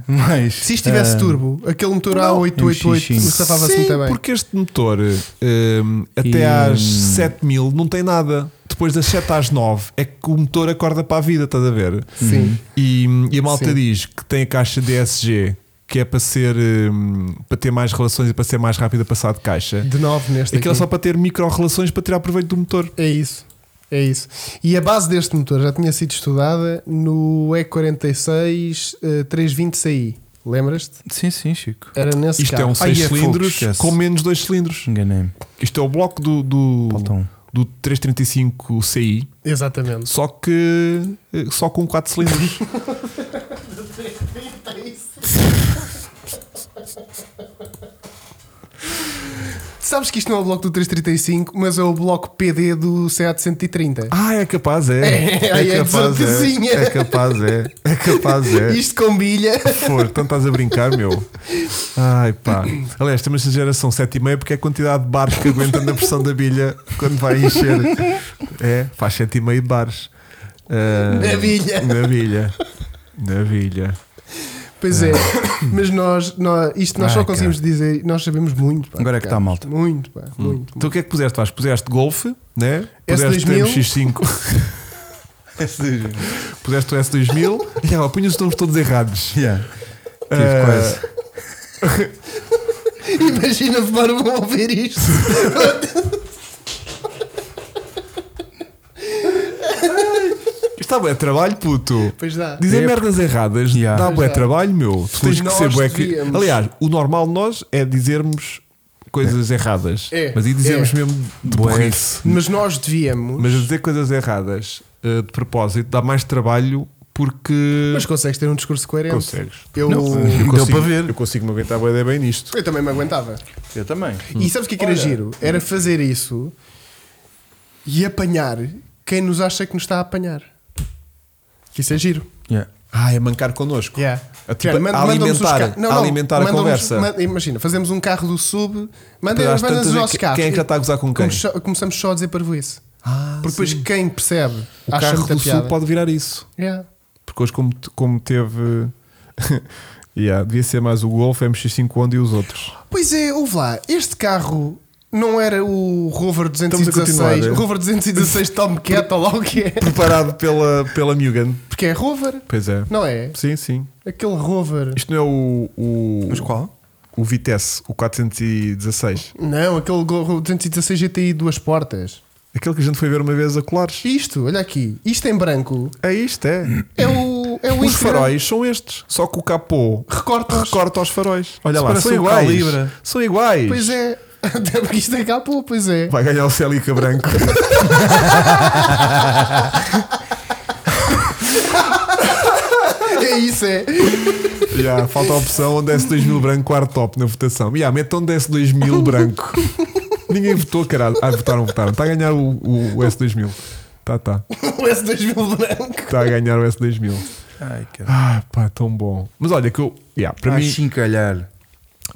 mas. se isto tivesse ah, turbo, aquele motor A888 MX-5. safava-se Um Sim, muito bem. porque este motor hum, até E- às 7000 não tem nada. Depois das 7 às 9 é que o motor acorda para a vida, estás a ver? Sim. E, e a malta Sim. diz que tem a caixa DSG que é para ser hum, para ter mais relações e para ser mais rápida a passar de caixa. De 9 neste Aquilo é aqui. só para ter micro relações para tirar proveito do motor. É isso. É isso. E a base deste motor já tinha sido estudada no E46 eh, 320 CI. Lembras-te? Sim, sim, Chico. Era nesse Isto é carro. um 6 Ai, é fogo, cilindros esquece. com menos 2 cilindros. Enganei-me. Isto é o bloco do, do, Falta um. do 335 CI, Exatamente. só que eh, só com 4 cilindros. Sabes que isto não é o bloco do 335, mas é o bloco PD do Seat 130. Ah, é capaz, é. É, é de certezinha. é. É capaz, é. É capaz, é. Isto com bilha. For, então estás a brincar, meu. Ai pá. Aliás, temos a geração 7,5 porque é a quantidade de bares que aguenta na pressão da bilha quando vai encher. É, faz 7,5 de bares. Ah, Na bilha. Na bilha. Na bilha. Pois é, mas nós, nós isto nós Ai, só conseguimos dizer, nós sabemos muito. Pá, Agora é que tá, Hum. Carlos. malta. Muito, pá, muito. Então o que é que puseste? Vasco? Puseste golfe, né? S2000. Puseste MX5, É puseste o S2000 e ela punha os nomes todos errados. Yeah. Tive Ah, quase. Imagina fumar um vão ouvir isto. Isto dá bué trabalho, puto. Pois dá. Dizer É, merdas erradas Yeah. dá bué dá. trabalho, meu. Tu tens que nós ser bué que- devíamos. Aliás, o normal de nós é dizermos coisas erradas. É, Mas e dizermos é. mesmo de burrice. Mas nós devíamos. Mas a dizer coisas erradas eh, de propósito dá mais trabalho porque. Mas consegues ter um discurso coerente. Consegues. Eu, Eu Deu consigo- para ver. Eu consigo me aguentar bué bem nisto. eu também me aguentava. Eu também. E sabes o que, é que era giro? Hum. Era fazer isso e apanhar quem nos acha que nos está a apanhar. Que isso é giro. Yeah. Ah, é mancar connosco. Yeah. A tipo, manda- a manda-nos os alimentar- ca- a alimentar a manda-nos- conversa. manda- imagina, fazemos um carro do sub, Depois manda- às manda-nos os tantas é nossos que- carros. quem é que já está a gozar com quem? Come- só- Começamos só a dizer parvoíce. Ah, Porque depois sim. quem percebe o acha carro muita do piada. sul pode virar isso. Yeah. Porque hoje, como, como teve. yeah, devia ser mais o Golf, MX5 Onda e os outros. Pois é, ouve lá, este carro não era o Rover Estamos a continuar, 216, é? o Rover 216 Tomcat ou lá o que é? Preparado pela, pela Mugen. Porque é Rover, Pois é. não é? Sim, sim. Aquele Rover. Isto não é o. o Mas qual? O Vitesse, o 416. Não, aquele Go- Rover 216 GTI duas portas. Aquele que a gente foi ver uma vez a colares. Isto, olha aqui, isto em branco É isto, é. é o é o Os Instagram. faróis são estes. Só que o capô Recorta os recorta aos faróis. Olha Isso lá, parece são um iguais. Calibra. São iguais. Pois é, até porque isto é capô, pois é. Vai ganhar o Celica branco. É isso, é. Já, falta a opção onde S2000 branco quarto top na votação. Já, mete onde S2000 branco. Ninguém votou, caralho. Ah, votaram, votaram. Está a ganhar o, o, o S2000. Tá, tá. O S2000 branco. Está a ganhar o S2000. Ai, cara. Ah, pá, tão bom. Mas olha que eu. já, para, Ah, Para mim, chincalhar.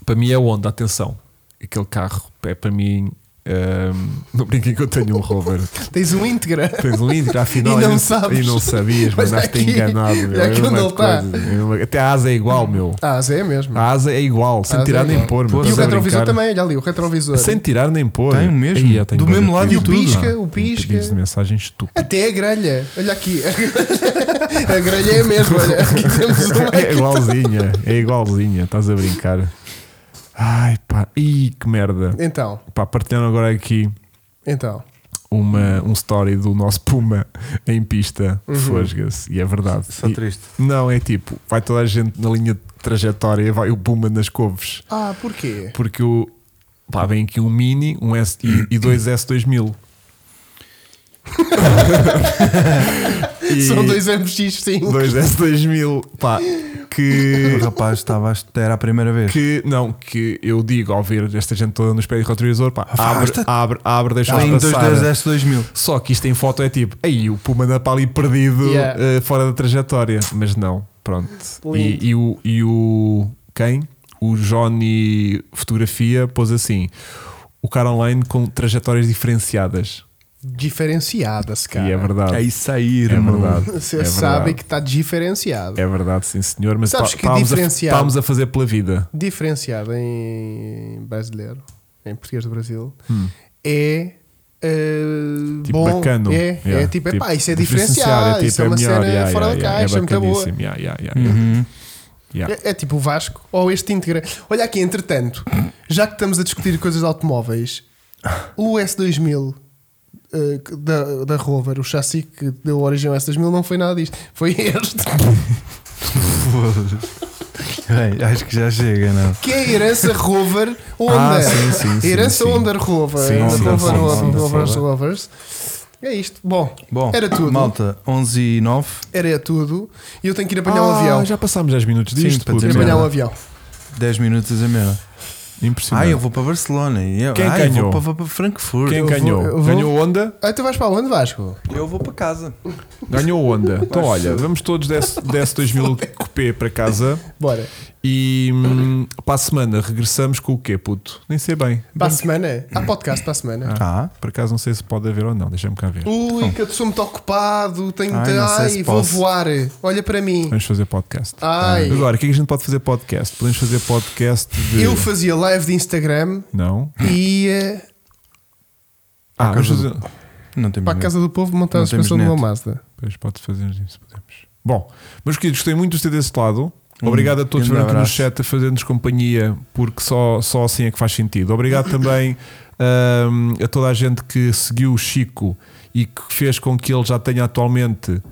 para mim é onda, atenção. Aquele carro é para mim. hum, não brinquem que eu tenho um rover. Tens um Integra. Tens um índice, afinal. E não eu- sabes. E não sabias, Mas mandaste aqui- enganado. Meu. aqui É a onde mesma ele tá. está. coisa, é a mesma- Até a asa é igual, meu. Ah, Zé é mesmo. A asa é igual, sem Ah, tirar sim. nem pôr. meu. E o Estás a retrovisor brincar? também, olha ali, o retrovisor. Sem tirar nem pôr. Tem o mesmo. Aí, eu tenho Do vários mesmo lado pedidos. e o pisca, o Tenho pisca. pedidos de mensagem estúpida. Até a grelha, olha aqui. A grelha é a mesma, olha. Aqui temos uma. É igualzinha, é igualzinha, estás a brincar. Ai pá, ih, que merda. Então, Pá, partilhando agora aqui então. uma, um story do nosso Puma em pista, fosga-se, e é verdade. Uhum. Só E- triste. Não, é tipo, vai toda a gente na linha de trajetória, vai o Puma nas couves. Ah, porquê? porque o pá, vem aqui um Mini um S, e, e dois S2000. E São dois MX5. dois S2000, pá, O que, rapaz estava a era a primeira vez. que não, que eu digo ao ver esta gente toda no espelho de retrovisor, pá, abre, Afasta-te. abre, abre, Tem deixa-me dois 10 Tá passar. S 2000. Só que isto em foto é tipo, aí o Puma anda para ali perdido Yeah. eh, fora da trajetória, mas não, pronto. Lindo. E, e o, e o quem? O Johnny Fotografia pôs assim: o cara online com trajetórias diferenciadas. Diferenciada-se, cara. E é verdade. É, isso aí, verdade. Você é verdade. sabe que está diferenciado. É verdade, sim senhor. Mas Sabes tá- que estávamos a- diferenciado- estávamos a fazer pela vida. Diferenciado em brasileiro, em português do Brasil, é. eh, Hum. Tipo, bom, bacano. É, Yeah, é tipo, epá, isso é diferenciado. diferenciar, isso é uma tipo, melhor, cena yeah, fora yeah, da yeah, caixa, é muito boa. bacaníssimo, yeah, yeah, yeah, yeah. Uhum. Yeah. É, é tipo o Vasco ou este Integra. Olha aqui, entretanto, já que estamos a discutir coisas de automóveis, o S2000 eh, que- da, da Rover, o chassi que deu origem ao S2000, não foi nada disto. Foi este. Bem, acho que já chega, não. Que é a herança Rover Honda. Ah, sim, sim, sim, herança sim. Honda Rover. Sim, Honda sim, Rover, sim, Honda sim, Rovers, sim. Rovers. É isto. Bom, Bom, era tudo. Malta, 11 e 9. Era tudo. E eu tenho que ir apanhar um Ah, avião. Já passámos 10 minutos Sim, disto. para puto. Ir dizer apanhar um merda. avião. 10 minutos a menos. Impressionante. Ah, eu vou para Barcelona. e Eu, Quem ah, eu ganhou? vou para, vou para Frankfurt. Quem eu, ganhou? eu vou- Ganhou onda? Ah, tu vais para onde, Vasco? eu vou para casa. Ganhou onda. Então, olha, vamos todos desse, desse 2000 cupê para casa Bora. E hum, para a semana regressamos com o quê, puto? Nem sei bem. Para a semana? Há podcast para a semana. Ah, por acaso não sei se pode haver ou não, deixa-me cá ver. Ui, que eu sou muito ocupado. Tenho. Ai, Ai, não sei se Ai vou posso. voar. Olha para mim. Vamos fazer podcast. Ai. Agora, o que é que a gente pode fazer podcast? Podemos fazer podcast de. Eu fazia live de Instagram Não? e ia Ah, vamos causa fazer. Não temos para a medo. casa do povo montar a Não temos suspensão de uma net. Mazda. Pois pode fazer isso, podemos. Bom, meus queridos, gostei muito de ter desse lado. Obrigado a todos que Hum, grande estiveram aqui no abraço. chat a fazer-nos companhia, porque só, só assim é que faz sentido. Obrigado também hum, a toda a gente que seguiu o Chico e que fez com que ele já tenha atualmente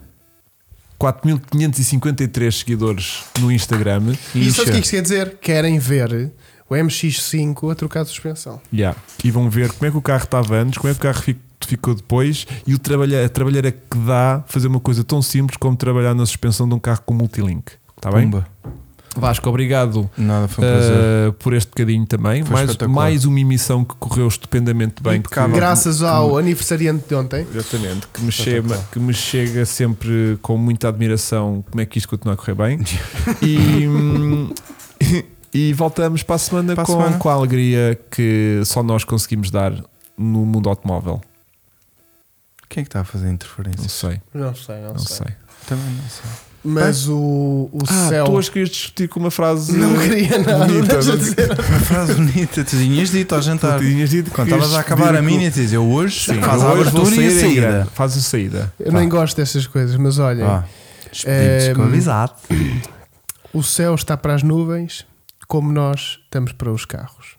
4.553 seguidores no Instagram. é E sabe o que isto quer dizer? Querem ver o MX5 a trocar de suspensão. Yeah. E vão ver como é que o carro estava antes, como é que o carro fi- ficou depois e o trabalhar, a trabalheira que dá fazer uma coisa tão simples como trabalhar na suspensão de um carro com multilink. Está Tá bem? Pumba. Vasco, obrigado Nada, foi um prazer. eh, por este bocadinho também. Foi Mais, espetacular. mais uma emissão que correu estupendamente bem. que- Impecável. Graças ao aniversariante de ontem. Exatamente, que me, chega, que me chega sempre com muita admiração como é que isto continua a correr bem. E, hum, e voltamos para a semana, Para a com, semana. com a alegria que só nós conseguimos dar no mundo automóvel. Quem é que está a fazer Não interferência? sei, Não sei, não, não sei. sei. Também não sei. Mas o, o Ah, céu. tu hoje querias discutir com uma frase. Não queria nada. bonita, deixa não de dizer. Uma frase bonita, tu tinhas dito ao jantar. Tu tinhas dito que Quando estavas a querias acabar a despedir minha, tu dizes, eu hoje Sim, faz a eu hoje vou abertura e a sair em grande. saída. Faz a saída. Eu nem gosto destas coisas, mas olha, Ah, despedidos Ehm, com avisado. o céu está para as nuvens, como nós estamos para os carros.